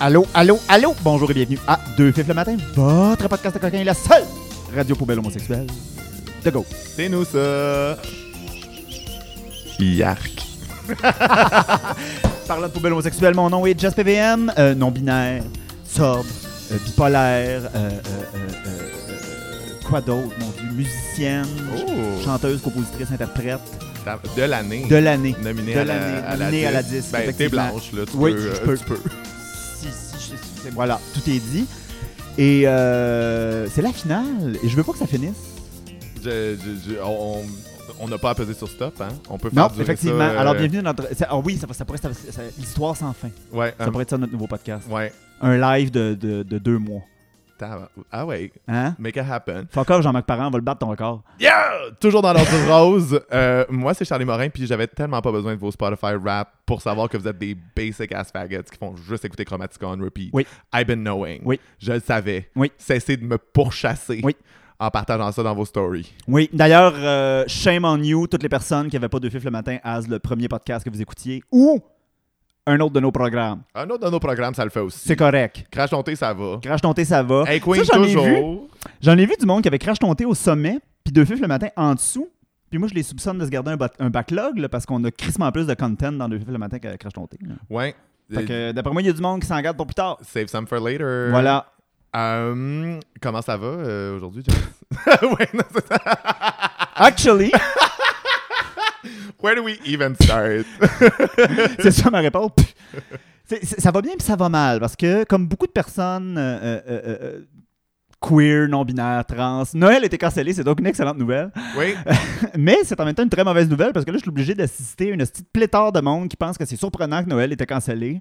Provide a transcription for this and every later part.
Allô, allô, allô! Bonjour et bienvenue à Deux Fifs le matin, votre podcast de coquin, la seule radio poubelle homosexuelle de Go. C'est nous ça. Yark. Parlant de poubelle homosexuelle, mon nom est Jess PVM, euh, non-binaire, sobre, euh, bipolaire, euh, euh, euh, euh, euh, quoi d'autre, mon dieu, musicienne, Oh. chanteuse, compositrice, interprète De l'année. de l'année. Nominée de à, l'année, la, à, nominée à la disque, Ben, t'es effectivement. blanche, là. Tu Oui, peux, euh, je peux. Tu peux. Si, si, je- c'est- voilà, tout est dit. Et euh, c'est la finale, et je veux pas que ça finisse. Je- je- je- on on n'a pas à peser sur stop, hein? On peut faire Non, durer effectivement. ça, euh, Alors, bienvenue dans notre. ça- ah oui, ça, va- ça pourrait ça- ça- l'histoire sans fin. Ouais. Ça un- pourrait être ça notre nouveau podcast. Ah. ouais. Un live de, de- de deux mois. T'as- Ah ouais. Hein? Make it happen. Faut encore Jean-Marc Parent, on va le battre ton record. Yeah! Toujours dans l'ordre du rose. Euh, moi, c'est Charlie Morin, puis j'avais tellement pas besoin de vos Spotify rap pour savoir que vous êtes des basic ass faggots qui font juste écouter Chromatica on repeat. Oui. I've been knowing. Oui. Je le savais. Oui. Cessez de me pourchasser Oui. en partageant ça dans vos stories. Oui. D'ailleurs, euh, shame on you, toutes les personnes qui n'avaient pas de fif le matin as le premier podcast que vous écoutiez ou un autre de nos programmes. Un autre de nos programmes, ça le fait aussi. C'est correct. Crash Tonté, ça va. Crash Tonté, ça va. Hey, Queen, Ça, j'en ai vu. toujours. J'en ai vu du monde qui avait crash tonté au sommet, puis deux fifs le matin en dessous. Puis moi, je les soupçonne de se garder un, bat- un backlog là, parce qu'on a crissement plus de content dans deux fifs le matin que crash tonté. là. Ouais. Fait Euh, que d'après moi, il y a du monde qui s'en garde pour plus tard. Save some for later. Voilà. Euh, comment ça va euh, aujourd'hui, James? Ouais, non, c'est ça. Actually, Where do we even start? c'est ça ma réponse. Pff. C'est- c'est- ça va bien puis ça va mal parce que, comme beaucoup de personnes euh, euh, euh, euh, queer, non-binaires, trans, Noël était cancellé, c'est donc une excellente nouvelle. oui. Mais c'est en même temps une très mauvaise nouvelle parce que là, je suis obligé d'assister à une petite pléthore de monde qui pense que c'est surprenant que Noël était cancellé.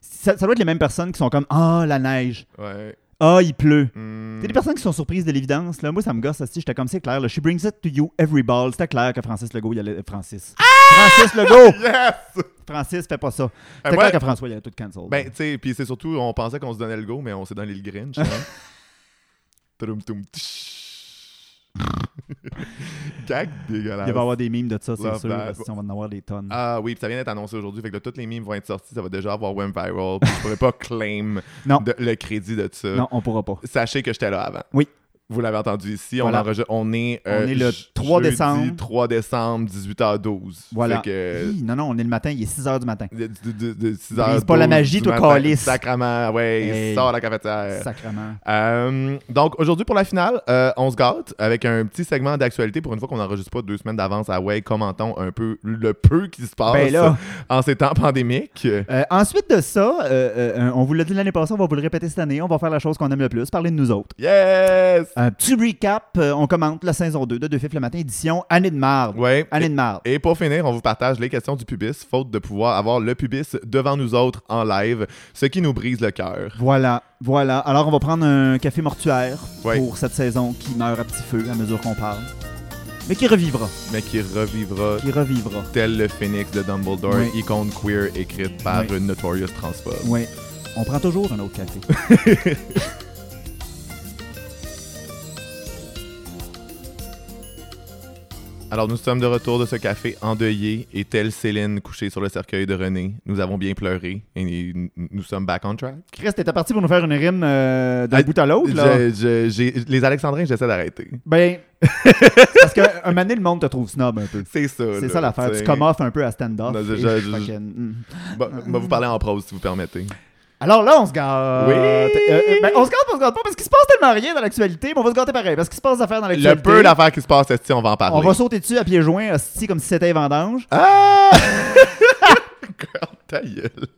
Ça, ça doit être les mêmes personnes qui sont comme Ah, la neige. Ouais. Ah, il pleut. Hmm. C'est des personnes qui sont surprises de l'évidence. Là. Moi, ça me gosse aussi. J'étais comme, c'est clair. Là. She brings it to you every ball. C'était clair que Francis Legault, il allait. Francis. Francis Legault! Yes! Francis, fais pas ça. Eh, C'était moi- clair que François, il allait tout cancel. Ben, tu sais, puis c'est surtout, on pensait qu'on se donnait le go, mais on s'est donné le Grinch. hein. Troum, toum, tch. Gag il dégueulasse. va y avoir des mimes de ça, Love c'est sûr. that. Si on va en avoir des tonnes. Ah oui, puis ça vient d'être annoncé aujourd'hui, fait que là, toutes les mimes vont être sorties, ça va déjà avoir went viral, puis je pourrais pas claim Non. de- le crédit de ça. Non, on pourra pas. Sachez que j'étais là avant. Oui. Vous l'avez entendu ici, Voilà. on, enregistre- on est... On est le je- 3 jeudi décembre. 3 décembre, 18h12. Voilà. Fait que... euh, Hi, non, non, on est le matin. Il est 6 h du matin. De, de, de, Brise pas la magie, toi, calice. calice. Sacrement, ouais, Hey. sors la cafetière. Sacrement. Euh, donc aujourd'hui pour la finale, euh, on se gâte avec un petit segment d'actualité pour une fois qu'on n'enregistre pas deux semaines d'avance à Way. Commentons un peu le peu qui se passe Ben là. en ces temps pandémiques. Euh, ensuite de ça, euh, euh, euh, on vous l'a dit l'année passée, on va vous le répéter cette année. On va faire la chose qu'on aime le plus, parler de nous autres. Yes! Un petit recap, euh, on commente la saison 2 de Deux Fifs le matin, édition Année de marde. Ouais. Année de marde. Et pour finir, on vous partage les questions du pubis, faute de pouvoir avoir le pubis devant nous autres en live, ce qui nous brise le cœur. Voilà, voilà. Alors, on va prendre un café mortuaire Ouais. pour cette saison qui meurt à petit feu à mesure qu'on parle. Mais qui revivra, Mais qui revivra qui revivra. tel le phénix de Dumbledore, Ouais. icône queer écrite par Ouais. une notorious transphobe. Ouais. On prend toujours un autre café. Alors nous sommes de retour de ce café endeuillé et telle Céline couchée sur le cercueil de René, nous avons bien pleuré et n- nous sommes back on track. Chris, t'étais parti pour nous faire une rime euh, d'un Ah, bout à l'autre, là? Je- je- j'ai- les Alexandrins, j'essaie d'arrêter. Ben, c'est parce qu'un un moment donné, le monde te trouve snob un peu. C'est ça. C'est là, ça l'affaire. t'sais. Tu come off un peu à stand-off. Non, je- et je- je je- fucking- mm. Bon, on va vous parler en prose si vous permettez. Alors là, on se gâte. Oui. Euh, euh, ben, on se gâte, on se gâte pas parce qu'il se passe tellement rien dans l'actualité, mais on va se gâter pareil parce qu'il se passe des affaires dans Le l'actualité. peu d'affaires qui se passent, est-ce que on va en parler. On va sauter dessus à pieds joints, hostie, comme si c'était vendange. Ah! Girl, ta gueule.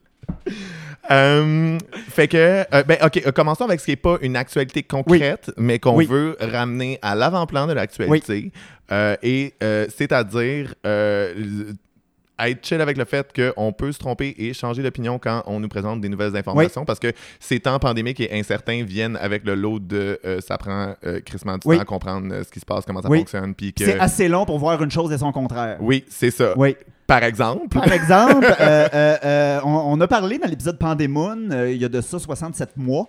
Hum, fait que, euh, ben, ok, euh, commençons avec ce qui n'est pas une actualité concrète, mais qu'on Oui. veut ramener à l'avant-plan de l'actualité. Euh, et euh, c'est-à-dire euh, être chill avec le fait qu'on peut se tromper et changer d'opinion quand on nous présente des nouvelles informations, parce que ces temps pandémiques et incertains viennent avec le lot de euh, ça prend euh, crissement du Oui. temps à comprendre euh, ce qui se passe, comment ça Oui. fonctionne, puis que. C'est assez long pour voir une chose et son contraire. Oui, c'est ça. Oui. Par exemple. Par exemple, euh, euh, euh, on, on a parlé dans l'épisode Pandemon, euh, il y a de ça 67 mois,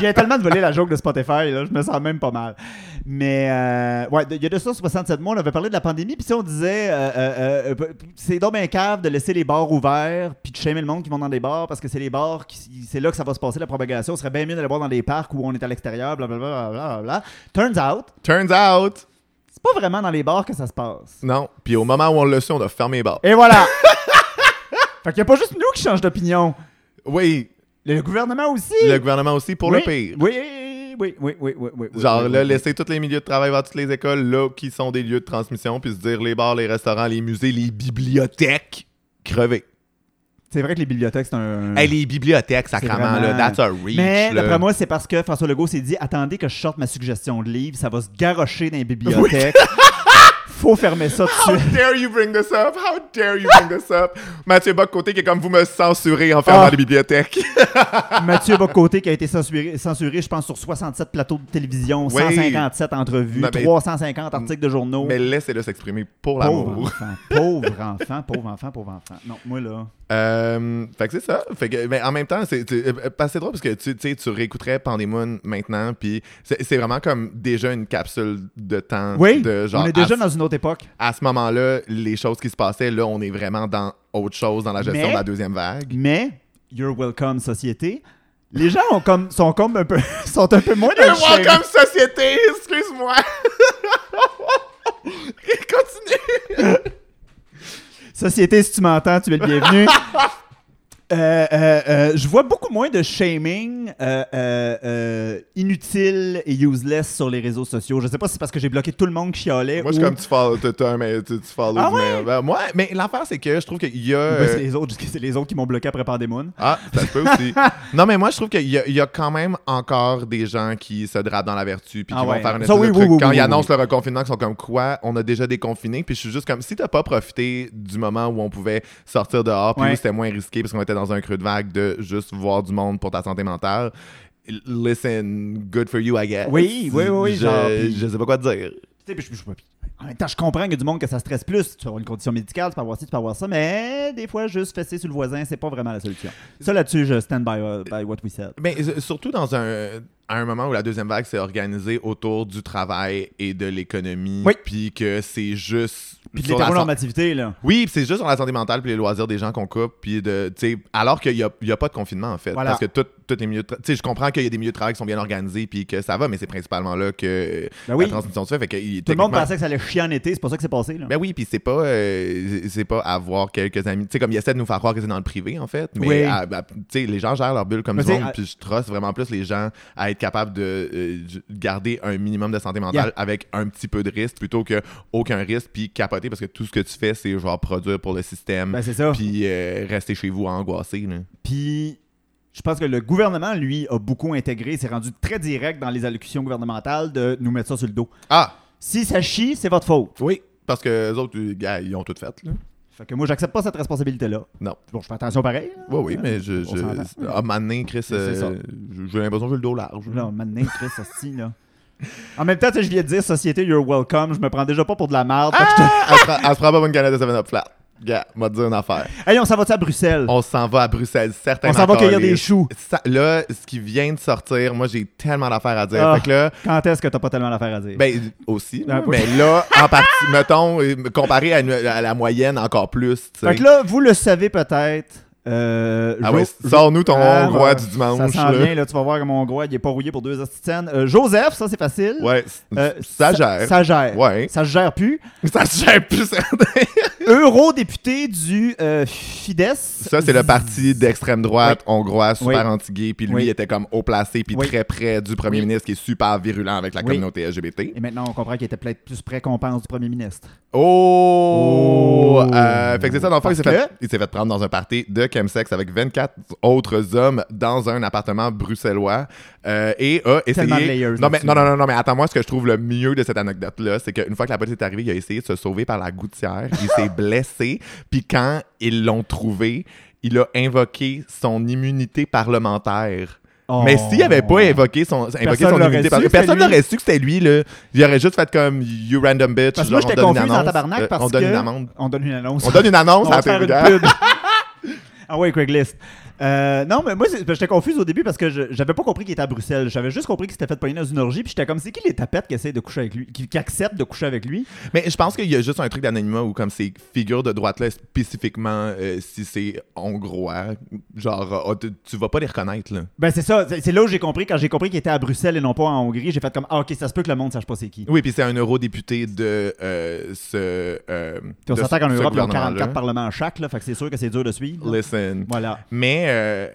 J'ai tellement de voler la joke de Spotify, là, je me sens même pas mal. Mais euh, ouais, il y a 267 mois, on avait parlé de la pandémie, puis si on disait euh, euh, euh, c'est donc bien cave de laisser les bars ouverts, puis de shamer le monde qui vont dans des bars, parce que c'est les bars, qui, c'est là que ça va se passer la propagation. Ce serait bien mieux d'aller boire dans des parcs où on est à l'extérieur, blablabla. Bla, bla, bla, Turns out, Turns out! c'est pas vraiment dans les bars que ça se passe. Non. Puis au moment où on le sait, on doit fermer les bars. Et voilà! fait qu'il n'y a pas juste nous qui change d'opinion. Oui, Le gouvernement aussi. le gouvernement aussi pour oui, le pire. Oui, oui, oui, oui, oui, oui. oui, Genre, oui, là, oui. laisser tous les milieux de travail vers toutes les écoles, là, qui sont des lieux de transmission, puis se dire les bars, les restaurants, les musées, les bibliothèques, crever. C'est vrai que les bibliothèques, c'est un. Hey, les bibliothèques, sacrément, Mm. vraiment- là, that's a reach. Mais là. d'après moi, c'est parce que François Legault s'est dit attendez que je sorte ma suggestion de livre, ça va se garrocher dans les bibliothèques. Faut fermer ça How dessus. dare you bring this up? How dare you bring this up? Mathieu Bock-Côté qui est comme vous me censurez en fermant Ah. les bibliothèques. Mathieu Bocoté qui a été censuré, censuré, je pense, sur 67 plateaux de télévision, Oui. 157 entrevues, Non, mais- 350 articles de journaux. Mais laissez-le s'exprimer pour pauvre l'amour. enfant, pauvre enfant, pauvre enfant, pauvre enfant. Non, moi là. Euh, fait que c'est ça. Fait que, mais en même temps, c'est c'est- euh, parce que c'est drôle parce que tu, tu sais, tu réécouterais Pandemon maintenant, puis c'est c'est vraiment comme déjà une capsule de temps. Oui, de genre, on est à déjà ce- dans une autre époque. à, ce moment-là, les choses qui se passaient, là, on est vraiment dans autre chose dans la gestion Mais- de la deuxième vague. Mais, you're welcome, société. Les gens ont comme, sont comme un peu, sont un peu moins dans le Welcome shame. société, excuse-moi. Et continue. Société, si tu m'entends, tu es le bienvenu. Euh, euh, euh, je vois beaucoup moins de shaming euh, euh, euh, inutile et useless sur les réseaux sociaux. Je sais pas si c'est parce que j'ai bloqué tout le monde qui chialait. Moi, je ou- suis comme tu follow, tu, tu, mais tu, tu follow Ah du ouais? merde. Ben, moi, mais l'affaire, c'est que je trouve qu'il y a. Ben, c'est euh, les autres, c'est les autres qui m'ont bloqué après Pandemon. Ah, ça se peut aussi. non, mais moi, je trouve qu'il y, a- il y a quand même encore des gens qui se drapent dans la vertu puis qui Ah vont ouais. faire une Ça, espèce oui, de oui, truc. oui, quand oui, ils oui, annoncent le reconfinement, ils sont comme quoi, on a déjà déconfiné. Puis je suis juste comme, si t'as pas profité du moment où on pouvait sortir dehors, puis Ouais. où c'était moins risqué parce qu'on était dans un creux de vague de juste voir du monde pour ta santé mentale. Listen, good for you, I guess. Oui, oui, oui, oui, Je, genre, puis- je sais pas quoi te dire. Tu sais, puis je- je- je- en même temps, je comprends qu'il y a du monde que ça stresse plus. Tu peux avoir une condition médicale, tu peux avoir ci, tu peux avoir ça, mais des fois, juste fesser sur le voisin, c'est pas vraiment la solution. Ça, là-dessus, je stand by, uh, by what we said. Mais euh, surtout dans un, à un moment où la deuxième vague s'est organisée autour du travail et de l'économie, Oui. puis que c'est juste Puis de sur la san- l'hétéronormativité, là. Oui, puis c'est juste sur la santé mentale puis les loisirs des gens qu'on coupe, puis de, tu sais, alors qu'il n'y a, il y a pas de confinement en fait, Voilà. parce que tout- tous les milieux, de tra- tu sais, je comprends qu'il y a des milieux de travail qui sont bien organisés puis que ça va, mais c'est principalement là que euh, Ben oui. la transmission se fait, fait que il- Tout le monde techniquement- pensait que ça allait chier en été, c'est pas ça que c'est passé, là. ben oui, puis c'est pas euh, c'est- c'est pas avoir quelques amis. Tu sais comme ils essaient de nous faire croire que c'est dans le privé en fait, mais Oui. à- à- tu sais les gens gèrent leur bulle comme Mais du tu sais, monde, à- puis je trosse vraiment plus les gens à être capables de euh, ju- garder un minimum de santé mentale Yeah. avec un petit peu de risque plutôt que aucun risque puis capoter parce que tout ce que tu fais c'est genre produire pour le système Ben, c'est ça. puis euh, rester chez vous angoissé là. Puis je pense que le gouvernement, lui, a beaucoup intégré, s'est rendu très direct dans les allocutions gouvernementales de nous mettre ça sur le dos. Ah, Si ça chie, c'est votre faute. oui, parce que les autres euh, gars, ils ont tout fait là. Fait que moi, j'accepte pas cette responsabilité-là. Non. Bon, je fais attention pareil. là. Oui, oui, mais je, Euh, On je, s'entend. à un moment donné, Chris, C'est ça. euh, j'ai l'impression que j'ai le dos large. Là, maintenant, Chris, hostie, là. En même temps, tu sais, je viens de dire société, you're welcome. Je me prends déjà pas pour de la merde. Fait que je te- elle, se prend, elle se prend pas une canette de 7-Up flat. Gars, m'a dit une affaire. Hey, on s'en va-tu à Bruxelles? Ah! On s'en va à Bruxelles, certainement. On s'en va cueillir Carlis. des choux. Ça- là, ce qui vient de sortir, moi, j'ai tellement d'affaires à dire. Ah. Fait que là, Quand est-ce que t'as pas tellement d'affaires à dire? ben, aussi, Ah, oui. mais là, en partie, mettons, euh, comparé à, une- à la moyenne, encore plus, tu sais. fait que là, vous le savez peut-être. euh, ah Jo- ouais, sors-nous ton Ah, hongrois ben, du dimanche. Ça s'en là. vient, là. Tu vas voir que mon hongrois, il est pas rouillé pour deux assistantes. Euh, Joseph, ça, c'est facile. Ouais, c- Euh, ça gère. Ça gère. Ouais. Ça se gère plus. Ça se gère plus. Eurodéputé du euh, Fidesz. ça, c'est le parti d'extrême droite hongrois, super Oui. anti-gay, puis lui Oui. était comme haut placé, puis Oui. très près du premier Oui. ministre qui est super virulent avec la Oui. communauté LGBT. Et maintenant, on comprend qu'il était peut-être plus près qu'on pense du premier ministre. Oh! Oh. Euh, fait que c'est ça, dans le fond, il s'est Parce fait, il s'est fait prendre dans un party de chemsex avec 24 autres hommes dans un appartement bruxellois euh, et a Tellement de essayé... layers Non mais, là-dessus. non, non, non, non, mais attends-moi, ce que je trouve le mieux de cette anecdote-là, c'est qu'une fois que la police est arrivée, il a essayé de se sauver par la gouttière, il s'est blessé, puis quand ils l'ont trouvé, il a invoqué son immunité parlementaire. Mais s'il avait Oh. pas invoqué son, invoqué Personne son l'aurait immunité su parlementaire, que c'était personne lui. n'aurait su que c'était lui, là. Il aurait juste fait comme You random bitch. Parce que genre, moi, on j'étais donne une confus en annonce, tabarnak euh, parce On donne que- une amende. On donne une annonce. On donne une annonce On va à faire tes une gars. pub. ah ouais, Craigslist. Euh, non, mais moi, c'est- j'étais confuse au début parce que je- j'avais pas compris qu'il était à Bruxelles. J'avais juste compris qu'il s'était fait pogner dans une orgie. Puis j'étais comme, c'est qui les tapettes qui essayent de coucher avec lui, qui, qui acceptent de coucher avec lui? Mais je pense qu'il y a juste un truc d'anonymat où, comme ces figures de droite-là, spécifiquement, euh, si c'est hongrois, genre, ah, tu- tu vas pas les reconnaître, là. Ben, c'est ça. C'est c'est là où j'ai compris. Quand j'ai compris qu'il était à Bruxelles et non pas en Hongrie, j'ai fait comme, ah, ok, ça se peut que le monde sache pas c'est qui. Oui, puis c'est un eurodéputé de euh, ce. euh, Puis on de s'entend qu'en ce Europe, ils ont gouvernement-là. 44 parlements chaque, là. Fait que c'est sûr que c'est dur de suivre. là. Listen. Voilà. Mais euh,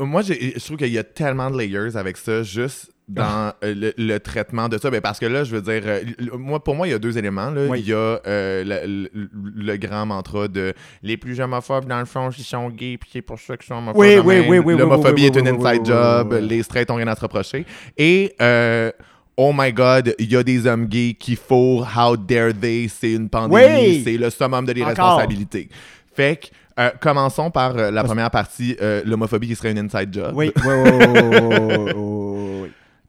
moi, j'ai- je trouve qu'il y a tellement de layers avec ça, juste dans Ah. euh, le, le traitement de ça. Ben, parce que là, je veux dire, euh, l- moi, pour moi, il y a deux éléments. là. Oui. Il y a euh, le, le- le grand mantra de les plus homophobes, dans le fond, ils sont gays, puis c'est pour ça qu'ils sont homophobes. Oui, de oui, même. oui, oui, oui, L'homophobie oui, est oui, une oui, oui, inside oui, job, oui, oui. les straights n'ont rien à se reprocher. Et. euh, Oh my god, il y a des hommes gays qui fourrent, how dare they, c'est une pandémie, Oui. c'est le summum de Encore. l'irresponsabilité. Fait que, euh, commençons par euh, la première partie, euh, l'homophobie qui serait une inside job. Oui, oui, oui, oui, oui, oui, oui, oui, oui.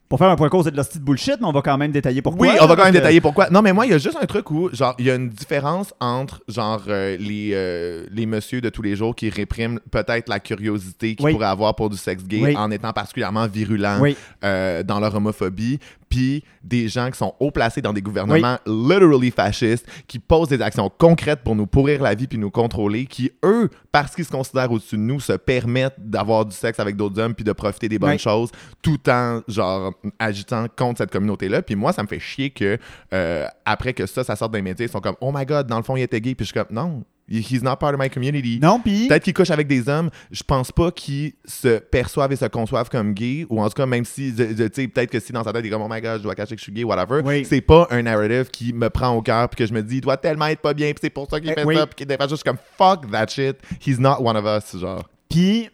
Pour faire un point court, c'est de la petite bullshit, mais on va quand même détailler pourquoi. Oui, on va quand même Parce que- détailler pourquoi. Non, mais moi, il y a juste un truc où, genre, il y a une différence entre, genre, euh, les, euh, les messieurs de tous les jours qui répriment peut-être la curiosité qu'ils Oui. pourraient avoir pour du sexe gay Oui. en étant particulièrement virulents Oui. euh, dans leur homophobie, puis des gens qui sont haut placés dans des gouvernements literally fascistes, qui posent des actions concrètes pour nous pourrir la vie puis nous contrôler, qui, eux, parce qu'ils se considèrent au-dessus de nous, se permettent d'avoir du sexe avec d'autres hommes puis de profiter des bonnes Oui. choses tout en, genre, agitant contre cette communauté-là. Puis moi, ça me fait chier que, euh, après que ça, ça sorte des métiers, ils sont comme « Oh my God, dans le fond, il était gay. » Puis je suis comme « Non, he's not part of my community. » Non, puis. Peut-être qu'ils couchent avec des hommes. Je pense pas qu'ils se perçoivent et se conçoivent comme gays. Ou en tout cas, même si, je- je- tu sais, peut-être que si dans sa tête, il est comme, oh my god, je dois cacher que je suis gay, whatever. Oui. C'est pas un narrative qui me prend au cœur puis que je me dis, il doit tellement être pas bien puis c'est pour ça qu'il Eh, fait oui. ça puis qu'il est fâché. Je suis comme, fuck that shit. He's not one of us, genre. Puis,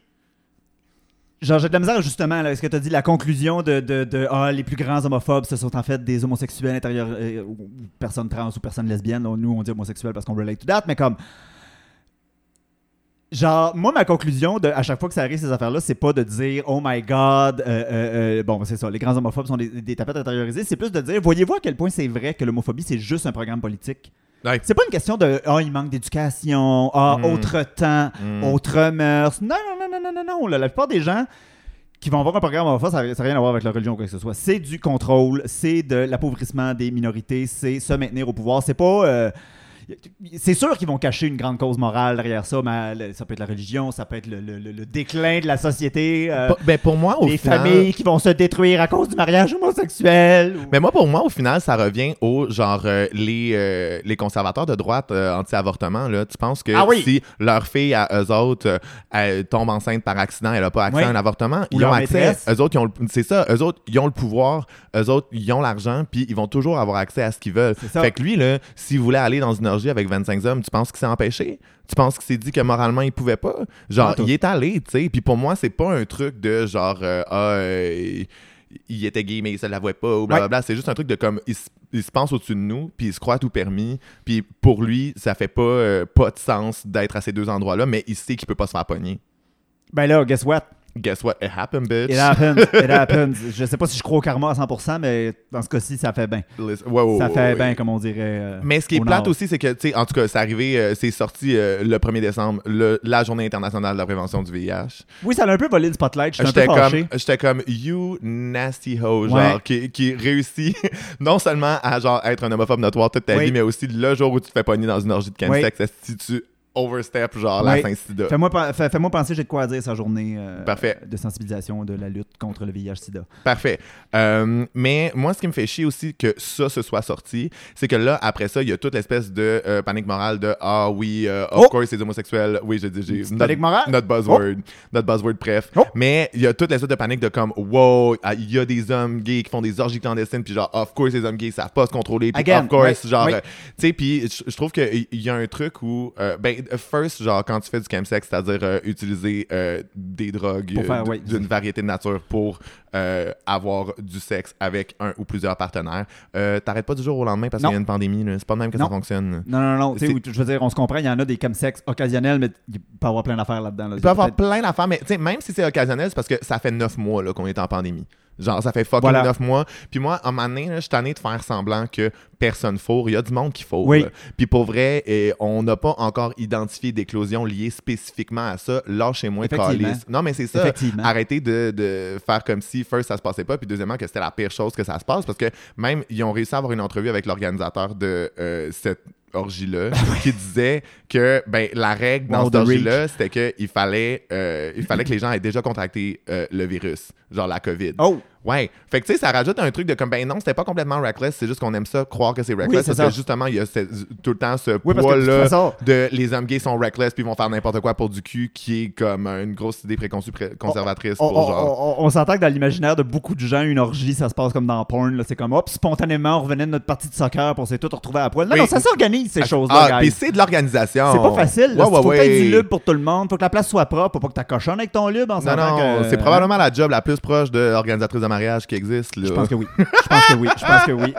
genre, j'ai de la misère justement, là, ce que tu as dit, la conclusion de, de, de, Ah, les plus grands homophobes, ce sont en fait des homosexuels intérieurs, euh, ou ou personnes trans ou personnes lesbiennes. Là, Nous, on dit homosexuels parce qu'on relate to that, mais comme. Genre, moi, ma conclusion de, à chaque fois que ça arrive, ces affaires-là, c'est pas de dire Oh my God, euh, euh, euh, bon, c'est ça, les grands homophobes sont des, des tapettes intériorisées. C'est plus de dire Voyez-vous à quel point c'est vrai que l'homophobie, c'est juste un programme politique Ouais. C'est pas une question de Ah, il manque d'éducation, Ah, Mm. autre temps, Mm. autre mœurs. Non, non, non, non, non, non, non. là, la plupart des gens qui vont avoir un programme en face, ça n'a rien à voir avec la religion ou quoi que ce soit. C'est du contrôle, c'est de l'appauvrissement des minorités, c'est se maintenir au pouvoir. C'est pas. euh, c'est sûr qu'ils vont cacher une grande cause morale derrière ça, mais le- ça peut être la religion, ça peut être le, le- le- le déclin de la société, euh, Pas- ben, pour moi, au les final. familles qui vont se détruire à cause du mariage homosexuel. ou- Mais moi, pour moi, au final, ça revient au genre euh, les, euh, les conservateurs de droite euh, anti-avortement. Là. Tu penses que Ah oui. si leur fille à eux autres euh, elle tombe enceinte par accident, elle n'a pas accès Oui. à un avortement, Ou ils ont leur accès. maîtresse. Eux autres, ils ont le- c'est ça. Eux autres, ils ont le pouvoir. Eux autres, ils ont l'argent, puis ils vont toujours avoir accès à ce qu'ils veulent. C'est ça. Fait que lui, là, s'il voulait aller dans une orgie avec 25 hommes, tu penses qu'il s'est empêché? Tu penses qu'il s'est dit que moralement, il pouvait pas? Genre, Pas tout. il est allé, tu sais. Puis pour moi, c'est pas un truc de genre, euh, ah, euh, il était gay, mais il se l'avouait pas, ou blablabla. C'est juste un truc de comme, il, se- il se pense au-dessus de nous, puis il se croit tout permis. Puis pour lui, ça fait pas, euh, pas de sens d'être à ces deux endroits-là, mais il sait qu'il peut pas se faire pogner. Ben là, guess what? Guess what? It happened, bitch. It happens. It happens. Je sais pas si je crois au karma à 100%, mais dans ce cas-ci, ça fait bien. Listen- ouais, ouais, ça ouais, fait ouais. bien, comme on dirait. euh, Mais ce qui est au plate nord. aussi, c'est que, tu sais, en tout cas, c'est arrivé, euh, c'est sorti euh, le 1er décembre, le- la journée internationale de la prévention du VIH. Oui, ça a un peu volé le spotlight. J'étais un J'étais peu fâché. comme, j'étais comme, you nasty hoe, genre, Ouais. qui, qui réussit non seulement à genre être un homophobe notoire toute ta Oui. vie, mais aussi le jour où tu te fais pogner dans une orgie de cansex, si tu overstep, genre, Oui. la Saint-Sida. Fais-moi pen- fais- fais-moi penser, j'ai de quoi dire sa journée euh, euh, Parfait. de sensibilisation de la lutte contre le VIH-Sida. Parfait. Euh, mais moi, ce qui me fait chier aussi que ça se soit sorti, c'est que là, après ça, il y a toute l'espèce de euh, panique morale de Ah oui, euh, of Oh! course, les homosexuels. Oui, j'ai dit, j'ai. panique morale? Notre buzzword. Notre buzzword, bref. Oh! Mais il y a toute l'espèce de panique de comme Wow, ah, il y a des hommes gays qui font des orgies clandestines, puis genre, of course, les hommes gays, ils savent pas se contrôler, puis Again, of course, oui, genre. oui. euh, tu sais, puis je je trouve qu'il y a un truc où, euh, ben, first, genre, quand tu fais du chemsex, c'est-à-dire euh, utiliser euh, des drogues Pour faire, euh, d- ouais. d'une variété de nature pour euh, avoir du sexe avec un ou plusieurs partenaires, euh, t'arrêtes pas du jour au lendemain parce Non. qu'il y a une pandémie, là. c'est pas de même que Non. ça fonctionne. Non, non, non. tu sais, C'est- où- Je veux dire, on se comprend, il y en a des sexes occasionnels, mais il peut y avoir plein d'affaires là-dedans. là. Il peut y avoir Peut-être- plein d'affaires, mais tu sais, même si c'est occasionnel, c'est parce que ça fait neuf mois là, qu'on est en pandémie. Genre, ça fait fucking Voilà. 9 mois. Puis moi, en année, là, je suis tanné de faire semblant que personne fourre. Il y a du monde qui fourre. Oui. là. Puis pour vrai, eh, on n'a pas encore identifié d'éclosion liée spécifiquement à ça. Lâchez-moi, Effectivement. calice. Non, mais c'est ça. Effectivement. Arrêtez de, de faire comme si, first, ça se passait pas, puis deuxièmement, que c'était la pire chose que ça se passe. Parce que même, ils ont réussi à avoir une entrevue avec l'organisateur de euh, cette orgie-là, Ah qui disait que ben, la règle dans Wow, cette the reach. orgie-là, c'était qu'il fallait, euh, il fallait que les gens aient déjà contacté euh, le virus, genre la COVID. Oh! Ouais. Fait que tu sais, ça rajoute un truc de comme, ben non, c'était pas complètement reckless, c'est juste qu'on aime ça, croire que c'est reckless, c'est parce ça. que justement, il y a ce- tout le temps ce Oui, parce que de toute poids-là façon, de les hommes gays sont reckless puis vont faire n'importe quoi pour du cul, qui est comme euh, une grosse idée préconçue pré- conservatrice on, pour on- genre. on- on s'entend que dans l'imaginaire de beaucoup de gens, une orgie, ça se passe comme dans porn. là. C'est comme, hop, spontanément, on revenait de notre partie de soccer, puis on s'est tous retrouvés à poil. Non, Oui. non, ça s'organise, ces Ah, choses-là, Ah, guys. puis c'est de l'organisation. C'est pas facile. là. Ouais, faut ouais, que ouais. t'aies du lube pour tout le monde. Faut que la place soit propre. Faut pas que t'as cochonne avec ton lube en Non, s'entendant non, que- c'est probablement la job la plus proche de l'organisatrice de mariage qui existe. Là. Je pense que oui. Je pense que oui. Je pense que oui.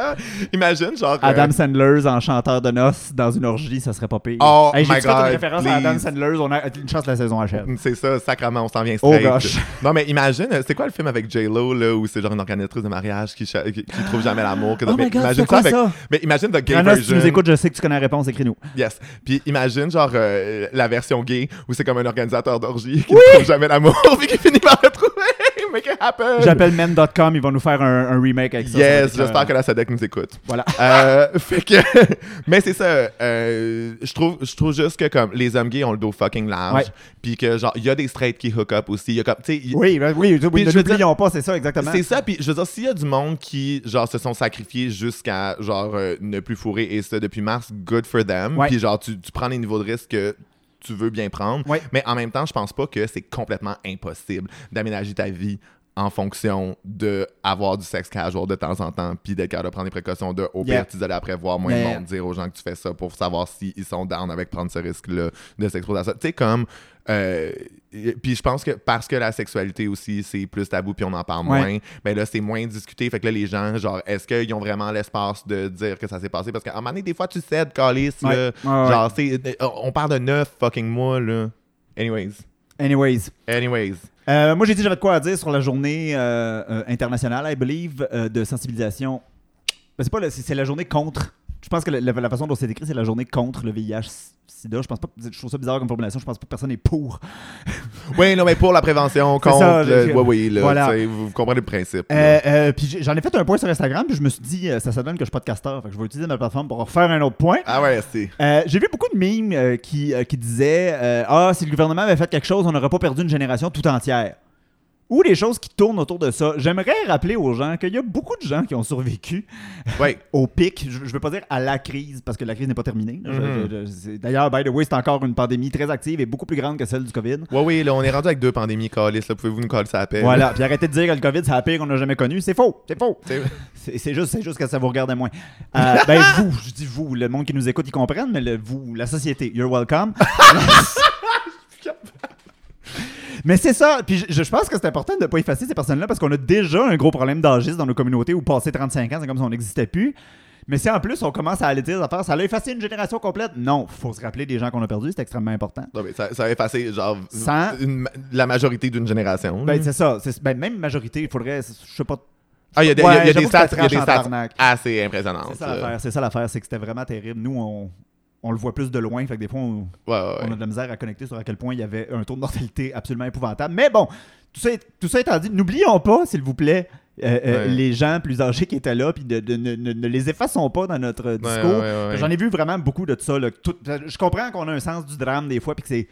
Imagine, genre. euh, Adam Sandler en chanteur de noces dans une orgie, ça serait pas pire. Oh Hey, j'ai my fait une God, référence à Adam please. Mm-hmm. Sandler. On a une chance que la saison achève. C'est ça, sacrement, on s'en vient Oh straight. gosh. Non, mais imagine, euh, c'est quoi le film avec J-Lo, là, où c'est genre une organisatrice de mariage qui, cha- qui, qui trouve jamais l'amour? que- Oh mais my God, imagine c'est quoi avec- ça? Mais imagine The Gay Rana, si tu Version. nous écoutes, je sais que tu connais la réponse. Écris-nous. Yes. Puis imagine, genre, euh, la version gay, où c'est comme un organisateur d'orgie qui ne trouve jamais l'amour, puis qui finit par le trouver. Make it happen. J'appelle men.com. Ils vont nous faire un, un remake avec ça. ça. va Yes, être, euh, j'espère que la SADEC nous écoute. Voilà. Euh, fait que. Mais c'est ça. euh, je trouve je trouve juste que, comme, les hommes gays ont le dos fucking large. Ouais. Puis que, genre, il y a des straights qui hook up aussi. Il y a comme, tu sais, il- Oui, ben oui, oui, Puis ne je veux l'oublions pas, c'est ça, exactement. C'est ça, puis je veux dire, s'il y a du monde qui, genre, se sont sacrifiés jusqu'à, genre, euh, ne plus fourrer et ça depuis mars, good for them. Ouais. Puis, genre, tu, tu prends les niveaux de risque que tu veux bien prendre. Ouais. Mais en même temps, je pense pas que c'est complètement impossible d'aménager ta vie en fonction de avoir du sexe casual de temps en temps, puis d'être capable de prendre des précautions de au Yeah. pire t'isoler après voir moins Yeah. de monde, dire aux gens que tu fais ça pour savoir s'ils sont down avec prendre ce risque-là de s'exposer à ça. Tu sais, comme... euh, y- puis je pense que parce que la sexualité aussi, c'est plus tabou, puis on en parle Ouais. moins, ben là, c'est moins discuté. Fait que là, les gens, genre, est-ce qu'ils ont vraiment l'espace de dire que ça s'est passé? Parce qu'à un moment donné, des fois, tu cèdes, calice, Ouais. Ah là. Ouais, ouais. Genre, c'est- on parle de neuf fucking mois, là. Anyways. Anyways. Anyways. Euh, moi, j'ai dit j'avais de quoi à dire sur la journée euh, euh, internationale, I believe, euh, de sensibilisation. Ben, c'est pas le- c'est c'est la journée contre. Je pense que la, la- la façon dont c'est écrit, c'est la journée contre le VIH-Sida. Je pense pas. Je trouve ça bizarre comme formulation. Je pense pas que personne est pour. Euh, Oui, non, mais pour la prévention, C'est contre. ça, le- je- ouais, oui, là, voilà. tu sais, vous, vous comprenez le principe. là. Euh, euh, puis j'ai- j'en ai fait un point sur Instagram, puis je me suis dit, euh, ça, ça donne que je suis podcasteur. Fait que je vais utiliser ma plateforme pour refaire un autre point. Ah ouais, c'est. Euh, j'ai vu beaucoup de mimes euh, qui, euh, qui disaient euh, Ah, si le gouvernement avait fait quelque chose, on n'aurait pas perdu une génération tout entière. Ou des choses qui tournent autour de ça. J'aimerais rappeler aux gens qu'il y a beaucoup de gens qui ont survécu Ouais. au pic. Je ne veux pas dire à la crise, parce que la crise n'est pas terminée. là. Je- Mhm. je- je- c'est- D'ailleurs, by the way, c'est encore une pandémie très active et beaucoup plus grande que celle du COVID. Ouais, oui, là, on est rendu avec deux pandémies, Calis. Là, pouvez-vous nous coller ça à peine? Voilà. Puis arrêtez de dire que le COVID, c'est la pire qu'on n'a jamais connue. C'est faux. C'est faux. C'est- C'est c'est juste, c'est juste que ça vous regarde moins. Euh, ben, vous, je dis vous, le monde qui nous écoute, ils comprennent, mais le, vous, la société, you're welcome. mais c'est ça, puis je, je pense que c'est important de ne pas effacer ces personnes-là parce qu'on a déjà un gros problème d'âgisme dans nos communautés où passer 35 ans, c'est comme si on n'existait plus. Mais si en plus on commence à aller dire des affaires, ça l'a effacé une génération complète. Non, faut se rappeler des gens qu'on a perdus, c'est extrêmement important. Non, mais ça, ça a effacé, genre, Sans- une ma- la majorité d'une génération. là. Ben, c'est ça. C'est- ben, même majorité, il faudrait, je sais pas, ah, il y a des, il y a- il y a Ouais, des j'avoue que stats, ça il y a des tranche en stats tabarnak. assez impressionnantes. C'est ça là. l'affaire, c'est ça l'affaire, c'est que c'était vraiment terrible. Nous, on, on le voit plus de loin, fait que des fois, on, Ouais, on ouais, a ouais. de la misère à connecter sur à quel point il y avait un taux de mortalité absolument épouvantable. Mais bon, tout ça, est- tout ça étant dit, n'oublions pas, s'il vous plaît, euh, euh, Ouais. les gens plus âgés qui étaient là, puis de- de- ne, ne- ne les effaçons pas dans notre euh, discours. ouais, ouais, ouais. J'en ai vu vraiment beaucoup de ça. là, tout- je comprends qu'on a un sens du drame des fois, puis que c'est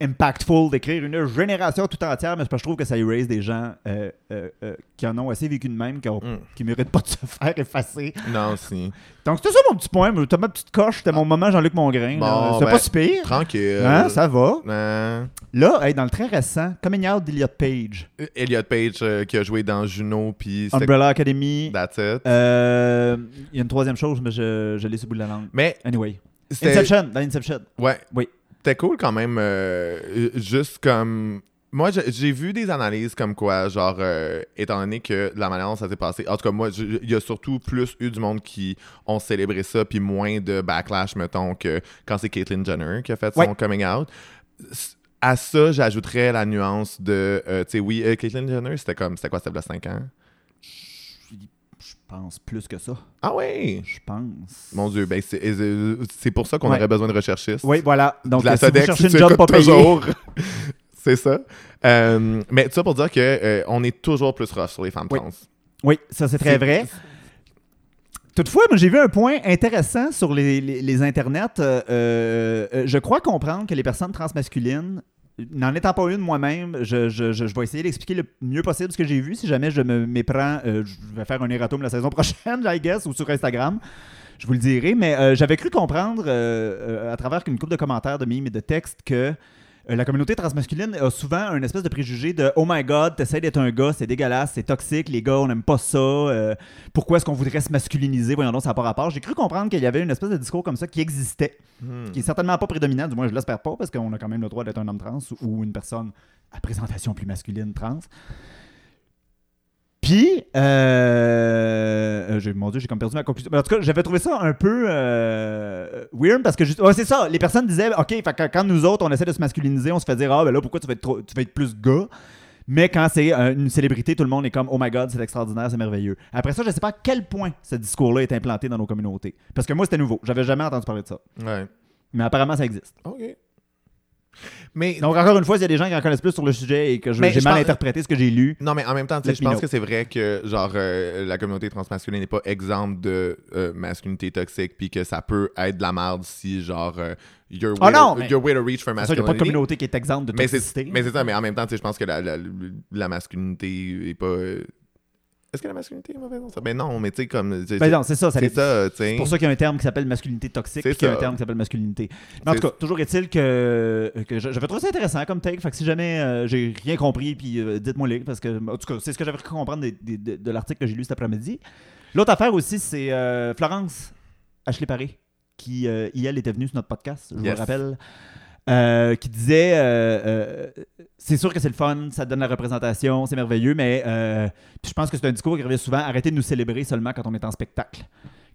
impactful d'écrire une génération tout entière, mais c'est parce que je trouve que ça erase des gens euh, euh, euh, qui en ont assez vécu de même, qui, ont- Mm. qui méritent pas de se faire effacer. Non, si. Donc, c'était ça mon petit point. mais T'as ma petite coche, c'était mon moment Jean-Luc Mongrain. Ah. là. c'est Bon, ben, euh, pas si pire. Tranquille. Hein, ça va. Hein. Là, hey, dans le très récent, Coming Out d'Eliot Page, Elliot Page euh, qui a joué dans Juno, puis c'est- Umbrella Academy. That's it. euh, Il y a une troisième chose, mais je, je l'ai sous le bout de la langue. Mais Anyway. c'était. Inception, dans Inception. Ouais. Oui. C'était cool quand même, euh, euh, juste comme... Moi, je- j'ai vu des analyses comme quoi, genre, euh, étant donné que la manière dont ça s'est passé, en tout cas, moi, je- il y a surtout plus eu du monde qui ont célébré ça, puis moins de backlash, mettons, que quand c'est Caitlyn Jenner qui a fait Ouais. son coming out. S- À ça, j'ajouterais la nuance de, euh, tu sais, oui, euh, Caitlyn Jenner, c'était comme, c'était quoi, c'était 5 ans? Je je pense plus que ça. Ah oui! Je pense. Mon Dieu, ben c'est- c'est c'est pour ça qu'on aurait besoin de recherchistes. Oui, voilà. Donc, de la euh, si vous Sodexo, cherchez tu une job pas écoutes payée, toujours. c'est ça. Euh, mais tout ça pour dire que euh, on est toujours plus rough sur les femmes Oui. trans. oui, ça c'est très C'est- vrai. Toutefois, moi, j'ai vu un point intéressant sur les, les- les internets. Euh, euh, euh, je crois comprendre que les personnes transmasculines, n'en étant pas une moi-même, je, je- je- je vais essayer d'expliquer le mieux possible ce que j'ai vu. Si jamais je me méprends, euh, je vais faire un erratum la saison prochaine, I guess, ou sur Instagram. Je vous le dirai, mais euh, j'avais cru comprendre euh, euh, à travers une couple de commentaires, de mimes et de textes que euh, la communauté transmasculine a souvent un espèce de préjugé de Oh my god, t'essayes d'être un gars, c'est dégueulasse, c'est toxique, les gars, on n'aime pas ça. euh, pourquoi est-ce qu'on voudrait se masculiniser Voyons donc, ça n'a pas rapport. J'ai cru comprendre qu'il y avait une espèce de discours comme ça qui existait, Hmm. qui est certainement pas prédominant, du moins je l'espère pas, parce qu'on a quand même le droit d'être un homme trans ou une personne à présentation plus masculine trans. Puis, euh, euh, j'ai- mon Dieu, j'ai comme perdu ma conclusion. Mais en tout cas, j'avais trouvé ça un peu euh, weird parce que, juste- ouais, c'est ça, les personnes disaient, OK, fait que quand nous autres, on essaie de se masculiniser, on se fait dire, ah, ben là, pourquoi tu vas être, trop- tu vas être plus gars? Mais quand c'est euh, une célébrité, tout le monde est comme, oh my god, c'est extraordinaire, c'est merveilleux. Après ça, je sais pas à quel point ce discours-là est implanté dans nos communautés. Parce que moi, c'était nouveau. J'avais jamais entendu parler de ça. Ouais. Mais apparemment, ça existe. OK. Mais Donc, encore une fois, s'il y a des gens qui en connaissent plus sur le sujet et que je- Mais j'ai je mal pense- interprété ce que j'ai lu, Non, mais en même temps, tu sais, Let je me pense know. que c'est vrai que genre euh, la communauté transmasculine n'est pas exempte de euh, masculinité toxique, puis que ça peut être de la merde si genre euh, your, way Ah non, to, mais- your way to reach for c'est ça, il n'y a pas de masculinity. communauté qui est exempte de mais c'est toxicité. mais c'est ça, mais en même temps, tu sais, je pense que la, la, la masculinité est pas. euh, Est-ce que la masculinité est mauvaise? dans ça? Ben non, mais tu sais comme tu sais, Ben non, c'est ça, ça c'est ça, tu sais. C'est pour ça qu'il y a un terme qui s'appelle masculinité toxique, Hein? C'est puis qu'il y a un ça. terme qui s'appelle masculinité. Mais en C'est- tout cas, toujours est-il que, que je- j'avais trouvé ça intéressant comme take. Fait que si jamais euh, j'ai rien compris, puis euh, dites-moi les, parce que en tout cas, c'est ce que j'avais cru comprendre des- des- de, de l'article que j'ai lu cet après-midi. L'autre affaire aussi, c'est euh, Florence Ashley Paré, qui euh, hier était venue sur notre podcast, je vous Yes. le rappelle. euh, qui disait euh, euh, c'est sûr que c'est le fun, ça donne la représentation, c'est merveilleux, mais euh, puis je pense que c'est un discours qui revient souvent arrêtez de nous célébrer seulement quand on est en spectacle,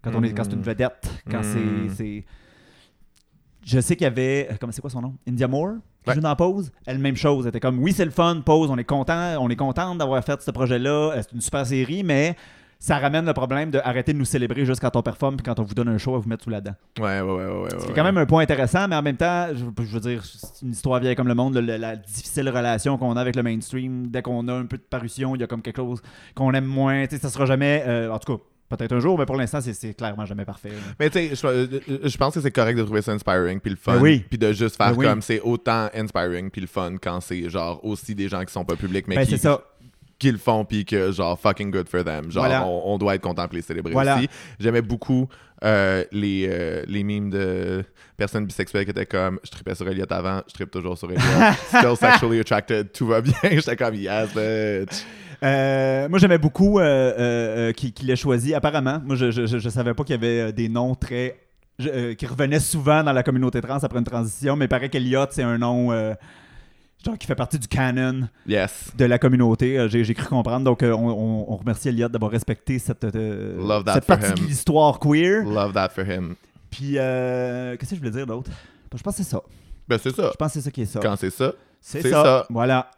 quand on est quand c'est une Mhm. vedette, quand Mhm. c'est- c'est je sais qu'il y avait comment c'est quoi son nom India Moore qui Ouais. joue dans Pause elle même chose elle était comme oui c'est le fun Pause on est content on est contente d'avoir fait ce projet là c'est une super série mais ça ramène le problème de arrêter de nous célébrer juste quand on performe puis quand on vous donne un show à vous mettre sous la dent Ouais, ouais, ouais, ouais. ouais, c'est ouais. quand même un point intéressant, mais en même temps, je, veux- je veux dire, c'est une histoire vieille comme le monde, le- le- la difficile relation qu'on a avec le mainstream. Dès qu'on a un peu de parution, il y a comme quelque chose qu'on aime moins. Tu sais, ça sera jamais, euh, en tout cas, peut-être un jour, mais pour l'instant, c'est- c'est clairement jamais parfait. là. Mais tu sais, je, euh, je pense que c'est correct de trouver ça inspiring puis le fun. Ben oui. Puis de juste faire Ben oui. comme c'est autant inspiring puis le fun quand c'est genre aussi des gens qui sont pas publics mais Ben, qui, c'est ça. qui le font puis que genre fucking good for them. Genre Voilà. on, on doit être content pour les célébrer Voilà. aussi. J'aimais beaucoup euh, les, euh, les mimes de personnes bisexuelles qui étaient comme je tripais sur Elliot avant, je tripe toujours sur Elliot. Still sexually attracted, tout va bien. J'étais comme yes, bitch. Euh, moi, j'aimais beaucoup euh, euh, euh, qui, qui l'a choisi. Apparemment, moi, je, je, je- je savais pas qu'il y avait euh, des noms très. je- euh, qui revenaient souvent dans la communauté trans après une transition, mais il paraît qu'Eliot, c'est un nom euh, genre qui fait partie du canon. Yes. de la communauté. euh, J'ai j'ai cru comprendre. Donc, euh, on, on- on remercie Elliot d'avoir respecté cette, euh, Love that cette for partie de him. l'histoire queer. Love that for him. Puis, euh, qu'est-ce que je voulais dire d'autre? Je pense que c'est ça. Ben c'est ça. Je pense que c'est ça qui est ça. Quand c'est ça. C'est c'est ça. ça. Voilà.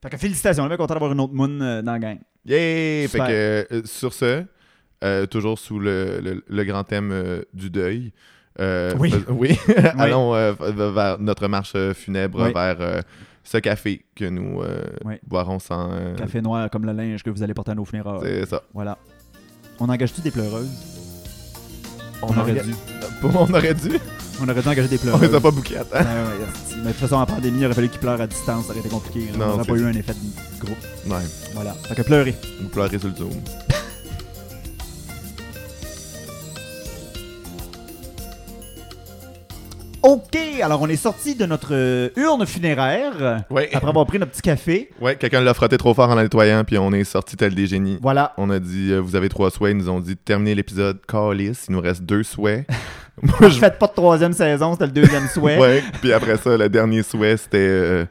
Fait que félicitations, on est bien content d'avoir une autre moon euh, dans la gang. Yay! Fait Super. que, euh, sur ce, euh, toujours sous le, le- le grand thème euh, du deuil. euh, Oui. fais- oui. Allons euh, v- vers notre marche euh, funèbre Oui. vers euh, ce café que nous euh, Oui. boirons sans. euh, Café noir comme le linge que vous allez porter à nos funérailles. C'est ça. Voilà. On engage-tu des pleureuses? On, en- aurait dû. On aurait dû. On aurait dû engager des On pleureuses. les a pas bouqués à temps. Ouais, ouais, esti. Mais de toute façon, en pandémie, il aurait fallu qu'ils pleurent à distance. Ça aurait été compliqué. Non, on n'aurait c'est pas eu ça. un effet de groupe. Ouais. Voilà. Fait que pleurer. Vous pleurez sur le Zoom. OK, alors on est sorti de notre euh, urne funéraire euh, Ouais. après avoir pris notre petit café. Ouais, quelqu'un l'a frotté trop fort en la nettoyant, puis on est sorti tel des génies. Voilà. On a dit, euh, vous avez trois souhaits. Ils nous ont dit, terminez l'épisode, calice. Il nous reste deux souhaits. Moi, Je fais pas de troisième saison, c'était le deuxième souhait. Ouais. Puis après ça, le dernier souhait, c'était. euh,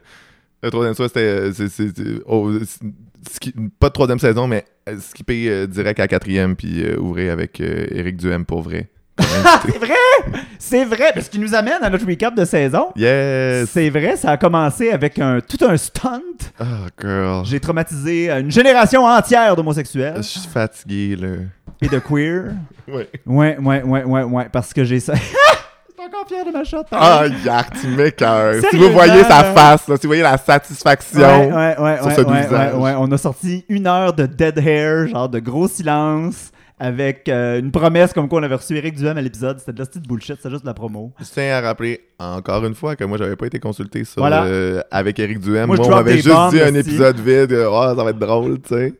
le troisième souhait, c'était. euh, c'est- c'est- c'est- oh, c'est- ski- pas de troisième saison, mais euh, skipper euh, direct à quatrième, puis euh, ouvrir avec euh, Éric Duhem pour vrai. c'est vrai! C'est vrai! Parce qu'il nous amène à notre recap de saison. Yes! C'est vrai, ça a commencé avec un, tout un stunt. Oh, Ah, girl. J'ai traumatisé une génération entière d'homosexuels Je suis fatigué, là. et de queer. Ouais. Ouais, ouais, ouais, ouais, ouais, parce que j'ai ça. Je suis encore fier de ma chatte. Ah, Yark, tu m'écoeures. Si vous Sérieusement, voyez là. sa face, là, si vous voyez la Ouais, satisfaction. ouais, ouais, sur ouais, ce doux ouais, visage. ouais, ouais. On a sorti une heure de dead hair, genre de gros silence, avec euh, une promesse comme quoi on avait reçu Eric Duhem à l'épisode. C'était de la petite bullshit, c'était juste de la promo. Je tiens à rappeler encore une fois que moi, j'avais pas été consulté sur Voilà. euh, avec Eric Duhem. Moi, Moi, je on drop m'avait des juste bombes, dit un esti. épisode vide. euh, Ah, ça va être drôle, tu sais.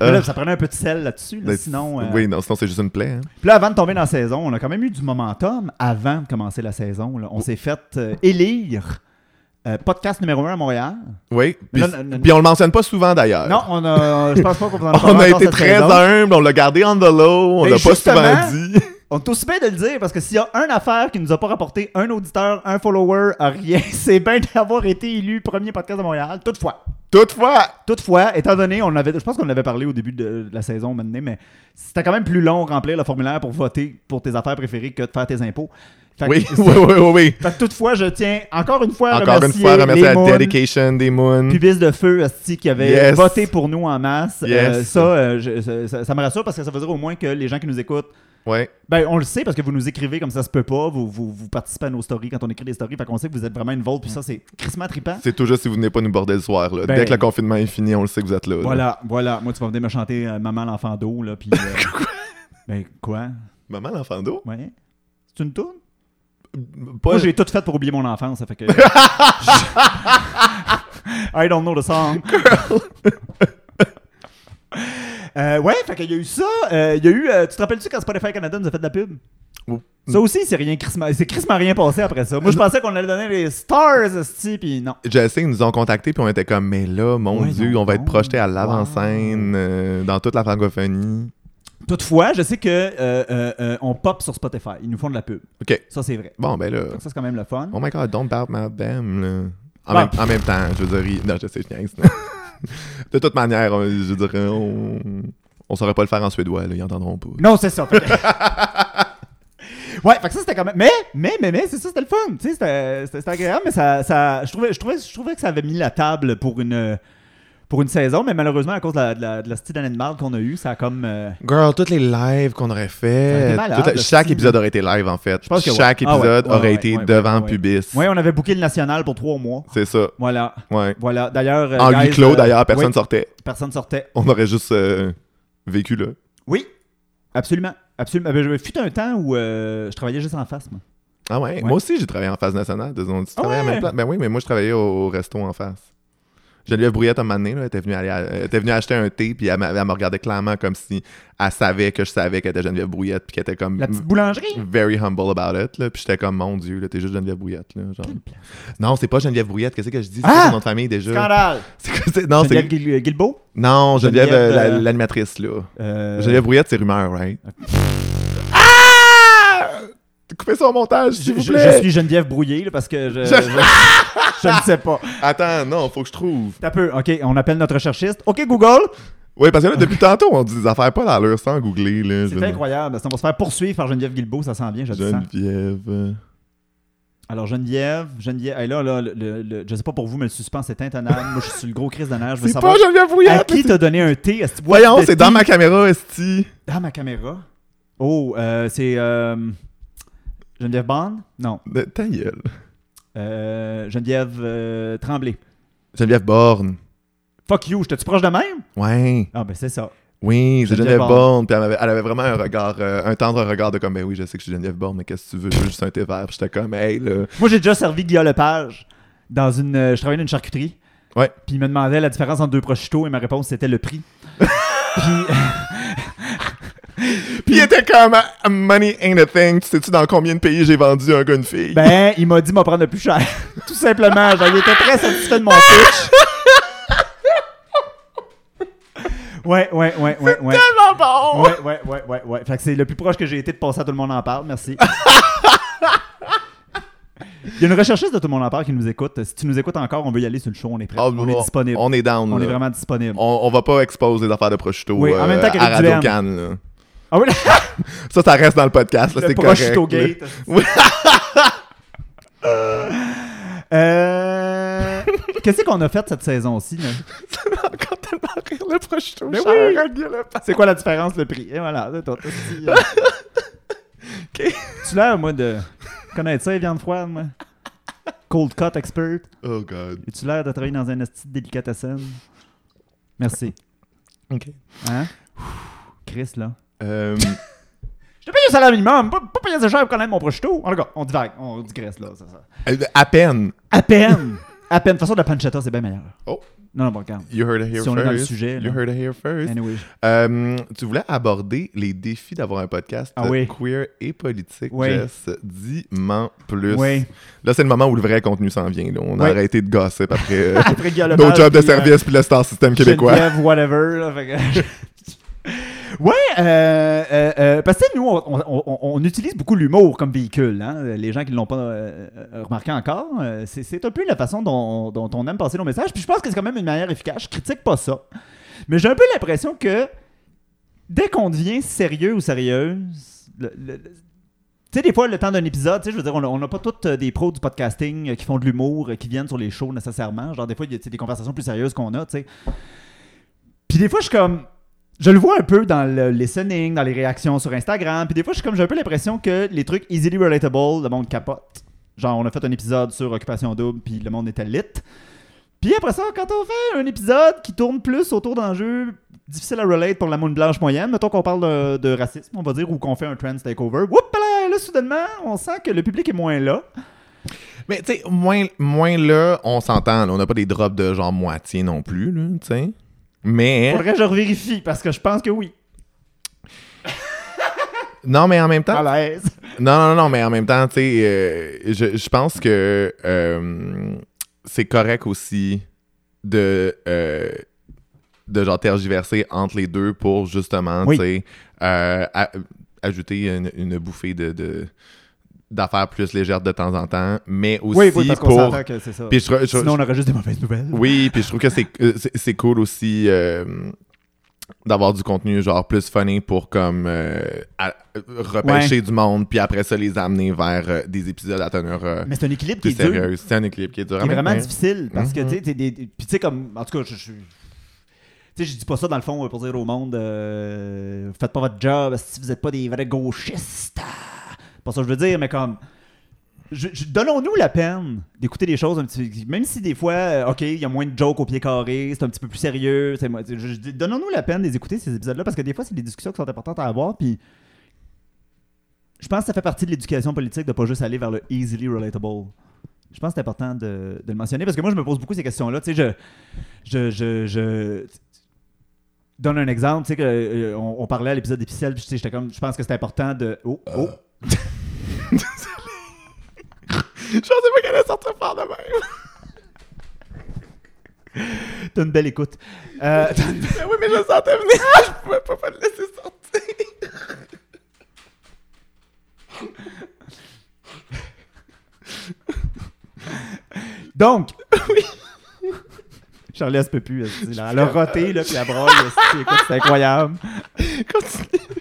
Mais là, Euh, ça prenait un peu de sel là-dessus, là, mais- sinon. euh, Oui, non, sinon, c'est juste une plaie. hein. Puis là, avant de tomber dans la saison, on a quand même eu du momentum avant de commencer la saison. là. On s'est fait euh, élire euh, podcast numéro 1 à Montréal. Oui. Puis, Non, non, non. puis on le mentionne pas souvent, d'ailleurs. Non, on a, je pense pas qu'on vous en Euh. On parlera a encore été cette très saison. humble, on l'a gardé on the low, on Et l'a pas souvent Ben, justement, dit. On est aussi bien de le dire parce que s'il y a une affaire qui nous a pas rapporté un auditeur, un follower, un rien, c'est bien d'avoir été élu premier podcast de Montréal. Toutefois, Toutefois, toutefois, étant donné, on avait, je pense qu'on avait parlé au début de, de la saison maintenant, mais c'était quand même plus long de remplir le formulaire pour voter pour tes affaires préférées que de faire tes impôts. Fait que- oui, oui, oui, oui, oui. Fait que toutefois, je tiens encore une fois à Encore une remercier fois, remercier les la Moons, dedication des Moons. Pubis de feu, Asti, qui avait Yes. voté pour nous en masse. Yes. Euh, ça, euh, je- ça- ça- ça me rassure parce que ça veut dire au moins que les gens qui nous écoutent Ouais. Ben, on le sait parce que vous nous écrivez comme ça se peut pas. Vous, vous, vous participez à nos stories quand on écrit des stories. Fait qu'on sait que vous êtes vraiment une vôtre. Puis ça, c'est crissement trippant. C'est toujours si vous venez pas nous border le soir. Là. Ben- Dès que le confinement est fini, on le sait que vous êtes là. là. Voilà, voilà. Moi, tu vas venir me chanter euh, Maman l'enfant d'eau. Là, puis, euh, ben, quoi Maman, l'enfant d'eau? Ouais. C'est une tourne Pas... Moi, j'ai tout fait pour oublier mon enfance. Ça fait que. I don't know the song. Euh, ouais, fait qu'il y a eu ça. euh, il y a eu. euh, tu te rappelles-tu quand Spotify Canada nous a fait de la pub? Ouh. Ça aussi, c'est rien, crissement- c'est crissement rien passé après ça. Moi, je pensais qu'on allait donner les stars, esti, puis non. Je sais, ils nous ont contactés puis on était comme, mais là, mon Ouais, Dieu, non, on va non. être projeté à l'avant-scène euh, dans toute la francophonie. Toutefois, je sais que euh, euh, euh, on pop sur Spotify. Ils nous font de la pub. OK. Ça, c'est vrai. Bon, ben là. Donc, ça, c'est quand même le fun. Oh my god, don't doubt my damn, là. En, Bon. même, en même temps, je veux dire, il- non, je sais, je niaise, là. De toute manière, on- je dirais, on, on saurait pas le faire en suédois, là, ils entendront pas. Non, c'est ça. Fait que- ouais, fait que ça c'était quand même. Mais, mais, mais, mais, c'est ça, c'était le fun. Tu sais, c'était- c'était c'était agréable, mais ça, ça, je trouvais, je trouvais, je trouvais que ça avait mis la table pour une. Pour une saison, mais malheureusement, à cause de la, de la, de la style d'année de marde qu'on a eue, ça a comme. euh, Girl, tous les lives qu'on aurait Ça aurait fait, été malade, tout le- chaque aussi. épisode aurait été live, en fait. pense que ouais. chaque Ah ouais, épisode ouais, aurait ouais, été ouais, devant ouais, ouais. pubis. Ouais, on avait booké le national pour trois mois. C'est ça, Voilà. ouais. Voilà. D'ailleurs. euh, En huis guys, clos, euh, d'ailleurs, personne oui, sortait. personne sortait. On aurait juste euh, vécu, là. Oui, absolument. Absolument. Ben, je- fut un temps où euh, je travaillais juste en face, moi. Ah ouais? Ouais. Moi aussi, j'ai travaillé en phase nationale. Ils ont dit, tu Ah travailles à la ouais? même place? Ben oui, mais moi, je travaillais au, au resto en face. Geneviève Brouillette, un moment donné, là, elle, était venue aller à- elle était venue acheter un thé, puis elle, m'a- elle me regardait clairement comme si elle savait que je savais qu'elle était Geneviève Brouillette, puis qu'elle était comme La petite boulangerie. very humble about it. Là, puis j'étais comme, mon Dieu, là, t'es juste Geneviève Brouillette. Là, genre. Non, c'est pas Geneviève Brouillette, qu'est-ce que je dis? C'est Ah! quoi son nom de famille déjà? Scandale. C'est quoi, c'est- Non, Geneviève c'est. Guil- Guilbeault. Non, Geneviève, Geneviève, euh, la- euh, l'animatrice, là. Euh, Geneviève Brouillette, c'est rumeur, right? Ah! Coupez ça au montage, Je, s'il vous je- plaît! je suis Geneviève Brouillé là, parce que je, je, je ne sais pas. Attends, non, faut que je trouve. T'as peu. OK, on appelle notre recherchiste. OK, Google. Oui, parce que là, depuis tantôt, on dit des affaires pas dans l'heure sans googler. Là, Je- C'est incroyable. On va se faire poursuivre par Geneviève Guilbeault. Ça sent bien, je le sens. Geneviève. Alors, Geneviève, Geneviève. Hey, là, là, le, le- le- je sais pas pour vous, mais le suspense est intenable. Moi, je suis le gros Chris de neige. Je veux C'est savoir pas Geneviève à Brouillette! qui t'as donné un thé. est-ce que- Voyons, de c'est thé? dans ma caméra, Esti. Dans ma caméra. Oh, euh, c'est. euh, Geneviève Bond? Non. De- Ta gueule. Euh, Geneviève euh, Tremblay. Geneviève Borne. Fuck you, j'étais-tu proche de même? Ouais. Ah, ben c'est ça. Oui, c'est Geneviève Geneviève Borne. Borne. Puis elle avait, elle avait vraiment un regard, euh, un tendre regard de comme, ben oui, je sais que je suis Geneviève Borne, mais qu'est-ce que tu veux? Je veux juste un thé vert. Puis j'étais comme, hey, là. Moi, j'ai déjà servi Guillaume Lepage dans une. euh, je travaillais dans une charcuterie. Ouais. Puis il me demandait la différence entre deux prosciutto et ma réponse c'était le prix. Puis Puis il était comme, money ain't a thing. Tu sais-tu dans combien de pays j'ai vendu un gars, une fille? ben il m'a dit m'en prendre le plus cher. Tout simplement, genre, il était très satisfait de mon pitch. Ouais, ouais, ouais, ouais, ouais. tellement bon! Ouais, ouais, ouais, ouais, ouais. Fait que c'est le plus proche que j'ai été de passer à tout le monde en parle. Merci. Il y a une recherchiste de Tout le monde en parle qui nous écoute. Si tu nous écoutes encore, on veut y aller sur le show. On est prêt. Ah, on est disponible. On est down, On est là. vraiment disponible. on, on va pas exposer les affaires de prosciutto Oui, en euh, même temps qu'Éric à Radio Duhem. Cannes. là. Ah oui, Ça, ça reste dans le podcast. là, le C'est correct. prosciutto là. gate. Euh, Qu'est-ce qu'on a fait cette saison aussi? là? Encore tellement rire, le prosciutto. Mais cher, oui. regarde le pa- C'est quoi la différence, le prix? Et voilà, c'est tout. C'est- euh, Tu l'as, moi, de connaître ça, les viandes froides, moi? Cold cut expert. Oh, God. Et tu l'air de travailler dans un esti de délicatessen? Merci. OK. Hein? Chris, là. Euh, Je te paye un salaire minimum, pas, pas payer assez cher pour connaître mon prosciutto. En tout cas, on divague, on digresse, là. c'est ça. euh, à peine. À peine! à peine. De toute façon, la pancetta, c'est bien meilleur. Oh. Non, non, bon, regarde. You heard it here Si on first. est dans le sujet, You là. heard it here first. Anyway. Euh, tu voulais aborder les défis d'avoir un podcast Ah oui. queer et politique, Oui. Jess. Dis-m'en plus. Oui. Là, c'est le moment où le vrai contenu s'en vient. là. On a Oui. arrêté de gossip après euh, Après Guillaume nos Lepage, jobs de puis, euh, service puis le star system québécois. Geneviève, whatever. là, fait que- ouais, euh, euh, euh, parce que tu sais, nous, on, on- on- on utilise beaucoup l'humour comme véhicule. hein. Les gens qui ne l'ont pas euh, euh, remarqué encore, euh, c'est c'est un peu la façon dont, dont on aime passer nos messages. Puis je pense que c'est quand même une manière efficace. Je critique pas ça. Mais j'ai un peu l'impression que dès qu'on devient sérieux ou sérieuse, le- le- le- tu sais, des fois, le temps d'un épisode, tu sais, je veux dire, on a- on n'a pas toutes euh, des pros du podcasting euh, qui font de l'humour, euh, qui viennent sur les shows nécessairement. Genre, des fois, il y a tu sais, des conversations plus sérieuses qu'on a, tu sais. Puis des fois, je suis comme. Je le vois un peu dans le listening, dans les réactions sur Instagram. Puis des fois, je suis comme, j'ai un peu l'impression que les trucs easily relatable, le monde capote. Genre, on a fait un épisode sur Occupation Double, puis le monde était lit. Puis après ça, quand on fait un épisode qui tourne plus autour d'enjeux difficiles à relate pour la moune blanche moyenne, mettons qu'on parle de, de racisme, on va dire, ou qu'on fait un trans takeover, whoop là, là, soudainement, on sent que le public est moins là. Mais tu sais, moins, moins là, on s'entend. là. On n'a pas des drops de genre moitié non plus, là, tu sais. Mais. Faudrait que je revérifie, parce que je pense que oui. Non, mais en même temps, À l'aise. Non, non, non, mais en même temps, tu sais, euh, je, je pense que euh, c'est correct aussi de, euh, de genre tergiverser entre les deux pour justement, Oui. tu sais, euh, a- ajouter une, une bouffée de, de- d'affaires plus légères de temps en temps, mais aussi Oui, oui, parce qu'on pour. s'entend que c'est ça. Puis je- je- je- Sinon, on aurait juste des mauvaises nouvelles. oui, puis je trouve que c'est, euh, c'est- c'est cool aussi euh, d'avoir du contenu genre plus funny pour comme euh, à- repêcher du monde, puis après ça les amener vers euh, des épisodes à teneur euh, Mais c'est un équilibre qui plus est dur. sérieuse. C'est un équilibre qui est dur. à qui est vraiment maintenir. difficile parce que tu sais, t'es des- puis tu sais comme en tout cas je je- tu sais, je dis pas ça dans le fond euh, pour dire au monde euh, faites pas votre job si vous êtes pas des vrais gauchistes. ah. C'est Pas ça que je veux dire mais comme je- je- donnons-nous la peine d'écouter des choses un petit même si des fois euh, OK, il y a moins de jokes au pied carré, c'est un petit peu plus sérieux, c'est moi- je- je dis, donnons-nous la peine d'écouter ces épisodes là parce que des fois c'est des discussions qui sont importantes à avoir puis je pense que ça fait partie de l'éducation politique de pas juste aller vers le easily relatable. Je pense que c'est important de, de le mentionner parce que moi, je me pose beaucoup ces questions-là. Tu sais, je, je, je, je- donne un exemple. Tu sais, que, euh, on, on parlait à l'épisode officiel, puis tu sais, j'étais comme, je pense que c'est important de. Oh, oh. Je pensais pas qu'elle allait sortir par de même. T'as une belle écoute. Euh, t'as- Mais Ben oui, mais je le sentais venir. Je pouvais pas, pas le laisser sortir. donc. Oui. Charlie, elle se peut plus. elle se dit, là. Elle a roté, là, puis elle braille. elle se dit, écoute, C'est incroyable. euh. Continue.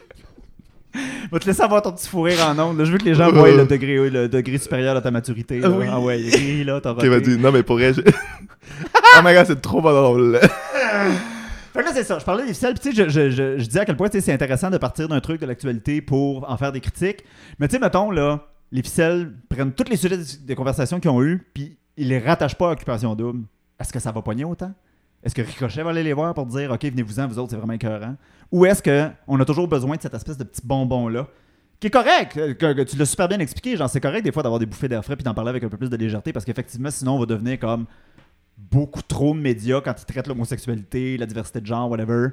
Je vais te laisser avoir ton petit fou rire en ondes. là. Je veux que les gens voient le degré, le degré supérieur de ta maturité. Là. Euh. Oui. Ah ouais, il rit, là, t'as Ok, roté. vas-y. Non, mais pour vrai, je- oh my god, c'est trop pas drôle. Fait que là, c'est ça. Je parlais des ficelles. Puis, tu sais, je, je, je, je dis à quel point tu sais, c'est intéressant de partir d'un truc de l'actualité pour en faire des critiques. Mais tu sais, mettons, là, les ficelles prennent tous les sujets de, de conversation qu'ils ont eu, puis ils les rattachent pas à Occupation Double. Est-ce que ça va pogner autant? Est-ce que Ricochet va aller les voir pour dire, OK, venez-vous-en, vous autres, c'est vraiment écœurant? Ou est-ce qu'on a toujours besoin de cette espèce de petit bonbon-là? Qui est correct, euh, que, que tu l'as super bien expliqué. Genre, c'est correct des fois d'avoir des bouffées d'air frais puis d'en parler avec un peu plus de légèreté parce qu'effectivement, sinon, on va devenir comme beaucoup trop de médias quand ils traitent l'homosexualité, la diversité de genre, whatever,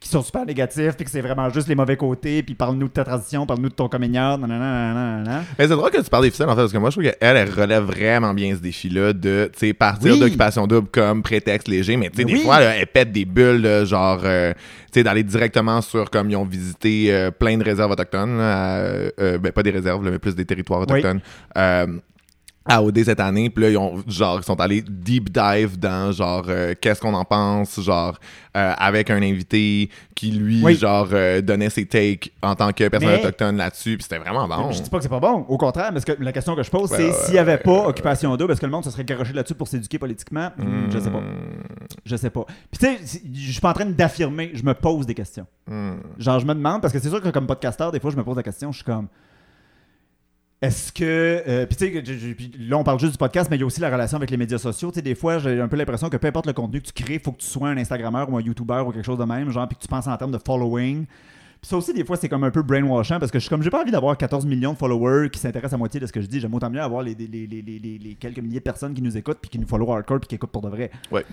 qui sont super négatifs, puis que c'est vraiment juste les mauvais côtés, puis parle-nous de ta transition, parle-nous de ton coming out, nanana, nanana, nanana. Mais c'est drôle que tu parles des ficelles, en fait, parce que moi, je trouve qu'elle, elle relève vraiment bien ce défi-là de, tu sais, partir Oui. d'occupation double comme prétexte léger, mais tu sais, Mais des oui. fois, là, elle pète des bulles, là, genre, euh, tu sais, d'aller directement sur, comme ils ont visité euh, plein de réserves autochtones, là, à, euh, ben, pas des réserves, là, mais plus des territoires Oui. autochtones. Euh, à OD cette année, puis là, ils, ont, genre, ils sont allés deep dive dans, genre, euh, qu'est-ce qu'on en pense, genre, euh, avec un invité qui, lui, Oui. genre, euh, donnait ses takes en tant que personne Mais- autochtone là-dessus, puis c'était vraiment bon. Je dis pas que c'est pas bon, au contraire, mais ce que- la question que je pose, Ah, Ouais, c'est ouais, s'il y avait ouais, pas ouais, Occupation 2, parce que le monde se serait garoché là-dessus pour s'éduquer politiquement, Hmm, je sais pas. Je sais pas. Puis tu sais, si- je suis pas en train d'affirmer, je me pose des questions. Hmm. Genre, je me demande, parce que c'est sûr que comme podcasteur, des fois, je me pose la question, je suis comme. Est-ce que. euh, puis, tu sais, que je- je- puis là, on parle juste du podcast, mais il y a aussi la relation avec les médias sociaux. Tu sais, des fois, j'ai un peu l'impression que peu importe le contenu que tu crées, il faut que tu sois un Instagrammeur ou un YouTuber ou quelque chose de même, genre, puis que tu penses en termes de following. Puis ça aussi, des fois, c'est comme un peu brainwashant parce que je suis comme, j'ai pas envie d'avoir 14 millions de followers qui s'intéressent à moitié de ce que je dis. J'aime autant mieux avoir les, les- les- les- les- les quelques milliers de personnes qui nous écoutent puis qui nous follow hardcore puis qui écoutent pour de vrai. Ouais.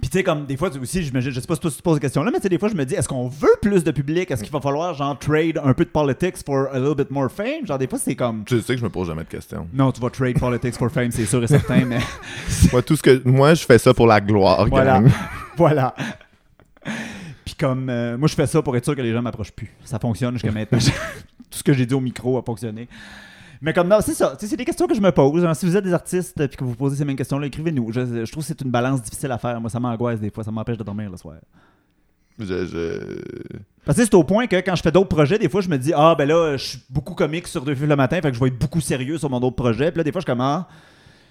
Puis tu sais, comme des fois tu- aussi, je, me, je sais pas si toi, tu te poses cette question-là, mais tu sais, des fois, je me dis, est-ce qu'on veut plus de public? Est-ce qu'il va falloir, genre, trade un peu de politics for a little bit more fame? Genre, des fois, c'est comme, Tu sais que je me pose jamais de questions. non, tu vas trade politics for fame, c'est sûr et certain, mais Moi, tout ce que... Moi, je fais ça pour la gloire, voilà. gang. voilà. Puis comme, euh, moi, je fais ça pour être sûr que les gens m'approchent plus. Ça fonctionne jusqu'à maintenant. Tout ce que j'ai dit au micro a fonctionné. Mais comme, non, c'est ça. Tu sais, c'est des questions que je me pose. hein. Si vous êtes des artistes et que vous vous posez ces mêmes questions-là, écrivez-nous. Je, je trouve que c'est une balance difficile à faire. Moi, ça m'angoisse des fois. Ça m'empêche de dormir le soir. Je... je... Parce que c'est au point que quand je fais d'autres projets, des fois, je me dis Ah, ben là, je suis beaucoup comique sur deux films le matin, fait que je vais être beaucoup sérieux sur mon autre projet. Puis là, des fois, je commence.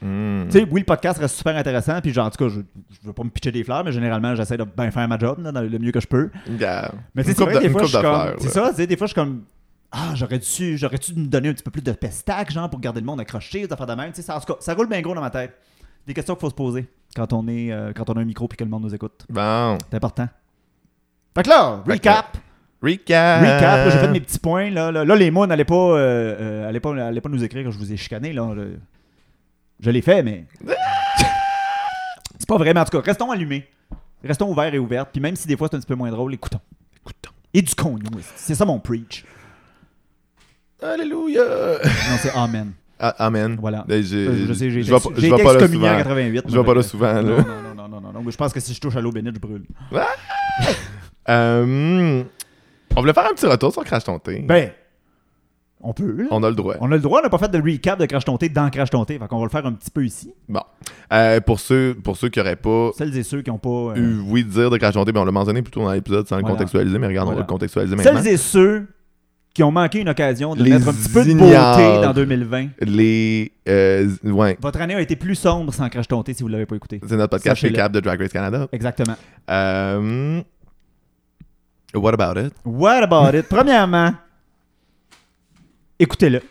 Hmm. Tu sais, oui, le podcast reste super intéressant. Puis, genre, en tout cas, je, je veux pas me pitcher des fleurs, mais généralement, j'essaie de bien faire ma job là, dans le le mieux que je peux. Yeah. Mais tu sais, c'est Une vrai, coupe que de- des une fois, je coupe suis comme. d'affaires, C'est ouais. ça, tu sais, des fois, je suis comme. Ah, j'aurais dû, j'aurais dû me donner un petit peu plus de pestac, genre, pour garder le monde accroché, des affaires de même. Tu sais, ça, en tout cas, ça roule bien gros dans ma tête. Des questions qu'il faut se poser quand on, est, euh, quand on a un micro puis que le monde nous écoute. Bon. C'est important. Fait que là, Fait que- recap. Recap, Recap. là, j'ai Euh. fait mes petits points. Là, là, Là, les mots n'allaient pas, euh, euh, allaient pas, allaient pas nous écrire que je vous ai chicané. Là, Le- Je l'ai fait, mais. c'est pas vrai, mais en tout cas, restons allumés. Restons ouverts et ouvertes. Puis même si des fois c'est un petit peu moins drôle, écoutons. Écoutons. Et du con, nous. esti. C'est ça mon preach. Alléluia. Non, c'est Amen. Ah, Amen. Voilà. Ben, j'ai- Euh, Je sais, j'ai je été, vais pas- j'ai je vais été pas là excommunié en souvent. 88. Je vais pas là souvent, là. Non, non, non, non, non, non, non. Mais Je pense que si je touche à l'eau bénite, je brûle. Euh, on voulait faire un petit retour sur Crash Ton Thé. Ben, on peut, là. on a le droit. On a le droit, on n'a pas fait de recap de Crash Tonté dans Crash Tonté. Fait qu'on va le faire un petit peu ici. Bon. Euh, pour, ceux, pour ceux qui n'auraient pas Celles et ceux qui n'ont pas. euh, eu oui de dire de Crash Ton Thé, ben on l'a mentionné plutôt dans l'épisode sans Voilà. le contextualiser, mais regarde, on Voilà. va le contextualiser maintenant. Celles et ceux qui ont manqué une occasion de Les mettre un petit peu de ignares. beauté dans 2020. Les. euh, ouais. Votre année a été plus sombre sans Crash Tonté si vous ne l'avez pas écouté. C'est notre podcast Sachez-le. recap de Drag Race Canada. Exactement. Euh, what about it? What about it? Premièrement, écoutez-le.